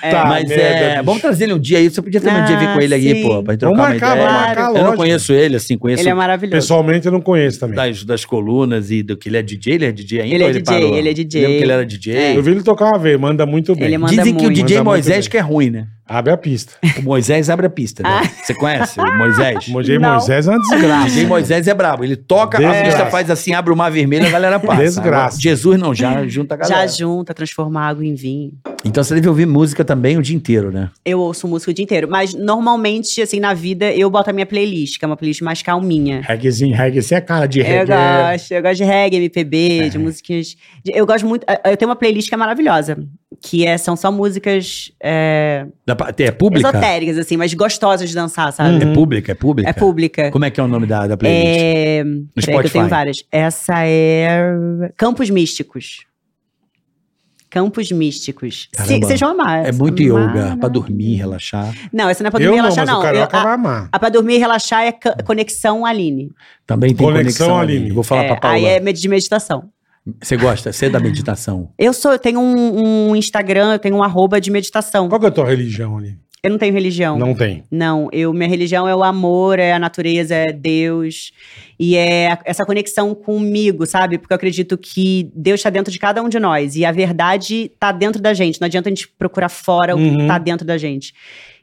Puta Mas merda, é. bicho. Vamos trazer ele um dia aí. Você podia ter um dia vir Ah, com ele aí, sim. pô. Pra gente Vamos trocar uma marcar, ideia. vamos marcar, eu não lógico. conheço ele, assim, conheço Ele é maravilhoso. Pessoalmente eu não conheço também. das, das colunas e do que ele é DJ, ele é DJ ainda? Ele é ou DJ, parou? ele é DJ. Lembra que ele era DJ? Eu vi ele tocar uma vez, manda muito bem. Ele manda Dizem que o muito. DJ Manda muito Moisés bem. que é ruim, né? Abre a pista. O Moisés abre a pista, né? Ah. Você conhece o Moisés? O DJ Não. Moisés é uma O <laughs> desgraça. DJ Moisés é brabo. Ele toca, a Desgraça. pista faz assim, abre o mar vermelho, a galera passa. Desgraça. Agora, Jesus não, <laughs> já junta a Já galera. junta, transforma água em vinho. Então você deve ouvir música também o dia inteiro, né? Eu ouço música o dia inteiro. Mas normalmente, assim, na vida, eu boto a minha playlist, que é uma playlist mais calminha. Reggaezinho, reggae, você é cara de Eu reggae. gosto, eu gosto de reggae, MPB, de musiquinhas. de- eu gosto muito. Eu tenho uma playlist que é maravilhosa, que é, são só músicas é, Da pa- É pública? esotéricas, assim, mas gostosas de dançar, sabe? É pública, é pública? É pública. Como é que é o nome da, da playlist? É, No peraí, que eu Spotify. tenho várias. Essa é. Campos Místicos. Campos Místicos. Se- Caramba. Vocês vão amar. É muito yoga, Mara- pra dormir, relaxar. Não, essa não é pra Eu dormir e não, relaxar, mas não. o Eu- carioca vai a, amar. a pra dormir e relaxar é ca- Conexão Aline. Também tem Conexão conexão, Aline. ali. Vou falar É, pra Paula. aí é med- de meditação. Você gosta? Você é da meditação? Eu sou, eu tenho um, um Instagram, eu tenho um arroba de meditação. Qual que é a tua religião ali? Eu não tenho religião. Não tem. Não, eu, minha religião é o amor, é a natureza, é Deus. E é a- essa conexão comigo, sabe? Porque eu acredito que Deus está dentro de cada um de nós. E a verdade está dentro da gente. Não adianta a gente procurar fora o que Uhum. está dentro da gente.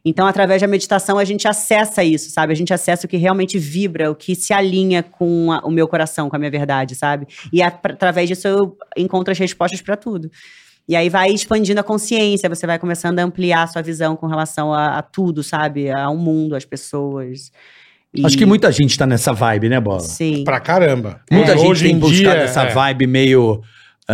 Então, através da meditação, a gente acessa isso, sabe? A gente acessa o que realmente vibra, o que se alinha com a- o meu coração, com a minha verdade, sabe? E a- pra- através disso eu encontro as respostas para tudo. E aí vai expandindo a consciência, você vai começando a ampliar a sua visão com relação a, a tudo, sabe? Ao mundo, às pessoas. E- Acho que muita gente tá nessa vibe, né, Bola? Sim. Pra caramba. Muita É, gente hoje tem em dia, buscado essa é. vibe meio.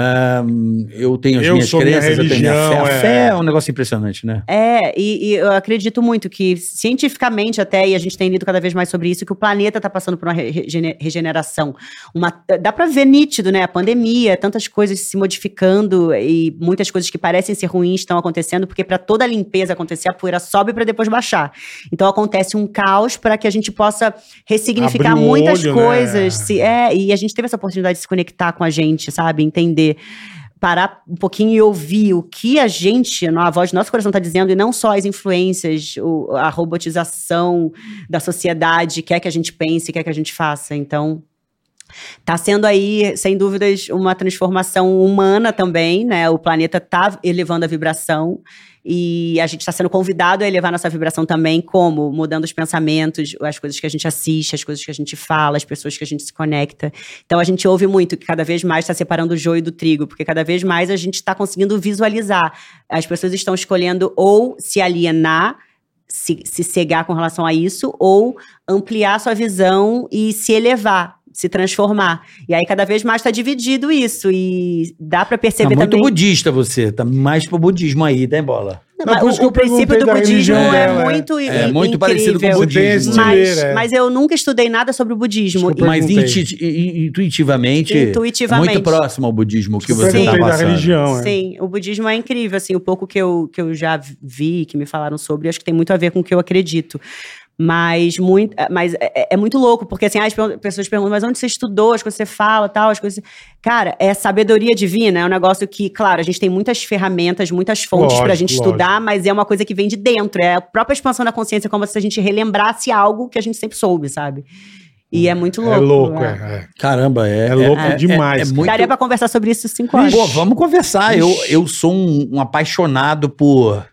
ahn, eu tenho as Eu minhas sou minha crenças, eu tenho minha fé. religião, A é. fé é um negócio impressionante, né? É, e, e eu acredito muito que, cientificamente até, e a gente tem lido cada vez mais sobre isso, que o planeta está passando por uma re- regene- regeneração. Uma, dá para ver nítido, né? A pandemia, tantas coisas se modificando e muitas coisas que parecem ser ruins estão acontecendo, porque para toda a limpeza acontecer, a poeira sobe para depois baixar. Então acontece um caos para que a gente possa ressignificar Abrir o muitas olho, né? coisas. Se, é, e a gente teve essa oportunidade de se conectar com a gente, sabe? Entender. parar um pouquinho e ouvir o que a gente, a voz do nosso coração está dizendo, e não só as influências, o- a robotização da sociedade quer que a gente pense, quer que a gente faça. Então, está Tá sendo aí, sem dúvidas, uma transformação humana também, né? O planeta está elevando a vibração e a gente está sendo convidado a elevar nossa vibração também, como mudando os pensamentos, as coisas que a gente assiste, as coisas que a gente fala, as pessoas que a gente se conecta. Então a gente ouve muito que cada vez mais está separando o joio do trigo, porque cada vez mais a gente está conseguindo visualizar. As pessoas estão escolhendo ou se alienar, se, se cegar com relação a isso, ou ampliar sua visão e se elevar. Se transformar. E aí, cada vez mais está dividido isso. E dá para Tá perceber muito também. budista você, tá mais pro budismo aí, né, bola? Não, Não, mas por isso o, que eu o princípio perguntei do da budismo religião é, dela, é. muito i- É, i- muito incrível. parecido com o Você tem esse budismo. tipo mas, Brasileiro, é. mas eu nunca estudei nada sobre o budismo. Desculpa, E- Mas perguntei. inti- i- intuitivamente, é Intuitivamente. muito próximo ao budismo que Sim. você Perguntei está Sim. da passando. religião. é. Sim, o budismo é incrível, assim, o pouco que eu, que eu já vi, que me falaram sobre, acho que tem muito a ver com o que eu acredito. Mas, muito, mas é, é- é muito louco, porque assim, as pe- pessoas perguntam, mas onde você estudou, as coisas que você fala, tal, as coisas. Cara, é sabedoria divina, é um negócio que, claro, a gente tem muitas ferramentas, muitas fontes pra Lógico, gente lógico. estudar, mas é uma coisa que vem de dentro, é a própria expansão da consciência, como se a gente relembrasse algo que a gente sempre soube, sabe? E é muito louco. É louco, é. é. Caramba, é. É louco demais, É, cara. muito... Daria pra conversar sobre isso cinco horas. Pô, vamos conversar. Eu, eu sou um, um apaixonado por,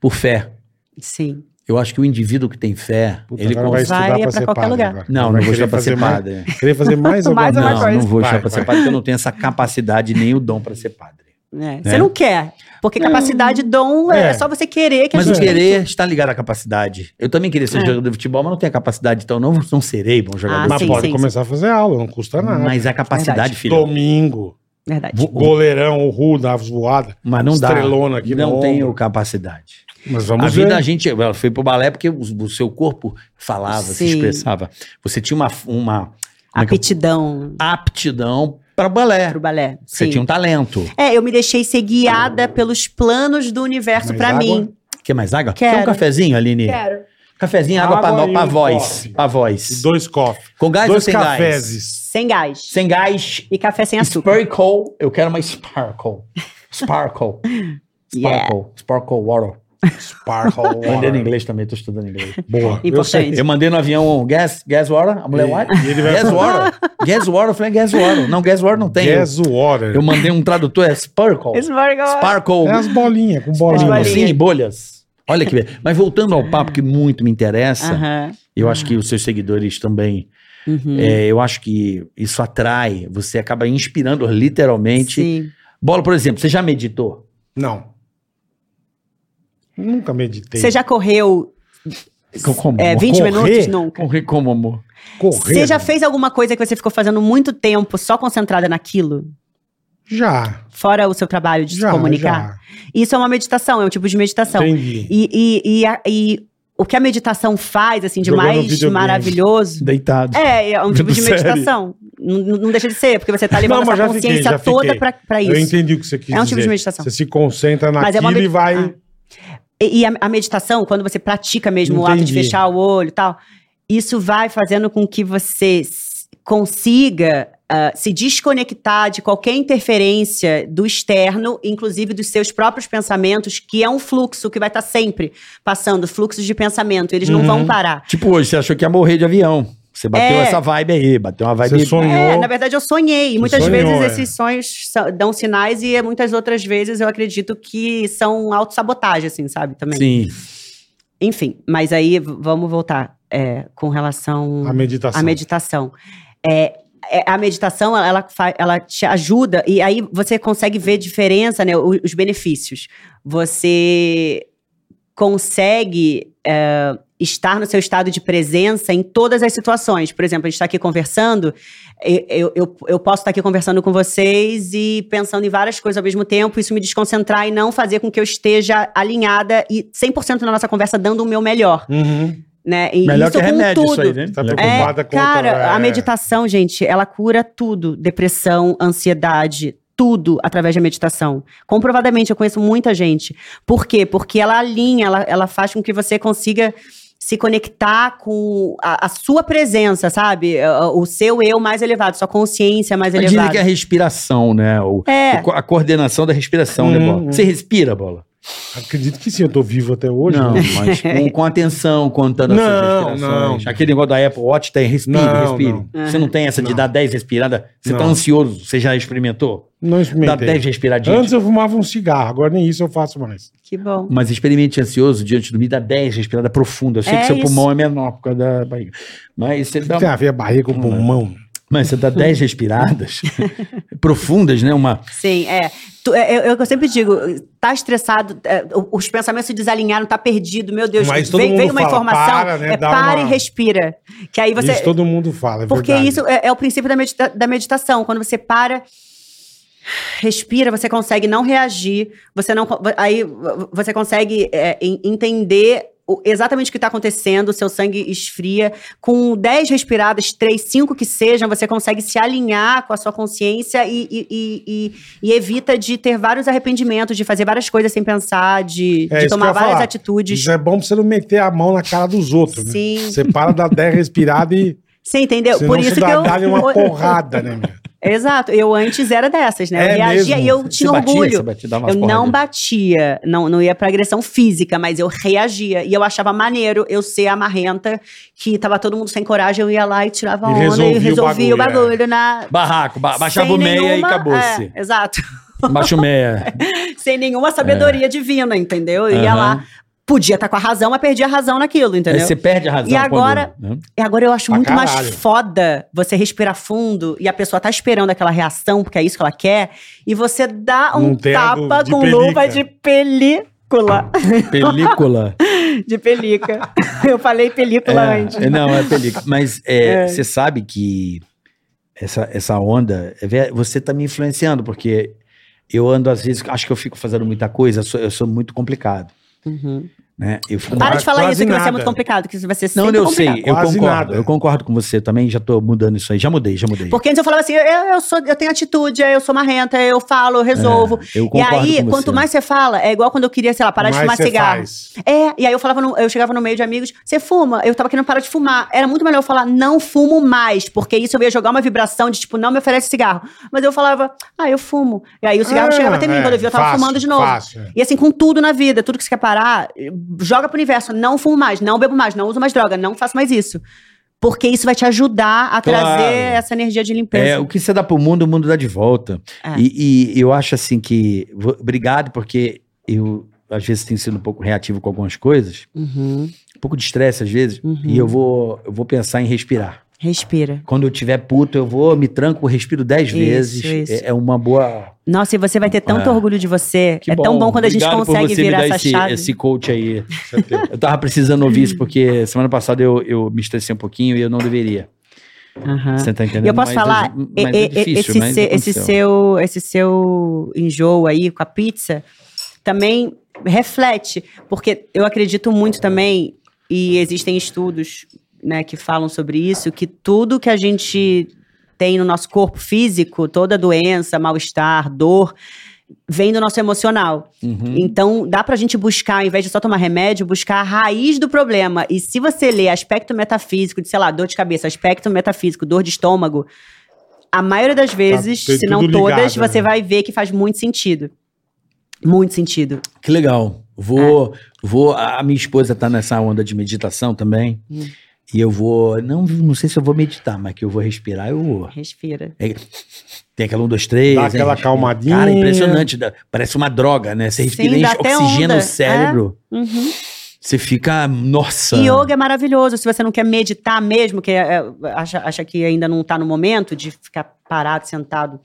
por fé. Sim. Eu acho que o indivíduo que tem fé, Puta, ele agora consegue. Vai pra qualquer padre lugar. agora. Não, não Vai vou querer estar pra fazer ser mais- padre. Querer fazer mais alguma <laughs> Mais uma coisa. Não, não vou Vai, estar pra ser vai. padre, porque eu não tenho essa capacidade nem o dom pra ser padre. É, Você não quer. Porque capacidade, dom, é, É. só você querer que Mas a o gente. querer está ligado à capacidade. Eu também queria ser É. jogador de futebol, mas não tenho a capacidade, então não, não serei bom jogador. Ah, Mas sim, pode sim, começar a fazer aula, não custa nada. mas é a capacidade, Verdade. filho. Domingo, Verdade. Vou- goleirão, o Ru, da voada. Mas não dá. Estrelona aqui no não ombro. tenho capacidade. Mas a vamos vida ver. a gente ela foi pro balé porque o, o seu corpo falava, se Sim. expressava. Você tinha uma, uma como é que eu- Aptidão aptidão para balé. pro balé. Você Sim. tinha um talento. É, eu me deixei ser guiada pelos planos do universo Mais pra água? mim. Quer mais água? Quer um Quero. cafezinho, Aline? Quero. Cafezinho, água, Água pra, no- e pra um voz. coffee. Pra voz. E Dois cofres. Com Ah, gás ou Dois sem gás? cafezes. Sem gás. Sem gás. E café sem açúcar. Sparkle. Eu quero uma sparkle. Sparkle. Sparkle. <laughs> Yeah. Sparkle water. <laughs> Sparkle. Mandei em inglês também, tô estudando inglês. Boa. Eu sei. Importante. Eu mandei no avião um gas, gas water, a mulher E- what? e ele vai gas falar- water. gas water, eu falei gas water. Não, gas water não tem. um Gas water. Eu mandei um tradutor, é sparkle. Esmorgou. Sparkle. É as bolinhas, com bolinhas. bolinha. Sim, e bolhas. Olha que be- Mas voltando ao papo que muito me interessa, Aham. eu acho que os seus seguidores também, Uhum. é, eu acho que isso atrai, você acaba inspirando literalmente. Sim. Bola, por exemplo, você já meditou? Não. Nunca meditei. Você já correu Como é, 20 correr? minutos? Nunca. Correr né? como, amor? Correr? Você já fez alguma coisa que você ficou fazendo muito tempo só concentrada naquilo? Já. Fora o seu trabalho de Já, se comunicar? já. Isso é uma meditação, é um tipo de meditação. Entendi. E, e- e a- e o que a meditação faz, assim, de Jogando mais videogame. maravilhoso. Deitado. É, é um tipo Vendo de série. meditação. Não, não deixa de ser, porque você tá levando Não, mas essa já fiquei, consciência já toda fiquei. pra, pra Eu isso. entendi o que você quis dizer. É um tipo de meditação. Você se concentra Mas é naquilo uma e medi- vai... Ah. E, e a, a meditação, quando você pratica mesmo o hábito de Entendi. fechar o olho e tal, isso vai fazendo com que você s- consiga ah, se desconectar de qualquer interferência do externo, inclusive dos seus próprios pensamentos, que é um fluxo que vai estar sempre passando, fluxos de pensamento, eles não Uhum. vão parar. Tipo hoje, você achou que ia morrer de avião. Você bateu É. essa vibe aí, bateu uma vibe... Você sonhou. É, na verdade eu sonhei. E muitas sonhou, vezes é. esses sonhos são- dão sinais e muitas outras vezes eu acredito que são autossabotagem, assim, sabe? Também. Sim. Enfim, mas aí v- vamos voltar é, com relação A meditação. à meditação. É, é, a meditação, ela, ela, fa- ela te ajuda e aí você consegue ver diferença, né? o- Os, benefícios. Você consegue é, estar no seu estado de presença em todas as situações. Por exemplo, a gente está aqui conversando, eu, eu, eu- eu posso estar aqui conversando com vocês e pensando em várias coisas ao mesmo tempo, isso me desconcentrar e não fazer com que eu esteja alinhada e 100% na nossa conversa dando o meu melhor, Uhum. né? E Melhor isso que com remédio tudo. isso aí, né? Tá Legal. preocupado. Tomada É, contra- cara, é. a meditação, gente, ela cura tudo. Depressão, ansiedade, tudo através da meditação. Comprovadamente, eu conheço muita gente. Por quê? Porque ela alinha, ela, ela faz com que você consiga se conectar com a, a sua presença, sabe? É, O, o seu eu mais elevado, sua consciência mais Dizem elevada. que é a respiração, né? O, É. o co- a coordenação da respiração, né, Hum, Bola? Você respira, Bola? Acredito que sim, eu tô vivo até hoje. não, né? mas com, com atenção, contando as Não, suas respirações. não. Aquele negócio da Apple Watch tá tem respire, Não, respire. não. Você não tem essa de Não. dar 10 respiradas? Você tá Não. ansioso? Você já experimentou? Não Dá experimentei. 10 respiradinhas. Antes eu fumava um cigarro, agora nem isso eu faço mais. Que bom. Mas experimente ansioso diante de dormir, dá 10 respiradas profundas. Eu sei É que seu isso. pulmão é menor por causa da barriga. Mas você dá, Tem a ver a barriga com o pulmão. mas você dá 10 <laughs> respiradas profundas, né? Uma, Sim, é. Tu- é, é- é o que eu sempre digo, tá estressado, é, o- os pensamentos se desalinharam, tá perdido, meu Deus. Mas todo vem, mundo vem uma fala, informação, para, né, é, dá para uma- e respira. Que aí você... Isso todo mundo fala, é Porque verdade. isso é, é o princípio da, medita- da meditação. Quando você para, respira, você consegue não reagir, você não. co- Aí vo- você consegue é, en- entender. o- Exatamente o que está acontecendo, seu sangue esfria. Com 10 respiradas, 3, 5 que sejam, você consegue se alinhar com a sua consciência e, e- e- e- e evita de ter vários arrependimentos, de fazer várias coisas sem pensar, de, É, de isso que eu tomar ia várias falar. atitudes. Isso é bom pra você não meter a mão na cara dos outros, né? Sim. Você para, dá 10 respiradas e Você entendeu? você Por não isso se que dá, <laughs> eu. dá-lhe uma <laughs> eu- porrada, né? meu? Exato, eu antes era dessas, né? Eu É reagia mesmo? e eu tinha você batia, orgulho. você batia, dava umas eu não porradinhas. batia, não, não ia pra agressão física, mas eu reagia. E eu achava maneiro eu ser a marrenta, que tava todo mundo sem coragem, eu ia lá e tirava E onda resolvia e o resolvia o bagulho, bagulho, na. Barraco, é. ba- baixava sem o meia e nenhuma- acabou-se. é, exato. <laughs> Baixa o meia. Sem nenhuma sabedoria divina, entendeu? Eu ia Aham. lá. Podia estar com a razão, mas perdi a razão naquilo, Aí entendeu? você perde a razão. E agora- quando, né? E agora eu acho Pra muito mais caralho. foda você respirar fundo e a pessoa tá esperando aquela reação, porque é isso que ela quer, e você dá Não um tem a do- tapa de com pelica. luva de película. <laughs> Película. De pelica. <laughs> eu falei película antes. É, não, é película. Mas é, você sabe que essa, essa onda, é ver- você tá me influenciando, porque eu ando às vezes, acho que eu fico fazendo muita coisa, eu sou, eu sou muito complicado, né? Eu fico Para é. Quase de falar isso, que você nada. é muito complicado, que isso vai ser Não, sempre eu complicado. sei, eu Quase concordo. nada. Eu concordo com você também, já tô mudando isso aí. Já mudei, já mudei. Porque antes eu falava assim, eu, eu sou, eu tenho atitude, eu sou marrenta, eu falo, eu resolvo. É, eu e concordo aí, com você. quanto mais você fala, é igual quando eu queria, sei lá, parar de Mas fumar você cigarro. faz. É, e aí eu falava, no- eu chegava no meio de amigos, você fuma? Eu tava querendo parar de fumar. Era muito melhor eu falar, não fumo mais, porque isso eu ia jogar uma vibração de tipo, não me oferece cigarro. Mas eu falava, ah, eu fumo. E aí o cigarro Ah, chegava até mim, é, quando eu vi, eu tava fácil, fumando de novo. fácil, é. E assim, com tudo na vida, tudo que você quer parar, joga pro universo, não fumo mais, não bebo mais, não uso mais droga, não faço mais isso. Porque isso vai te ajudar a Claro. trazer essa energia de limpeza. É, o que você dá pro mundo, o mundo dá de volta. É. E, e eu acho assim que. vo- Obrigado, porque eu às vezes tenho sido um pouco reativo com algumas coisas, Uhum. um pouco de estresse às vezes, Uhum. e eu vou, eu vou pensar em respirar. Respira. Quando eu tiver puto, eu vou, me tranco, respiro dez Isso, vezes. isso. É, é uma boa. Nossa, e você vai ter tanto É. orgulho de você. é tão bom quando a gente Obrigado por consegue você me virar dar essa esse, chave. Esse coach aí. Você tem- <laughs> Eu tava precisando ouvir isso, porque semana passada eu, eu me estressei um pouquinho e eu não deveria. Aham. Você tá entendendo? Ah. E eu posso Mas falar, mas e- é e- difícil, esse, mas se- esse aconteceu. seu, esse seu enjoo aí com a pizza também reflete, porque eu acredito muito também, e existem estudos né, que falam sobre isso, que tudo que a gente tem no nosso corpo físico, toda doença, mal-estar, dor, vem do nosso emocional. Uhum. Então, dá pra gente buscar, ao invés de só tomar remédio, buscar a raiz do problema. E se você ler aspecto metafísico, de, sei lá, dor de cabeça, aspecto metafísico, dor de estômago, a maioria das vezes, tem se não Tá tudo ligado, todas, você né? vai ver que faz muito sentido. Muito sentido. Que legal. Vou, É. vou. A a minha esposa tá nessa onda de meditação também. Hum. E eu vou. Não, não sei se eu vou meditar, mas que eu vou respirar, eu vou. Respira. É- tem aquela um, dois, três. Dá né, aquela respira. calmadinha. Cara, impressionante. dá- parece uma droga, né? Você Sim, respira, dá enche até oxigena onda, o cérebro. Uhum. Você fica. Nossa. E yoga é maravilhoso. Se você não quer meditar mesmo, que é, é, acha, acha que ainda não tá no momento de ficar parado, sentado,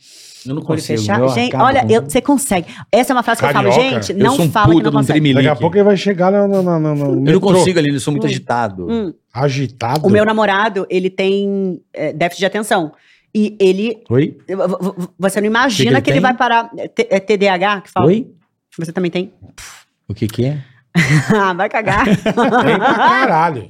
Eu não com o olho consigo. fechado. eu Gente, acabo olha, com- eu- você consegue. Essa é uma frase que eu falo, Carioca? gente, eu não sou um fala que puta não de um consegue. tremelique. Daqui a pouco ele vai chegar no, no, no, no, no Eu não metrô, consigo ali, eu sou muito agitado. Hum. Agitado. O meu namorado, ele tem é, déficit de atenção. E ele. Oi? v- v- Você não imagina ele que, ele tem? vai parar. é, T- É TDAH que fala? Oi? Você também tem? <laughs> O que que é? Ah, vai cagar. Tem <laughs> pra caralho.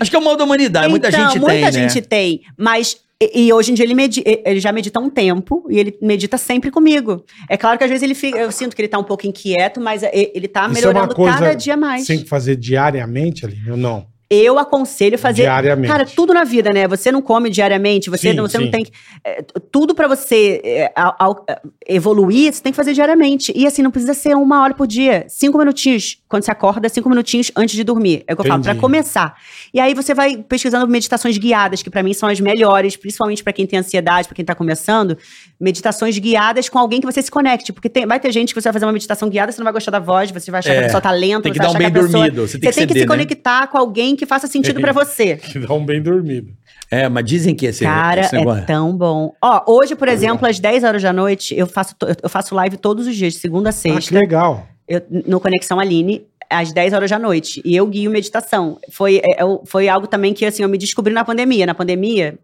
Acho que é o mal da humanidade. muita gente tem, Então, muita né? gente tem. Mas E, e hoje em dia ele, medi- e- ele já medita há um tempo e ele medita sempre comigo. É claro que às vezes ele fica, eu sinto que ele tá um pouco inquieto, mas é- ele tá Isso é melhorando uma coisa cada dia mais. Tem que fazer diariamente ali? Eu não. Eu aconselho fazer. Diariamente. Cara, tudo na vida, né? Você não come diariamente, você, Sim, não, você sim. não tem que. é, t- tudo pra você é, ao- ao- é, evoluir, você tem que fazer diariamente. E assim, não precisa ser uma hora por dia. Cinco minutinhos. Quando você acorda, cinco minutinhos antes de dormir. É o que eu falo, pra Entendi. começar. E aí você vai pesquisando meditações guiadas, que pra mim são as melhores, principalmente pra quem tem ansiedade, pra quem tá começando. Meditações guiadas com alguém que você se conecte. Porque tem- vai ter gente que você vai fazer uma meditação guiada, você não vai gostar da voz, você vai achar que É, a pessoa tá lenta, Tem que você dar vai um achar bem que a pessoa dormido. Você tem você tem que que se ceder, né? conectar com alguém que faça sentido pra você. <laughs> Que dá um bem dormido. É, mas dizem que esse, Cara, esse é negócio... tão bom. Ó, hoje, por exemplo, às 10 horas da noite, eu faço, to- eu faço live todos os dias, de segunda a Ah, que sexta, legal. eu- no Conexão Aline, às 10 horas da noite. E eu guio meditação. Foi, é, eu- foi algo também que, assim, eu me descobri na pandemia. Na pandemia,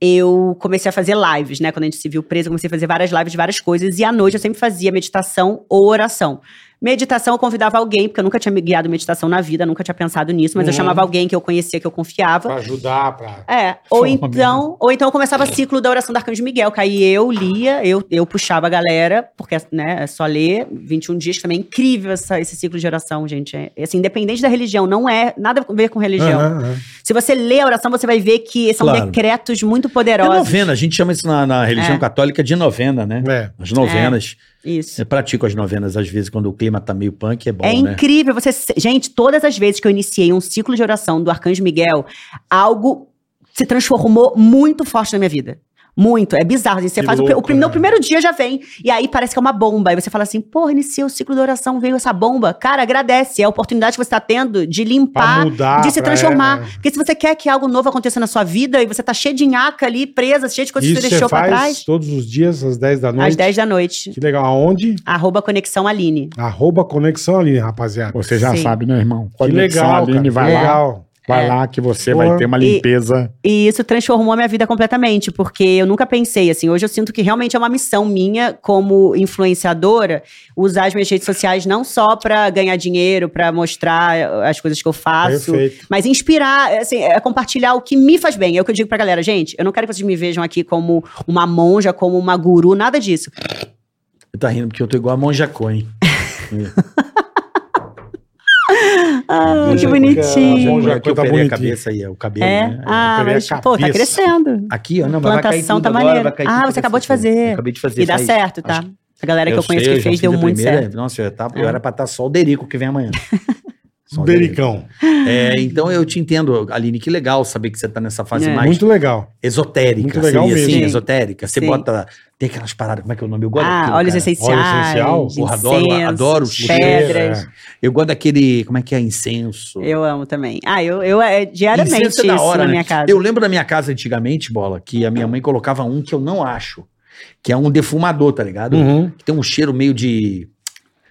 eu comecei a fazer lives, né? Quando a gente se viu preso, eu comecei a fazer várias lives de várias coisas. E à noite eu sempre fazia meditação ou oração. Meditação eu convidava alguém, porque eu nunca tinha me guiado meditação na vida, nunca tinha pensado nisso, mas eu Uhum. chamava alguém que eu conhecia, que eu confiava. Pra ajudar, pra... É, ou Forma então, ou então eu começava É. ciclo da oração do Arcanjo Miguel, que aí eu lia, eu, eu puxava a galera, porque né, é só ler, 21 dias também é incrível essa- esse ciclo de oração, gente. É, assim, independente da religião, não é nada a ver com religião. Aham, aham. Se você lê a oração, você vai ver que são Claro. decretos muito É poderosos. novena, a gente chama isso na, na É. religião católica de novena, né? É. As novenas. Isso. Eu pratico as novenas às vezes quando o clima tá meio punk, é bom, é né? incrível. Você, se- gente, todas as vezes que eu iniciei um ciclo de oração do Arcanjo Miguel, algo se transformou muito forte na minha vida. Muito, é bizarro. assim, Você Que faz o pri- o, louco, prim- no né? primeiro dia já vem. E aí parece que é uma bomba. Aí você fala assim: porra, iniciei o ciclo de oração, veio essa bomba. Cara, agradece. É a oportunidade que você está tendo de Pra limpar, mudar. de se pra- transformar. é, Porque se você quer que algo novo aconteça na sua vida e você tá cheio de nhaca ali, presa, cheio de coisas que Isso você você deixou pra faz trás, todos os dias, às 10 da noite. às 10 da noite. Que legal. Aonde? Arroba Conexão Aline. Arroba Conexão Aline, rapaziada. Você já Sim. sabe, né, irmão? Que legal, cara. Aline, vai que lá. legal. Vai É. lá que você Porra. vai ter uma E- limpeza. E isso transformou a minha vida completamente, porque eu nunca pensei assim. Hoje eu sinto que realmente é uma missão minha, como influenciadora, usar as minhas redes sociais não só pra ganhar dinheiro, pra mostrar eh, as coisas que eu faço, Perfeito. mas inspirar, assim, é compartilhar o que me faz bem. É o que eu digo pra galera, gente. Eu não quero que vocês me vejam aqui como uma monja, como uma guru, nada disso. Você Tá rindo porque eu tô igual a Monja Coin. Ah, Monja que Coin. bonitinho. Monja Aqui eu Coin tá perei a bonitinho. cabeça aí, é o cabelo, É? é né? É. Ah, Peraí, mas, a pô, tá cabeça. crescendo. Aqui, ó, não, mas vai cair Plantação tudo tá agora, maneiro. vai cair Ah, tudo você acabou de dessa vez. fazer. Eu acabei de fazer. E dá faz- certo, tá? acho- A galera que eu sei, conheço que já fez fiz deu a muito primeira. certo. Nossa, eu, tava, eu É. era pra estar só o Derico que vem <laughs> amanhã. Um Só o Derico. Dericão. É, então eu te entendo, Aline, que legal saber que você tá nessa fase É. mais Muito legal. esotérica. Muito legal seria mesmo. assim, Sim. esotérica. Você Sim. bota. Tem aquelas paradas, como é que é o nome? Eu gosto Ah, daquilo, óleos cara. essenciais. essencial? Porra, adoro- incenso, adoro o cheiro. pedras. É. Eu gosto daquele. Como é que é? Incenso. Eu amo também. Ah, eu, eu é, diariamente Incenso é da isso hora, na né? minha casa. Eu lembro da minha casa antigamente, bola, que a minha mãe colocava um que eu não acho. Que é um defumador, tá ligado? Uhum. Que tem um cheiro meio de.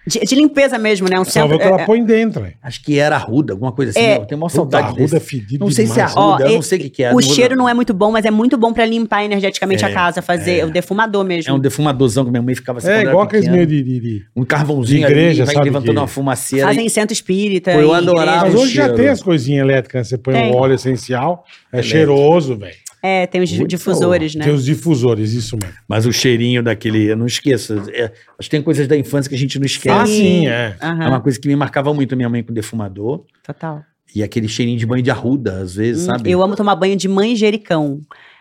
De, de limpeza mesmo, né? Um Assim, Só centro. que ela É, põe dentro. velho. Acho que era arruda, alguma coisa assim. É. Eu tenho uma Puta, saudade arruda desse. é fedido Não sei se é demais. arruda, né? Ó, eu e- não sei o que, que é. o cheiro não é muito bom, mas é muito bom pra limpar energeticamente É, a casa, fazer o defumador É mesmo. um defumadorzão que minha mãe ficava assim. É quando eu igual era aqueles pequeno. meio de... de- de- Um carvãozinho de igreja, ali, vai sabe, levantando de- uma fumaceira. Fazem centro espírita. Pô, eu em adorava. igreja. Mas o hoje já cheiro. tem as coisinhas elétricas, né? Você põe Tem. um óleo essencial, é Elétrico. cheiroso, velho. É, tem os Muito difusores, né? Tem os difusores, isso mesmo. Mas o cheirinho daquele, eu não esqueço. É, acho que tem coisas da infância que a gente não esquece. Ah, sim, é. É Aham, uma coisa que me marcava muito minha mãe com defumador. total. E aquele cheirinho de banho de arruda, às vezes, Hum, sabe? Eu amo tomar banho de manjericão.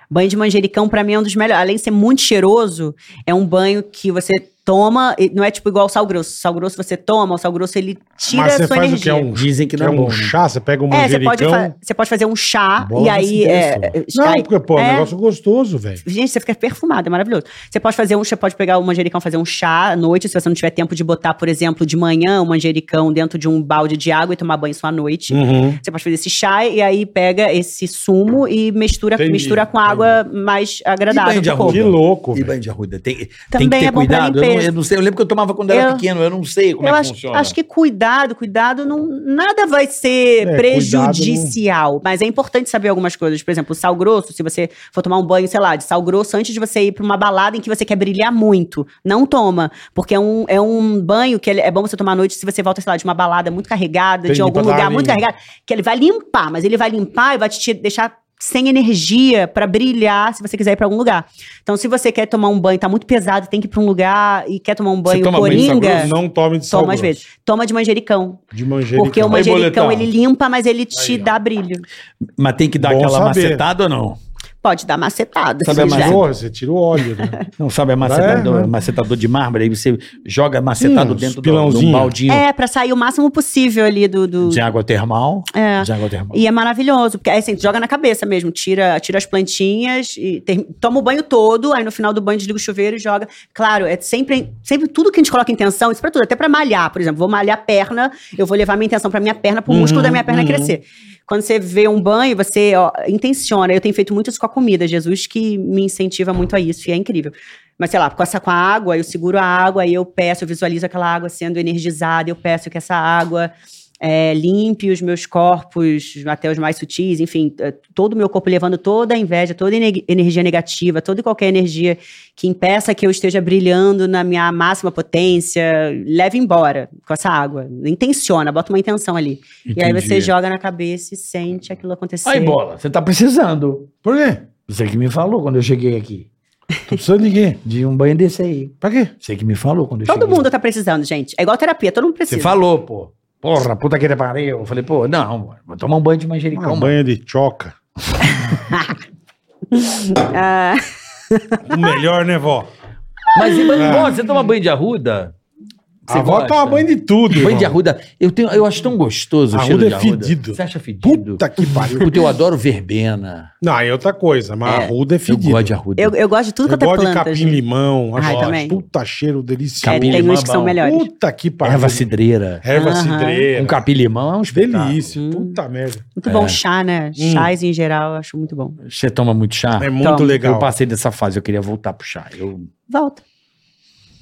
Banho de manjericão, pra mim, é um dos melhores. Além de ser muito cheiroso, é um banho que você toma. e Não é tipo igual o sal grosso. Sal grosso você toma, o sal grosso ele tira Mas a você sua faz o que? energia. É um, Dizem que não é é, um bom. né? chá? Você pega um É, você manjericão... pode, fa- você pode fazer um chá Bola e aí. desse é, texto. é, Não, cai- porque, pô, é um é. negócio gostoso, velho. Gente, você fica perfumado, é maravilhoso. Você pode fazer um, você pode pegar o manjericão, fazer um chá à noite, se você não tiver tempo de botar, por exemplo, de manhã o manjericão dentro de um balde de água e tomar banho só à noite. Uhum. Você pode fazer esse chá e aí pega esse sumo e mistura, Entendi, mistura com água mais E banho agradável de pro corpo. Que Pô, louco, E velho. banho de arruda. Tem, tem que Também ter é bom pra cuidado. Eu não, limpeza. eu não sei. Eu lembro que eu tomava quando era Eu- pequeno. Eu não sei como Eu é que acho, funciona. acho que cuidado, cuidado, não, nada vai ser É, prejudicial. Mas é importante saber algumas coisas. Por exemplo, o sal grosso, se você for tomar um banho, sei lá, de sal grosso, antes de você ir pra uma balada em que você quer brilhar muito, não toma. Porque é um, é um banho que ele- é bom você tomar à noite se você volta, sei lá, de uma balada muito carregada, Entendi, de algum pra dar lugar uma muito limpa. carregado, que ele vai limpar, mas ele vai limpar e vai te deixar sem energia pra brilhar se você quiser ir pra algum lugar. Então, se você quer tomar um banho, tá muito pesado, tem que ir pra um lugar e quer tomar um banho de sal coringa, grosso? Não tome de sal toma às grosso. vezes. Toma de manjericão. De manjericão. Porque o Aí, manjericão, boletão. ele limpa, mas ele te Aí, ó. dá brilho. Mas tem que dar Bom aquela saber. macetada ou não? Pode dar macetada. Sabe a se quiser. Mas, maçã? porra, você tira o óleo, <laughs> né? Não sabe, é macetador, É, né? macetador de mármore, aí você joga macetado Sim, uns dentro do, de um pilãozinho. baldinho É, pra sair o máximo possível ali do... do- de água termal. É. De água termal. E é maravilhoso, porque aí assim, tu joga na cabeça mesmo, tira, tira as plantinhas, e ter- toma o banho todo, aí no final do banho desliga o chuveiro e joga. Claro, é sempre, sempre tudo que a gente coloca intenção, isso pra tudo, até pra malhar, por exemplo, vou malhar a perna, eu vou levar minha intenção pra minha perna, pro músculo da minha perna crescer. Quando você vê um banho, você ó, intenciona. Eu tenho feito muito isso com a comida, Jesus que me incentiva muito a isso, e é incrível. Mas sei lá, com, essa, com a água, eu seguro a água, aí eu peço, eu visualizo aquela água sendo energizada, eu peço que essa água é, limpe os meus corpos, até os mais sutis, enfim, é, todo o meu corpo levando toda a inveja, toda a ener- energia negativa, toda e qualquer energia que impeça que eu esteja brilhando na minha máxima potência, leve embora com essa água. Intenciona, bota uma intenção ali. E aí você joga na cabeça e sente aquilo acontecer. Aí, bola, você tá precisando. Por quê? Você que me falou quando eu cheguei aqui. Tô precisando de quê? De um banho desse aí. Pra quê? Você que me falou quando eu Todo cheguei. mundo tá precisando, gente. É igual terapia, todo mundo Você precisa. falou, pô. Porra, puta que pariu. Eu falei, pô, não, mano, vou tomar um banho de manjericão. Uma mano. banha de choca. <laughs> Ah, <laughs> O melhor, né, vó? Mas e banho É. bom, você toma banho de arruda? a vó gosta? toma banho de tudo, Banho irmão. de arruda, eu, tenho, eu acho tão gostoso o Arruda cheiro de é arruda. fedido. Você acha fedido? Puta que pariu. Puta, eu adoro verbena. Não, é outra coisa, mas É, arruda é fedido. Eu gosto de arruda. eu, eu gosto de tudo Eu quanto é gosto de planta. gente. capim-limão. Ai, acho também. Puta cheiro É, delicioso. tem capim-limão uns que é são bom. melhores. Puta que pariu. Erva cidreira. Erva Aham. cidreira. Um capim-limão é um espetáculo. Delícia. Puta merda. Muito bom É. chá, né? Hum. Chás em geral, eu acho muito bom. Você Ah, toma muito chá? É muito Então, legal. Eu passei dessa fase, eu queria voltar pro chá. Eu... Volta.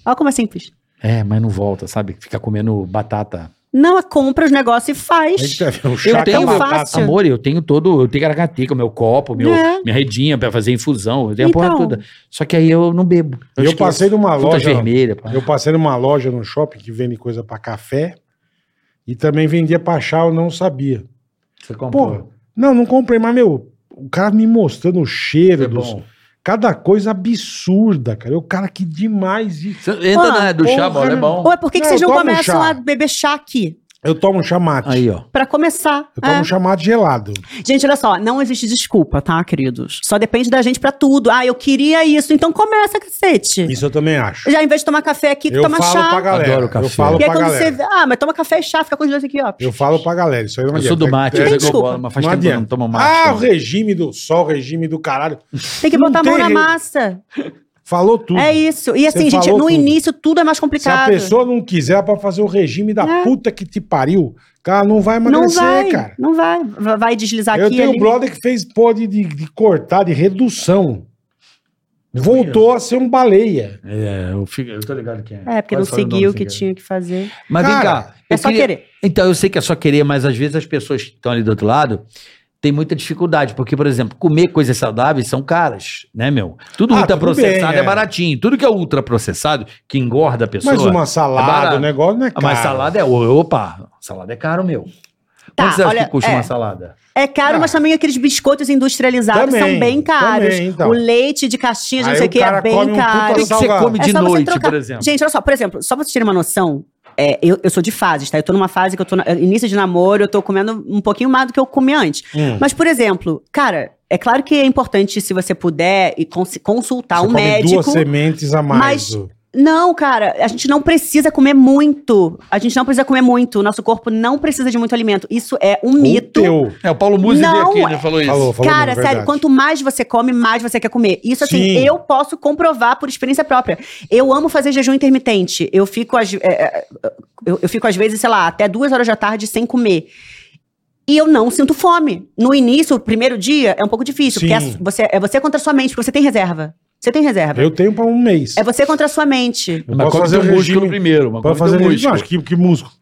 Olha como é simples. É, mas não volta, sabe? Fica comendo batata. Não, ela compra os negócios e A gente faz. tá vendo um Eu chá tenho com meu- batata. fácil. Amor, eu tenho todo, eu tenho caracateca, meu copo, meu, É. minha redinha pra fazer infusão, eu tenho a porra Então. toda. Só que aí eu não bebo. Eu esqueço. passei numa Frutas loja- vermelha, pá. Eu passei numa loja no shopping que vende coisa pra café e também vendia pra chá, eu não sabia. Você Pô, não, não comprei, mas, meu, o cara me mostrando o cheiro É dos... bom. Cada coisa absurda, cara. Eu, cara, que demais isso. Você entra Ah, na do chá, porra, bola, é né? bom. Ou é por que que Não, vocês não toma um começam chá. a beber chá aqui? Eu tomo um chamate. Aí, ó. Pra começar. Eu tomo é. um chamate gelado. Gente, olha só, não existe desculpa, tá, queridos? Só depende da gente pra tudo. Ah, eu queria isso, então começa, cacete. Isso eu também acho. Já em vez de tomar café aqui, Eu toma falo pra chá. galera. Adoro café. Eu falo Porque aí pra quando você galera. vê, ah, mas toma café e chá, fica com os dois aqui, ó. Eu falo pra galera. Isso aí não Eu sou adianta. do mate, É- eu Tem sou desculpa. bola, mas faz não tempo que eu não adianta. tomo Ah, o mate. né? regime do sol, o regime do caralho. Tem que Não botar a mão tem na jeito. massa. Falou tudo. É isso. E assim, Você gente, no falou tudo. início tudo é mais Se a complicado. pessoa não quiser, ela pode fazer o regime da É. puta que te pariu, cara, não vai não emagrecer, vai, cara. não vai. Va- Vai deslizar Eu aqui. tenho ali. um brother que fez pô de, de- de cortar, de redução. Voltou a ser um baleia. É, eu, fico- eu tô ligado que É, porque não Quase falei o nome seguiu o sem que querer. tinha que fazer. Mas vem Cara, cá. É eu só queria- querer. Então, eu sei que é só querer, mas às vezes as pessoas que estão ali do outro lado têm muita dificuldade. Porque, por exemplo, comer coisas saudáveis são caras, né, meu? Tudo Ah, ultra tudo processado bem, é. é. baratinho. Tudo que é ultraprocessado, que engorda a pessoa. Mas uma é. barato. salada, o negócio não é Ah, caro. mas salada é. Opa, salada é caro, meu. Tá, Quanto você acha olha, que custa é. uma salada? É caro, Ah. mas também aqueles biscoitos industrializados Também, são bem caros. também, então. O leite de caixinha, de não Aí sei o o que, é cara bem come um puta caro. O que, que você salgado. come É de só você noite, trocar. por exemplo? Gente, olha só, por exemplo, só pra vocês terem uma noção, é, eu, eu sou de fases, tá? Eu tô numa fase que eu tô na, início de namoro, eu tô comendo um pouquinho mais do que eu comia antes. Hum. Mas, por exemplo, cara, é claro que é importante se você puder e cons- consultar Você um come médico. duas sementes a mais. mas- Não, cara, a gente não precisa comer muito. A gente não precisa comer muito. O nosso corpo não precisa de muito alimento. Isso é um mito. teu. É, o Paulo Musi veio Não, aqui, é- né? Falou isso. Falou, falou Cara, mesmo, sério, verdade. quanto mais você come, mais você quer comer. Isso, assim, Sim. eu posso comprovar por experiência própria. Eu amo fazer jejum intermitente. Eu fico, às- é, é, eu, eu fico às vezes, sei lá, até duas horas da tarde sem comer. E eu não sinto fome. No início, o primeiro dia, é um pouco difícil. Sim. Porque é você, é você contra a sua mente, porque você tem reserva. Você tem reserva. Eu tenho pra um mês. É você contra a sua mente. Eu Mas posso come fazer teu um músculo regime. primeiro. Mas Pra come fazer teu músculo. Não, músculo. acho que, que músculo.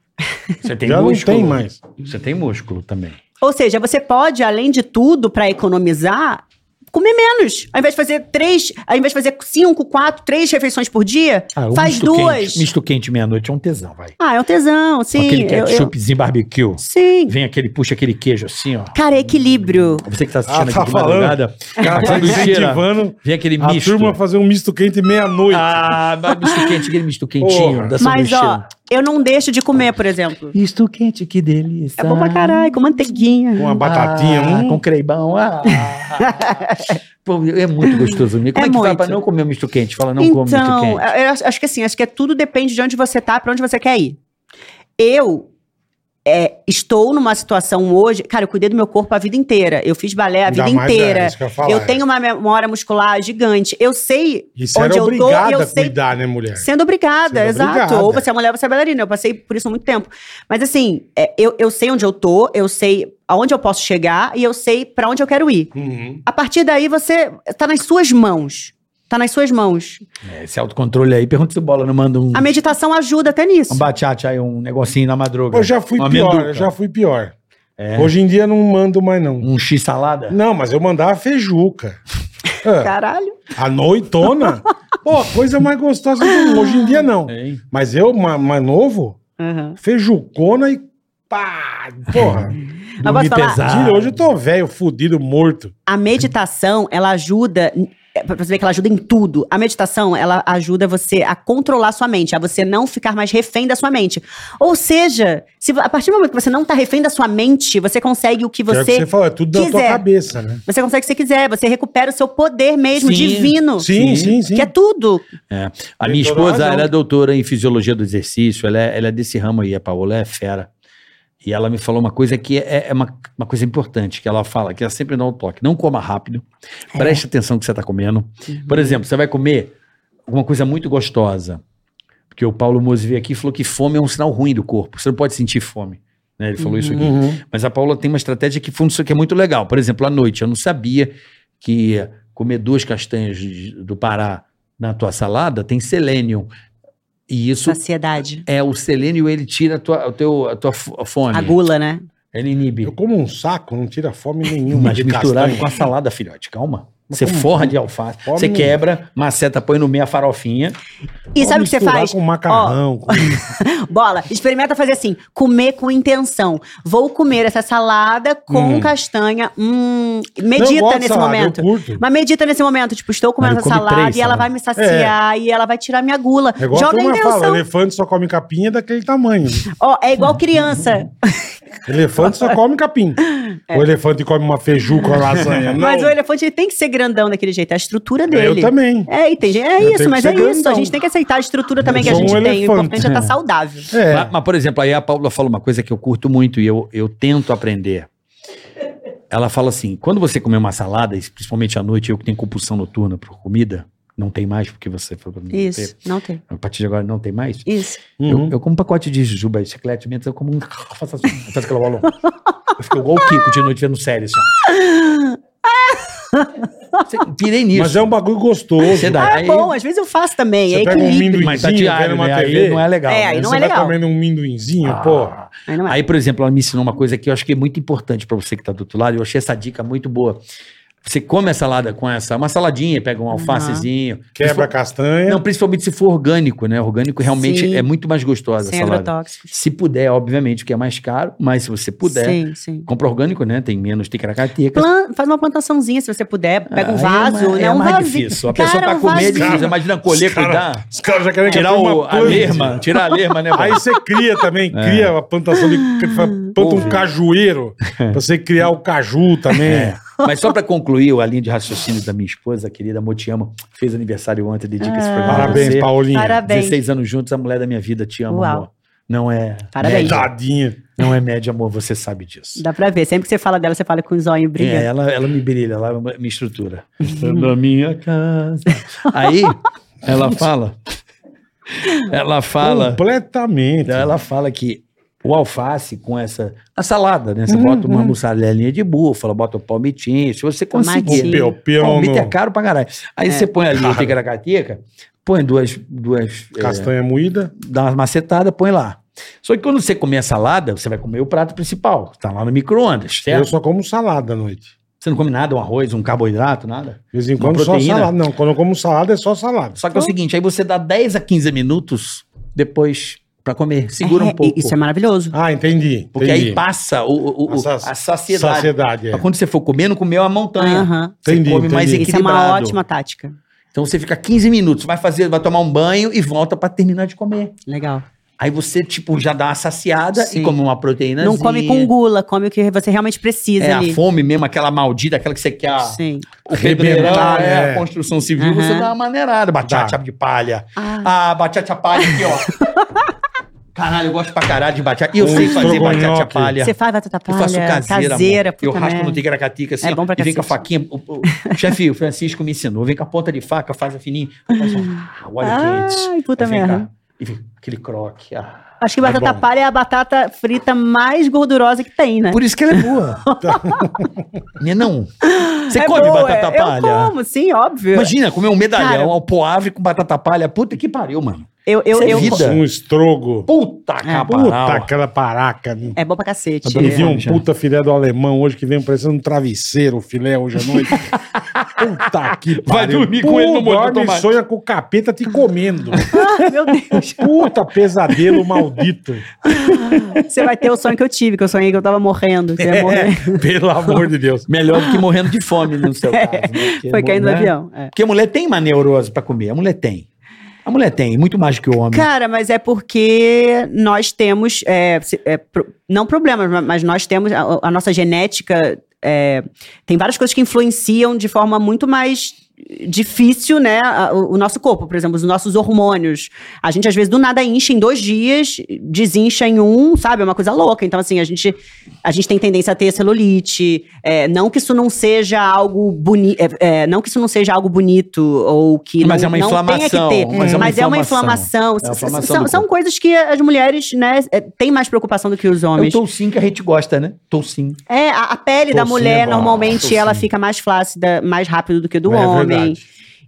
Você tem Já músculo. não tem mais. Você tem músculo também. Ou seja, você pode, além de tudo, pra economizar, comer menos. Ao invés de fazer três, ao invés de fazer cinco, quatro, três refeições por dia, Ah, o faz misto duas. Quente, misto quente meia-noite é um tesão, vai. Ah, é um tesão, Com sim. aquele eu- eu- ketchupzinho barbecue. Sim. Vem aquele, puxa aquele queijo assim, ó. Cara, é equilíbrio. Você que tá assistindo Ah, tá aqui de falando. madrugada. Cara, tá Sanduicheira. incentivando Vem aquele a misto. turma a fazer um misto quente meia-noite. Ah, vai misto quente, aquele misto quentinho Porra. da Mas, ó, sanduicheira. eu não deixo de comer, por exemplo. Misto quente, que delícia. É bom pra caralho, com manteiguinha. Com uma batatinha. Ah, hum. Com creibão. Ah. <laughs> Pô, é muito gostoso. amigo. Como é, É que fala muito. pra não comer o misto quente? Fala, não come misto Então, quente. eu acho acho que assim, acho que é tudo depende de onde você tá, pra onde você quer ir. Eu é, estou numa situação hoje, cara, eu cuidei do meu corpo a vida inteira. Eu fiz balé a Ainda vida mais, é, inteira. isso que eu ia falar, eu é. tenho uma memória muscular gigante. Eu sei E você era onde eu tô, obrigada eu a sei cuidar, né, mulher? Sendo obrigada, Sendo exato. obrigada. Ou você é mulher, você é bailarina. Eu passei por isso há muito tempo. Mas assim, é, eu, eu sei onde eu tô, eu sei aonde eu posso chegar e eu sei pra onde eu quero ir. Uhum. A partir daí, você tá nas suas mãos. Tá nas suas mãos. É, Esse autocontrole aí, pergunta se o Bola não manda um, A meditação ajuda até nisso. um bachate aí, um negocinho na madruga. Eu já fui Uma pior, menduca. eu já fui pior. É. Hoje em dia não mando mais, não. Um x-salada? Não, mas eu mandava feijuca. <laughs> É, Caralho. a noitona? Pô, coisa mais gostosa do mundo. Hoje em dia não. Hein? Mas eu, ma- mais novo, Uhum. feijucona e pá! Porra! Mas posso falar? pesado. Tira, hoje eu tô velho, fudido, morto. A meditação, ela ajuda. é, Pra você ver que ela ajuda em tudo. A meditação, ela ajuda você a controlar sua mente, a você não ficar mais refém da sua mente. Ou seja, se, a partir do momento que você não tá refém da sua mente, você consegue o que Que é o que você. você falou, é tudo da tua quiser. cabeça, né? Você consegue o que você quiser, você recupera o seu poder mesmo, Sim. divino. Sim, sim, sim. Que é tudo. A Tem minha toda esposa, razão. ela é doutora em fisiologia do exercício, ela é, ela é desse ramo aí, a Paola é fera. E ela me falou uma coisa que é, é uma, uma coisa importante, que ela fala, que ela sempre dá um toque. Não coma rápido, preste atenção no que você está comendo. Por exemplo, você vai comer alguma coisa muito gostosa, porque o Paulo Mose veio aqui e falou que fome é um sinal ruim do corpo, você não pode sentir fome. né? Ele falou isso aqui. Uhum. Mas a Paula tem uma estratégia que funciona que é muito legal. Por exemplo, à noite, eu não sabia que comer duas castanhas de- do Pará na tua salada tem selênio. E Tá isso Saciedade. é o selênio, ele tira a tua, o teu, a tua fo- fome. A gula, né? Ele inibe. Eu como um saco, não tira fome nenhuma Mas de misturado castanha. com a salada, filhote, calma. Mas Você como- forra de alface, Fome você não- quebra, maceta, põe no meio a farofinha. E Pode sabe o que você misturar faz? com macarrão. com- Bola, experimenta fazer assim: comer com intenção. Vou comer essa salada com castanha. Hum, Não, eu gosto <laughs> medita de nesse salada, momento. Eu curto. Mas medita nesse momento, tipo, estou comendo Mas essa come salada três e ela vai me saciar e ela vai tirar minha gula. É igual a Joga a turma fala, intenção. elefante só come capinha daquele tamanho. né? Ó, é igual criança. Elefante só come <laughs> capim. O elefante come uma feijuca, uma lasanha. Não, É. Mas o elefante ele tem que ser grandão daquele jeito, é a estrutura dele. eu também. É, e tem gente- é Eu tenho isso, mas que é ser isso. grandão. A gente tem que aceitar a estrutura também Eu que a sou um gente tem. O elefante. importante é estar saudável. É. Mas, mas, por exemplo, aí a Paula fala uma coisa que eu curto muito e eu, eu tento aprender. Ela fala assim: quando você comer uma salada, e principalmente à noite, eu que tenho compulsão noturna por comida, não tem mais, porque você falou. não tem. Isso, não tem. A partir de agora não tem mais. Isso. Uhum. Eu, eu como um pacote de jujuba e chiclete, menos eu como um. Faço assim, <laughs> faço aquela bola. Eu fico igual o Kiko de noite vendo série. Assim. <laughs> ó. Você- Pirei nisso. Mas é um bagulho gostoso. Você dá. Ah, é Tá, aí- bom, às vezes eu faço também. Você É pega um equilíbrio. minduizinho, Mas tá diário, vendo uma né? TV. Aí não é legal. É, né? aí não você é vai legal. comendo um minduinzinho, Ah. pô. Aí não é. Aí, por exemplo, ela me ensinou uma coisa que eu acho que é muito importante pra você que tá do outro lado. Eu achei essa dica muito boa. Você come a salada com essa, uma saladinha, pega um alfacezinho. Quebra a Principal- castanha. Não, principalmente se for orgânico, né? Orgânico realmente Sim. é muito mais gostosa a Sem salada. agrotóxicos. Se puder, obviamente, que é mais caro, mas se você puder, Sim, sim. compra orgânico, né? Tem menos ticaracateca. Plan- faz uma plantaçãozinha se você puder. Pega um Aí vaso, é mais, né? é um mais vaso. difícil. A pessoa Cara, pra um comer é vasinho. difícil. Imagina colher, Os cara- cuidar, Os caras já querem que tirar eu ponha o, a uma É. planta. lerma, tirar a lerma, né? Aí Paulo? você cria <laughs> também, cria a plantação de. Planta um cajueiro pra você criar o caju também. Mas só pra concluir a linha de raciocínio da minha esposa, a querida amor, te amo, fez aniversário ontem, dedica esse programa pra Parabéns, você. Paulinha. Parabéns. 16 anos juntos, a mulher da minha vida, te amo, Uau. amor. Não é, Parabéns. Média, Tadinha. não é média, amor, você sabe disso. Dá pra ver. Sempre que você fala dela, você fala com o zóio É, brilhando. ela, ela me brilha, ela me estrutura. É Na minha casa. Aí, ela fala, ela fala, Completamente. ela fala que o alface com essa, a salada, né? Você bota uma mussarelinha de búfala, bota um palmitinho, se você conseguir. Uhum. Tomatinho. O peão Palmito é no caro pra caralho. Aí É. você põe ali o ticaracateca, põe duas, duas é, castanha moída. dá uma macetada, põe lá. Só que quando você comer a salada, você vai comer o prato principal, tá lá no micro-ondas, Eu certo? só como salada à noite. Você não come nada, um arroz, um carboidrato, nada. De vez em Uma quando só proteína. salada. Não, quando eu como salada é só salada. Só que é o seguinte, aí você dá 10 a 15 minutos depois pra comer. Segura É, um pouco. e- Isso é maravilhoso. Ah, entendi. porque entendi. aí passa o, o- o- A sa- a saciedade. Saciedade, é. Mas Quando você for comer, não comeu a montanha. Aham. Você Entendi, come mais entendi. Isso é uma equilibrado. ótima tática. Então você fica 15 minutos, vai fazer, vai tomar um banho e volta pra terminar de comer. Legal. Aí você, tipo, já dá uma saciada Sim. e come uma proteína. Não come com gula, come o que você realmente precisa É, ali. a fome mesmo, aquela maldita, aquela que você quer. Sim. O Rebeirão, Arrebentar, é, é. a construção civil, Aham. você dá uma maneirada. Dá. Bachata de palha. Ah, Ah, bachata palha aqui, ó. <laughs> Caralho, eu gosto pra caralho de bachata. E eu Um sei fazer estrogonofe. bachata palha. Você faz batata Eu palha, faço caseira, caseira amor. Eu puta raspo no merda. ticaracatica assim, É bom pra ó, e vem com a cacete. faquinha. O, o- o <laughs> chefe, o Francisco me ensinou. Vem com a ponta de faca, faz a fininha. Faz um, o óleo quente. Ai, puta Aí vem merda. cá, E vem aquele croque. ah. Acho que batata bom. palha é a batata frita mais gordurosa que tem, né? Por isso que ela é <laughs> boa. Né, Não. Você É come boa, batata é. Eu palha? como, sim, óbvio. Imagina comer um Cara. medalhão, ao poavre com batata palha. Puta que pariu, mano. Eu, eu, Isso é eu, vida. Um estrogo. Puta que Puta, pariu. aquela paraca. né? É bom pra cacete. Eu vi um já. puta filé do alemão hoje que vem parecendo um travesseiro, o filé hoje à <laughs> noite. puta que pariu. Vai dormir com Pô, ele no molho de dorme e tomate. sonha com o capeta te <laughs> comendo. Ah, meu Deus. puta pesadelo maldito. Você vai ter o sonho que eu tive, que eu sonhei que eu tava morrendo. que eu É. ia morrer. Pelo amor de Deus. Melhor do que morrendo de fome, no <laughs> seu caso. né? Porque, É, Foi caindo né? no avião. é. Porque a mulher tem uma neurose pra comer. A mulher tem. A mulher tem, muito mais que o homem. Cara, mas é porque nós temos, é, se- é, pro- não problemas, ma- mas nós temos, a, a nossa genética, é, tem várias coisas que influenciam de forma muito mais difícil, né, a- o, o nosso corpo, por exemplo, os nossos hormônios. A gente, às vezes, do nada incha em dois dias, desincha em um, sabe, é uma coisa louca. Então, assim, a gente, a gente tem tendência a ter celulite, é, não que isso não seja algo bonito, não que isso não seja algo bonito ou que Mas é não, uma não tenha que inflamação, ter, mas é uma inflamação. inflamação. É uma S- s- inflamação são, do são corpo. coisas que as mulheres, né, é, têm mais preocupação do que os É o homens. toucinho que a gente gosta, né? Toucinho. É, a, a pele Toucinho é da mulher bom, normalmente toucinho. ela fica mais flácida, mais rápido do que do É homem. verdade.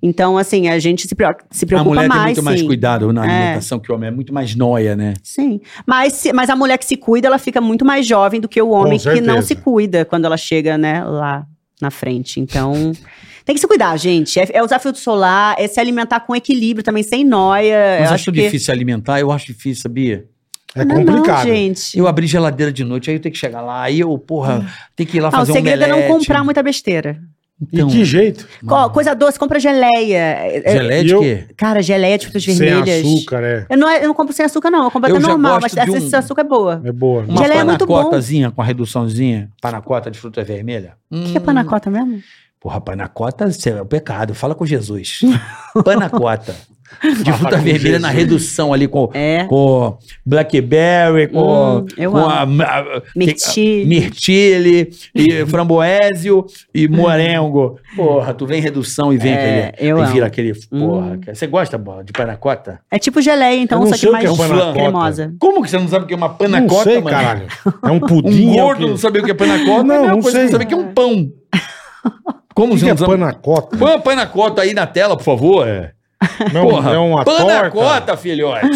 Então, assim, a gente se, preo- se A preocupa mulher mais. tem muito mais sim. cuidado na É. alimentação que o homem. É muito mais noia, né? Sim. Mas, se- mas a mulher que se cuida, ela fica muito mais jovem do que o homem que certeza. não se cuida quando ela chega, né, lá na frente. Então, <laughs> tem que se cuidar, gente. É, é usar filtro solar, é se alimentar com equilíbrio também, sem noia. Mas É, eu acho, acho que... difícil alimentar, eu acho difícil, sabia? É Não, complicado. Não, gente. Eu abri geladeira de noite, aí eu tenho que chegar lá, aí eu, porra, tenho que ir lá Ah, o fazer um segredo é não omelete. comprar muita besteira. Então, E que jeito? Co- coisa doce, compra geleia. É- é- Geleia de eu- quê? Cara, geleia de frutas Sem vermelhas. açúcar, é. Eu não, eu não compro sem açúcar, não. Eu compro Eu até já normal, mas gosto essa de um- sem açúcar é boa. É boa. Uma Geleia é muito bom. panacotazinha com a reduçãozinha. Panacota de fruta vermelha. Hum. O que é panacota mesmo? Porra, panacota isso é o pecado. Fala com Jesus. <laughs> panacota. De Fala fruta com vermelha Jesus. na redução ali com, É. com blackberry, com, Hum, eu com amo. a, a- Mirtille. mirtile, e framboésio e morango. Porra, tu vem redução e vem É, aquele. eu e amo. Hum. vira aquele. Porra. cara. Você gosta bola, de panacota? É tipo geleia, Eu então, não só que sei o que é mais panacota. cremosa. Como que você não sabe o que é uma Não panacota, sei, mano? caralho. É um <laughs> Um pudim. é o gordo quê? não sabe o que é panacota, Não, é a mesma não coisa que sei. saber que é um pão. Como O que você que é não sabe? panacota? Põe a panacota aí na tela, por favor. É. Não, Porra, é uma torta. panacota, filhote.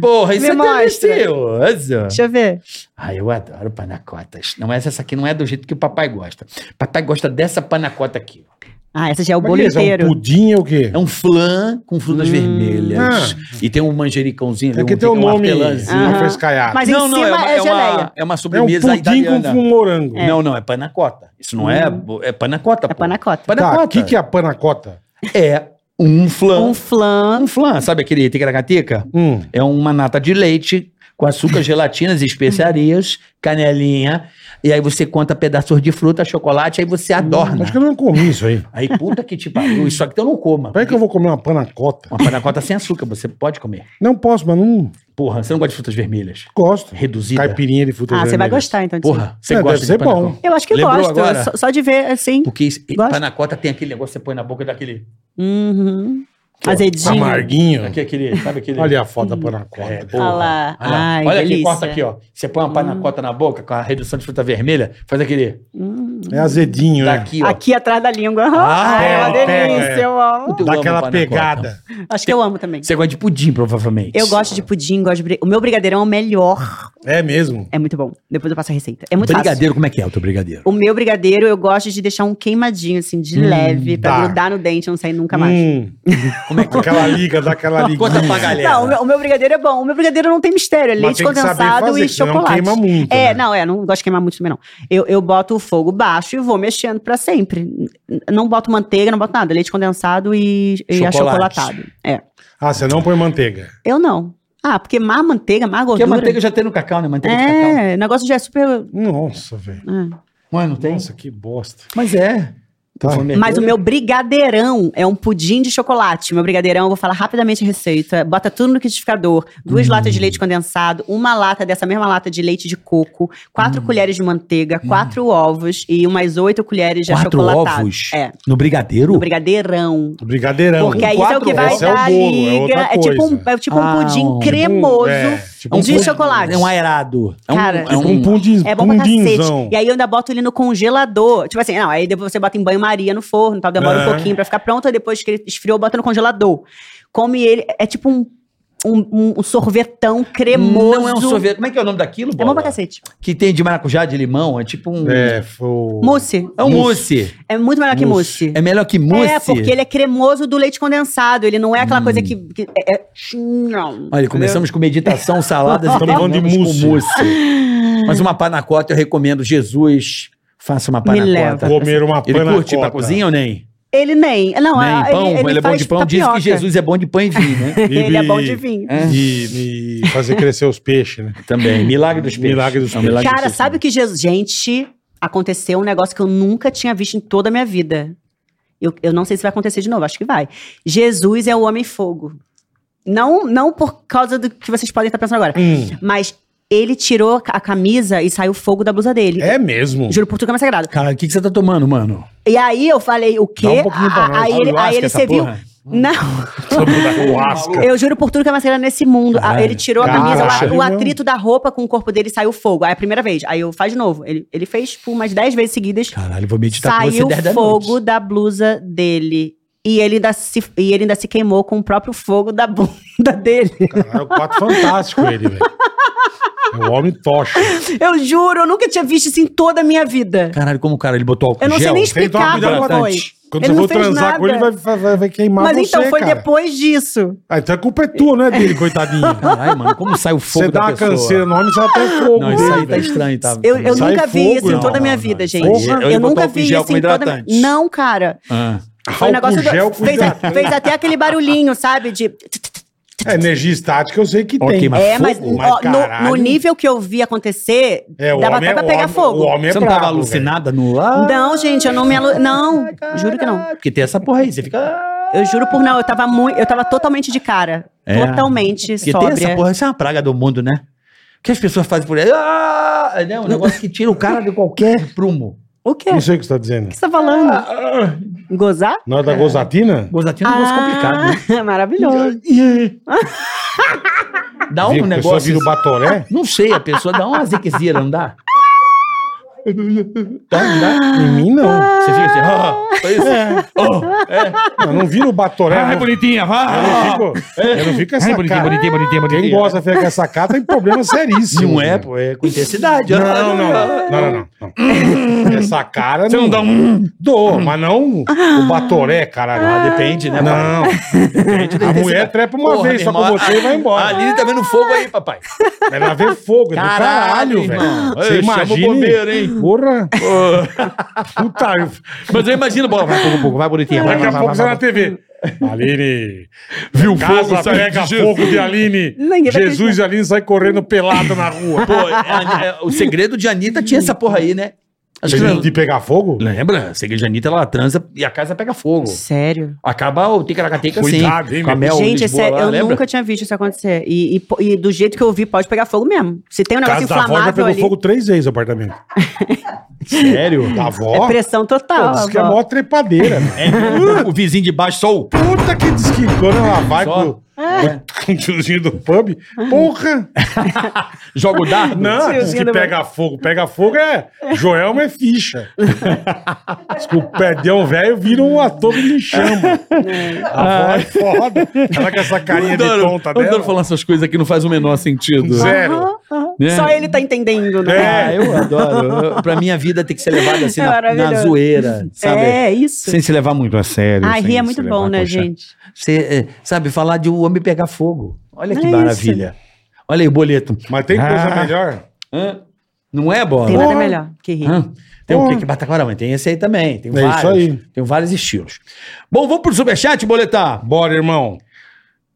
Porra, isso <laughs> Me é mostra. delicioso. Deixa eu ver. Ah, eu adoro panacotas. Não, mas essa aqui não é do jeito que o papai gosta. Papai gosta dessa panacota aqui. ó. Ah, essa já é o Mas bolo que isso, inteiro. É um pudim é o quê? É um flan com Hum. frutas vermelhas. E tem um manjericãozinho ali. Ah. É que um- tem o um nome hortelãzinho. Aham. afrescaiado. Mas em cima uma, é uma, geleia. é uma É um sobremesa pudim italiana. com Hum. um morango. Não, não, é panacota. Isso não é... É panacota, É panacota. Tá, o Panacota. que, que é a panacota? É um flan. Um flan. Um flan, sabe aquele ticaracateca? Hum. É uma nata de leite com <laughs> açúcar, gelatinas, especiarias, canelinha. E aí você conta pedaços de fruta, chocolate, aí você adorna. Acho que eu não comi isso aí. Aí puta que te pariu, isso aqui tu não coma. Como é que eu vou comer uma panacota? Uma panacota sem açúcar, você pode comer. Não posso, mas não Porra, você não gosta de frutas vermelhas? gosto. Reduzida? Caipirinha de frutas Ah, você vai vermelhas. gostar, então, disso. Porra, você É, gosta deve ser panacota? bom. Eu acho que Lembrou gosto. agora? Só, só de ver, assim. Porque isso- e Gosto. panacota tem aquele negócio que você põe na boca daquele... Uhum. Azedinho. Amarguinho. Aqui, aquele sabe aquele... Olha a foto da panacota. É, Hum. Olha lá. Olha, lá. Ai, Olha aqui, delícia. corta aqui, ó. Você põe uma panacota na boca com a redução de fruta vermelha, faz aquele... Hum. É azedinho, né? Daqui, ó. Aqui atrás da língua. Ah, <laughs> Ai, é uma pega, delícia, é. eu amo. Puta, eu Dá amo aquela panacota. pegada. Acho que eu amo também. Você gosta de pudim, provavelmente. Eu gosto de pudim, gosto de... bri- O meu brigadeirão é o melhor. É mesmo. É muito bom. Depois eu passo a receita. É muito fácil. brigadeiro, como é que é o teu brigadeiro? O meu brigadeiro, eu gosto de deixar um queimadinho, assim, de leve, pra tá. grudar no dente e não sair nunca mais. Hum, tá, Como é que aquela liga, dá aquela liga. Não, o meu, o meu brigadeiro é bom. O meu brigadeiro não tem mistério. É leite condensado e Não chocolate. queima muito. é, né? não, é, não gosto de queimar muito também, não. Eu, eu boto o fogo baixo e vou mexendo pra sempre. N- Não boto manteiga, não boto nada. Leite condensado e, e Chocolate. achocolatado. É. Ah, você não põe manteiga. Eu não. Ah, porque má manteiga, má Porque gordura. a manteiga já tem no cacau, né? Manteiga de cacau. É, o negócio já é super. Nossa, velho. Ué, não tem? Nossa, que bosta. Mas é. Tá. Mas o meu brigadeirão é um pudim de chocolate. Meu brigadeirão, eu vou falar rapidamente a receita. Bota tudo no liquidificador. Duas latas de leite condensado, uma lata dessa mesma lata de leite de coco, quatro colheres de manteiga, quatro ovos e umas oito colheres de Quatro achocolatado. ovos? É, No brigadeiro? no brigadeirão. Brigadeirão. Porque aí isso é o quatro que vai ovos. dar Esse é o bolo, é liga. outra É, tipo um, coisa. é tipo um Ah, pudim um- cremoso É, tipo um de pudim. chocolate. É um aerado. É um, Cara, é Um um, pudim, É bom pra cacete. pundinzão. E aí eu ainda boto ele no congelador. Tipo assim, não, aí depois você bota em banho-maria no forno, tal, demora É. um pouquinho pra ficar pronto, aí depois que ele esfriou, bota no congelador. Come ele, é tipo um, um, um sorvetão cremoso. Não é um sorvete. Como é que é o nome daquilo? É bom pra Bola? cacete. que tem de maracujá, de limão. É tipo um. É, fo- Mousse. É um mousse. É muito melhor que mousse. É melhor que mousse. Hum. É, porque ele é cremoso do leite condensado. Ele não é aquela coisa que. que é, é- não. Olha, começamos com meditação, <laughs> saladas e Estamos falando de terminamos com mousse. Mas uma panacota eu recomendo. Jesus, faça uma panacota. leva. Comer uma Ele panacota. curte ir pra cozinha ou nem? Ele nem. Não, nem é- pão? ele, ele é bom faz de pão. Diz tapioca. que Jesus é bom de pão e vinho, <laughs> né? E- Ele é bom de vinho. É. E, e fazer crescer os peixes, né? Também. Milagre dos peixes. Milagre dos É um milagre Cara, dos sabe o que Jesus. Gente, aconteceu um negócio que eu nunca tinha visto em toda a minha vida. Eu, eu não sei se vai acontecer de novo, acho que vai. Jesus é o homem-fogo. Não, não por causa do que vocês podem estar pensando agora, Hum. mas ele tirou a camisa e saiu fogo da blusa dele. É mesmo. Juro por tudo que é mais sagrado. Cara, o que, que você tá tomando, mano? E aí eu falei, o quê? Dá um pouquinho pra Ah, nós. aí ele, Ayahuasca, aí ele essa serviu. porra? Não, Ayahuasca. eu juro por tudo que é mais sagrado nesse mundo. Ah, Caralho. ele tirou a Caralho. camisa, lá, o Caralho. atrito da roupa com o corpo dele saiu fogo. Aí a primeira vez. Aí eu faz de novo. Ele, ele fez por umas 10 vezes seguidas. Caralho, vou meditar tá com você saiu 10 da fogo noite. da blusa dele. E ele, ainda se, e ele ainda se queimou com o próprio fogo da bunda <laughs> dele. Caralho, É o quatro fantástico ele, velho. É o homem tocha. Eu juro, eu nunca tinha visto isso em toda a minha vida. Caralho, como o cara, ele botou álcool Eu não gel? sei nem Tem que tomar explicar cuidado como bastante. foi. Quando Ele você não for fez transar nada. com ele, vai, vai, vai queimar Mas você, então, foi cara. depois disso. Ah, então a culpa é tua, não é dele, coitadinho. <laughs> Caralho, mano, como sai o fogo Você dá da uma pessoa? canseira no homem, você vai ter fogo Não, isso dele, aí tá velho. estranho, tá? Eu, eu Sai nunca vi fogo, isso em não, toda a minha não, vida, não. gente. Porra. eu Ele botou nunca álcool vi gel isso com em toda a minha... hidratante. Não, cara. Ah. Foi um negócio... Álcool gel Do... com Fez, hidratante. fez até aquele barulhinho, sabe? De... É, Energia estática eu sei que Ok, tem. mas É, mas, Tá Fogo? ó, no- caralho. no, nível que eu vi acontecer, É, o dava homem até é- pra o pegar homem- fogo. O homem é Você não tava brabo, alucinada no lá? Não, gente, eu não me alu... Não, juro que não. Porque tem essa porra aí, você fica... Eu juro por não, eu tava muito, eu tava totalmente de cara. É. Totalmente Porque tem essa sóbria. porra, isso é uma praga do mundo, né? O que as pessoas fazem por aí? Ah, né? Um negócio que tira o cara de qualquer prumo. O quê? velho. Não O que sei o que você tá dizendo. você tá falando? Gozar? Na hora da gozatina? Gozatina é um negócio complicado. né? Ah, <laughs> maravilhoso. <laughs> Dá Viu, um a pessoa negócio... vira assim. o batoré? Não sei, a pessoa dá uma ziquezira, não dá? Dá, não dá? Em mim, não. Você fica assim... Ah, foi isso? Oh, é. Eu não viro o batoré. Ah, Ai, é não. bonitinha, Eu vai! não fico, eu não fico essa Ai, bonitinha, cara. bonitinha, bonitinha, bonitinha. Quem gosta de ficar com essa cara tem problema seríssimo. Não é, velho. pô, é com intensidade. Não, não, não, não, não, não, não. <laughs> Essa cara Você não dá um... Dou, mas não o batoré, caralho. Ah, depende, né, Não. A mulher trepa uma Porra, vez só meu com irmão, você e vai A embora. Lili tá vendo fogo aí, papai. Ela vê fogo, é do Caralho, caralho, irmão. velho. Você Ei, chama o imagina. bombeiro, hein? Porra. Puta, Mas eu imagino, bola, vai pouco, pouco, é vai bonitinha. Vai, daqui a vai, pouco vai, você vai, na vai. TV. Aline. Viu fogo, Casa, sai pega de Jesus. fogo de Aline. Ninguém vai Jesus e Aline sai correndo pelado na rua. Pô, é, a- é, o segredo de Anitta tinha essa porra aí, né? Acho que De, não- de pegar fogo? Lembra? O segredo de Anitta, ela transa e a casa pega fogo. Sério? Acaba o ticaracateca assim. Cuidado, hein, com a meu? é- Mel Gente, Lisboa sério, lá, eu lembra? nunca tinha visto isso acontecer. E, e po- e do jeito que eu vi, pode pegar fogo mesmo. Se tem um Casa negócio da avó já inflamável pegou ali, fogo três vezes o <laughs> apartamento. Sério? Da é avó? pressão Pô, total. diz que é a avó. maior trepadeira. né? Ah. o vizinho de baixo só o... Puta que diz que quando ela vai Só. É. com, com o <laughs> tiozinho do pub, <laughs> porra! Joga o dardo. Não, diz Tiozinho que do pega fogo. Pega fogo é. Joelma é ficha. diz que o perdão velho vira um ator de chama. A avó é foda. Ela com essa carinha de Tá Adoro- tonta eu adoro dela. falar essas coisas que não faz o menor sentido. Zero. É, Aham, aham. É. Só ele tá entendendo, né? Ah, eu adoro. Eu, pra minha vida tem que ser levada assim É na, na maravilhoso. zoeira, sabe? É, isso. Sem se levar muito a sério. Ai, sem rir é se muito levar bom, né, com chá. gente? Você, é, sabe, falar de o homem pegar fogo. Olha É que isso. maravilha. Olha aí o boleto. Mas tem coisa Ah. melhor. Não é bola? Tem nada Porra. melhor que rir. Hã? Tem o Hum. Porra. que que bata com a hora, mas tem esse aí também. Tem É vários. isso aí. Tem vários estilos. Bom, vamos pro superchat, boletar. Bora, irmão.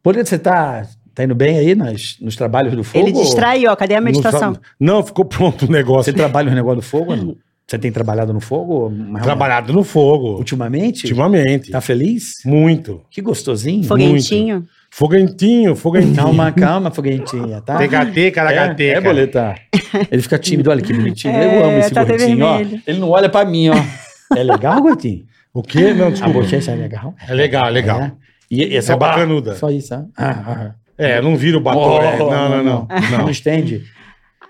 Boleto, você tá, tá indo bem aí nas, nos trabalhos do fogo? Ele distraiu, ó. Cadê a meditação? Não, não, ficou pronto o negócio. Você trabalha no negócio do fogo? ou não? Você tem trabalhado no fogo? Mas- Trabalhado no fogo. Ultimamente? Ultimamente. Tá feliz? Muito. Que gostosinho. Foguentinho. Foguentinho, foguentinho. Calma, calma, foguentinha, tá? TKT, É, caracateca. é boletar. Ele fica tímido, olha que bonitinho. Eu É, amo esse tá até gordinho, ó. vermelho. Ele não olha pra mim, ó. É legal, gordinho? O quê? Não, A desculpa. bochecha é legal? É legal, é legal. É. E, e É bacanuda. Só isso, ah, ah, ah. É, não vira o batoré. Oh, não, não, não. Não Não, estende.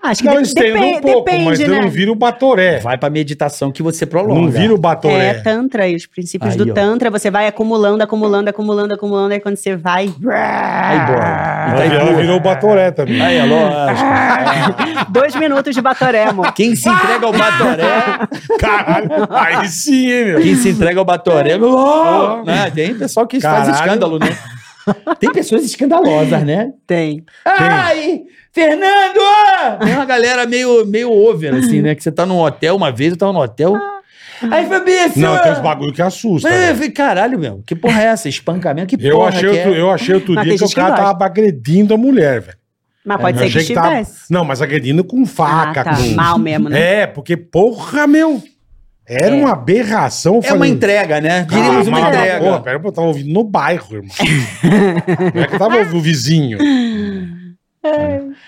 Acho que não de- estendo depen- um pouco, depende, mas eu né? não viro o batoré. Vai pra meditação que você prolonga. É. Não vira o É, batoré. Tantra e os princípios Aí, do ó. Tantra, você vai acumulando, acumulando, acumulando, acumulando, aí quando você vai. Aí, bora. Ela virou- virou o batoré também. Aí, é lógico. Dois minutos de Batoré, <laughs> amor. Quem se entrega ao Batoré, Caralho, aí sim, hein, meu. quem se entrega ao Batoré. Oh, né? Tem pessoal que Caralho. faz escândalo, né? Tem pessoas escandalosas, né? Tem. Ai, Fernando! Tem uma galera meio, meio over, assim, né? Que você tá num hotel, uma vez eu tava no hotel. Aí, Fabrício! Não, tem uns bagulho que assusta. Mas eu velho. falei, caralho, meu, que porra é essa? Espancamento? Que Eu porra achei, que é? outro, eu achei outro Mas dia tem que o gente que cara gosta. tava agredindo a mulher, velho. Mas pode É, Eu ser que achei tava- estivesse. Não, mas agredindo com faca. Ah, tá. com- Mal mesmo, né? É. É, porque, porra, meu. Era uma aberração. eu É uma falei, entrega, né? "Caralho, Diríamos uma mas, entrega. Porra, pera, eu tava ouvindo no bairro, irmão. Não é que eu tava ouvindo o <laughs> vizinho.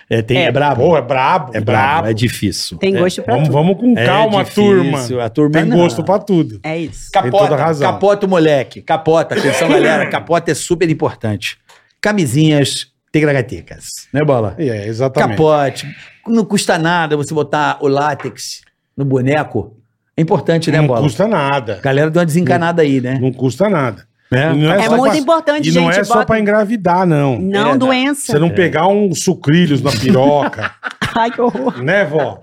É, tem, é, brabo. Porra, é brabo, É brabo, brabo. é difícil. Tem gosto pra Vamos, tudo. vamos com É calma, difícil, turma. A turma Tem não. gosto pra tudo. É isso. Tem Capota, toda razão. capota o moleque. Capota, atenção <laughs> galera, capota é super importante. Camisinhas tegragatecas, né bola? É, exatamente. Capote. Não custa nada você botar o látex no boneco. É importante, né não bola? custa nada. Galera deu uma desencanada aí, né? Não custa nada. E Né? não É só muito pra- importante, E gente. não é só bota- pra engravidar, não. Não, É, doença. né? Você não pegar um sucrilhos na piroca, <laughs> Ai, que horror. né, vó?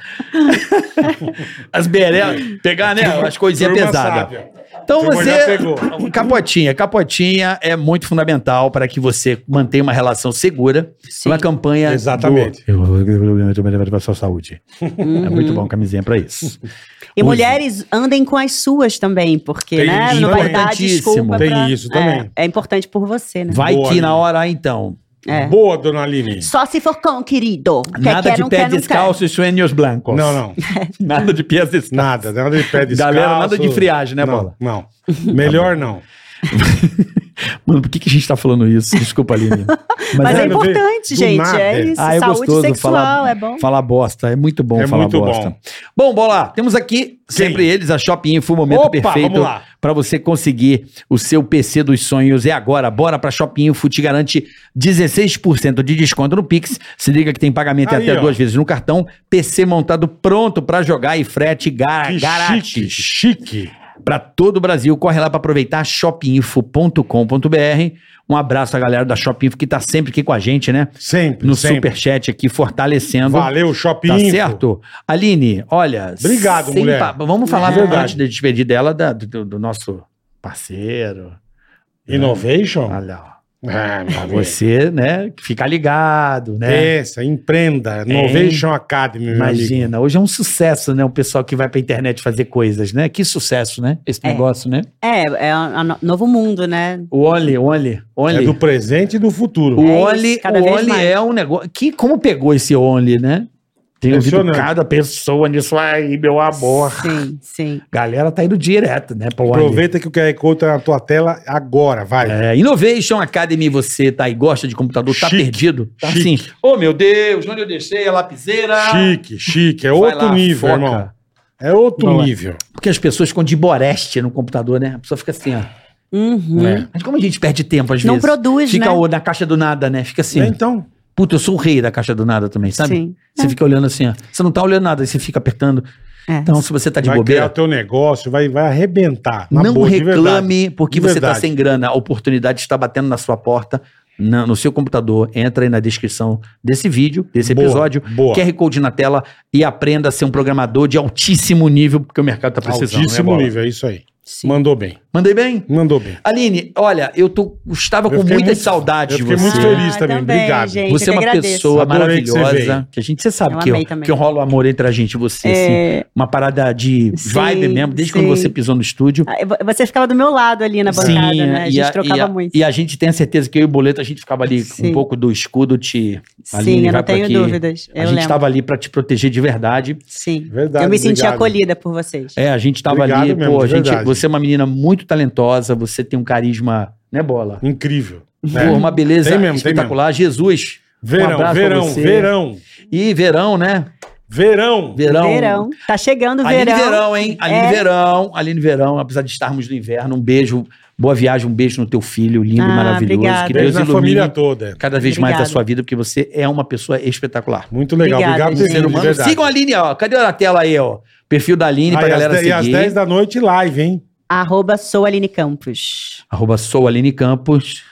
As berelas, pegar, né? As coisinhas Turma pesadas. sábia. Então Turma você. já pegou. Capotinha. Capotinha é muito fundamental para que você mantenha uma relação segura. Uma campanha. Exatamente. do- Eu melhor para sua saúde. É muito bom camisinha para isso. E Use. mulheres andem com as suas também, porque, Tem né? isso não vai também. dar desculpa. Tem pra- isso também. É, é importante por você, né? Vai Boa, que né? na hora, então. É. Boa, dona Aline. Só se for cão, querido. Quer, Nada quer, de não pé quer, não quer. descalço e sueños blancos. Não, não. Nada de pés descalços. Nada. Nada de pé descalço. Galera, nada de friagem, né, não, Bola? Não. Melhor não. Mano, por que, que a gente tá falando isso? Desculpa, Aline. Mas é é, meu Deus, do importante, gente. nada. É isso. Ah, é Saúde gostoso sexual, falar- é bom. Falar bosta, é muito bom É falar muito bosta. bom. Bom. bola, temos aqui sempre eles, a Shopping Info, o momento Opa, vamos perfeito lá. para você conseguir o seu PC dos sonhos. É agora, bora para Shopping Info, te garante 16% de desconto no Pix. Se liga que tem pagamento em Aí, até ó. duas vezes no cartão, PC montado pronto para jogar e frete gar Que chique, grátis chique. para todo o Brasil. Corre lá para aproveitar shopinfo.com.br. Um abraço à galera da Shopinfo que tá sempre aqui com a gente, né? Sempre, No sempre. superchat aqui, fortalecendo. Valeu, Shopping. Tá Info. certo? Aline, olha. Obrigado, sem mulher. papo. Vamos falar É verdade. antes de despedir dela da- do, do nosso parceiro. Innovation? Olha, ó. Ah, meu Deus. Você, né? Fica ligado, né? Pensa, É, empreenda. Innovation Academy, meu amigo. Imagina, hoje é um sucesso, né? O pessoal que vai pra internet fazer coisas, né? Que sucesso, né? Esse É. negócio, né? É, é um um novo mundo, né? O Oli, o Oli, o Oli. É do presente e do futuro. O É isso, Only, cada o vez Only mais. é um negócio. Que, como pegou esse Only, né? Tem ouvido Impressionante. cada pessoa nisso aí, meu amor. Sim, sim. Galera tá indo direto, né? Pro Only. Aproveita que o QR Code tá na tua tela agora, vai. É, Innovation Academy, você tá aí, gosta de computador, tá Chique, perdido. Tá chique. assim. Ô meu Deus, onde eu deixei a lapiseira? Chique, chique. É Vai outro lá, nível, foca. irmão. É outro Vamos lá. nível. Porque as pessoas ficam de boreste no computador, né? A pessoa fica assim, ó. Uhum. É. Mas como a gente perde tempo às Não vezes? produz, Fica né? o- na caixa do nada, né? Fica assim. É, ó. Então, Puta, eu sou o rei da caixa do nada também, sabe? Sim. Você fica olhando assim, ó. Você não tá olhando nada, aí você fica apertando. É. Então, se você tá de vai criar bobeira, o teu negócio, vai, vai arrebentar. na não boa, de verdade. reclame porque De você tá verdade. sem grana. A oportunidade está batendo na sua porta. na- no seu computador, entra aí na descrição desse vídeo, desse Boa, episódio, é boa. QR Code na tela e aprenda a ser um programador de altíssimo nível, porque o mercado tá precisando. né, Altíssimo Bola? nível, é isso aí. Sim. Mandou bem, Mandei bem? mandou bem. Aline, olha, eu tô, estava Eu com fiquei muita muito- saudade eu de fiquei você. muito feliz também, obrigado. Ah, Gente, Você é eu que uma agradeço. pessoa Adorei que você maravilhosa. veio. Que, a gente, você sabe Eu que, amei eu, também. que rola o amor entre a gente e você. assim, É, uma parada de Sim, vibe mesmo, desde quando sim. você pisou no estúdio. ah, vo- você ficava do meu lado ali na bancada, né? A e gente trocava e a, muito. E a gente tem a certeza que eu e o Boleto, a gente ficava ali um Sim. pouco do escudo te... Aline, Sim, eu vai não pra tenho aqui. dúvidas. a Eu gente lembro. estava ali pra te proteger de verdade. Sim. Verdade. eu me senti obrigado. acolhida por vocês. É, a gente tava Obrigado ali, mesmo, pô, a de gente, verdade. você é uma menina muito talentosa, você tem um carisma, né, bola? Incrível. né? Pô, uma beleza Tem mesmo, tem espetacular. Jesus. Um Verão, abraço pra verão, você. verão, E verão, né? verão. Verão. Tá chegando o Aline verão. Verão, hein? Aline É. Verão, Aline Verão, apesar de estarmos no inverno, um beijo, boa viagem, um beijo no teu filho, lindo e Ah, maravilhoso. obrigada. Que Deus Beijo na família ilumine toda. cada vez mais a Obrigada. sua vida, porque você é uma pessoa espetacular. Muito legal. Obrigada, Obrigado por ter gente. vindo, Ser de humano. verdade. Sigam a Aline, ó. Cadê a tela aí, ó? Perfil da Aline pra Aí, às galera de- e às seguir. 10 da noite, live, hein? Arroba sou Aline Campos. Arroba sou Aline Campos.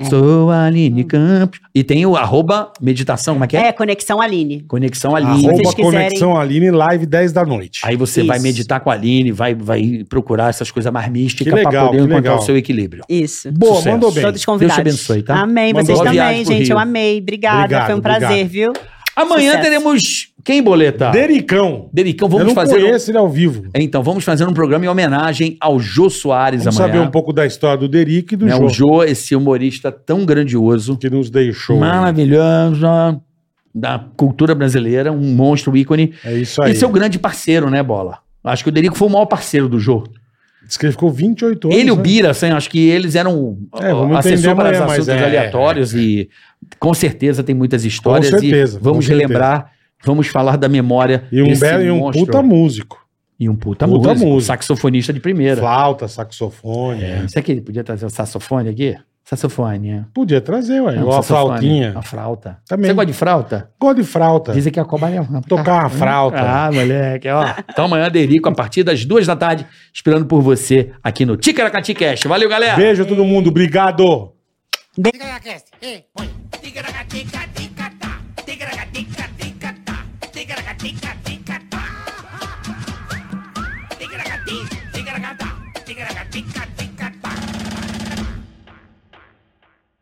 É. Sou Aline Campos. E tem o arroba meditação, como é que é? É, Conexão Aline. Conexão Aline. vocês Arroba quiserem- Conexão Aline, live 10 da noite. Aí você vai Isso. meditar com a Aline, vai, vai procurar essas coisas mais místicas Que pra legal, poder que encontrar legal. o seu equilíbrio. Isso. Boa, Sucesso. mandou bem. Todos convidados. Deus te abençoe, tá? Amém. Mandou Vocês boa também, viagem pro gente. Rio. Eu amei. Obrigada. Obrigado, Foi um prazer, obrigado. viu? Amanhã Sucesso. teremos quem, Boleta? Dericão. Dericão, Eu vamos não fazer. um- conheço ele ao vivo. Então, vamos fazer um programa em homenagem ao Jô Soares Vamos amanhã. saber um pouco da história do Derico e do né? João, O Jô, esse humorista tão grandioso, que nos deixou. né? maravilhoso, da cultura brasileira, um monstro ícone. É isso aí. E seu grande parceiro, né, Bola? Acho que o Derico foi o maior parceiro do Jô. Diz que ele ficou 28 anos. Ele e o né? Bira, assim, acho que eles eram É, vamos ó, entender assessor para amanhã, mas assuntos é- aleatórios e com certeza tem muitas histórias. Com certeza, e vamos com certeza. relembrar, vamos falar da memória E um desse belo e um monstro. puta músico. E um puta, Puta músico, músico. saxofonista de primeira. Flauta, saxofone. É. Será que ele podia trazer o saxofone aqui? Saxofone, é. Podia trazer, ué. Não, Ou a saxofone, flautinha. A frauta. Também. Você gosta de frauta? Gosto de frauta. Dizem que a cobra é uma. Tocar uma frauta. Ah, moleque, ó. Então amanhã, Derico, a partir das duas da tarde, esperando por você aqui no Ticaracati Cash. Valeu, galera! Beijo a todo mundo, obrigado. Tigra-tica, tica-tica-tá. Tigra-tica, tigra-tica, tica-tá.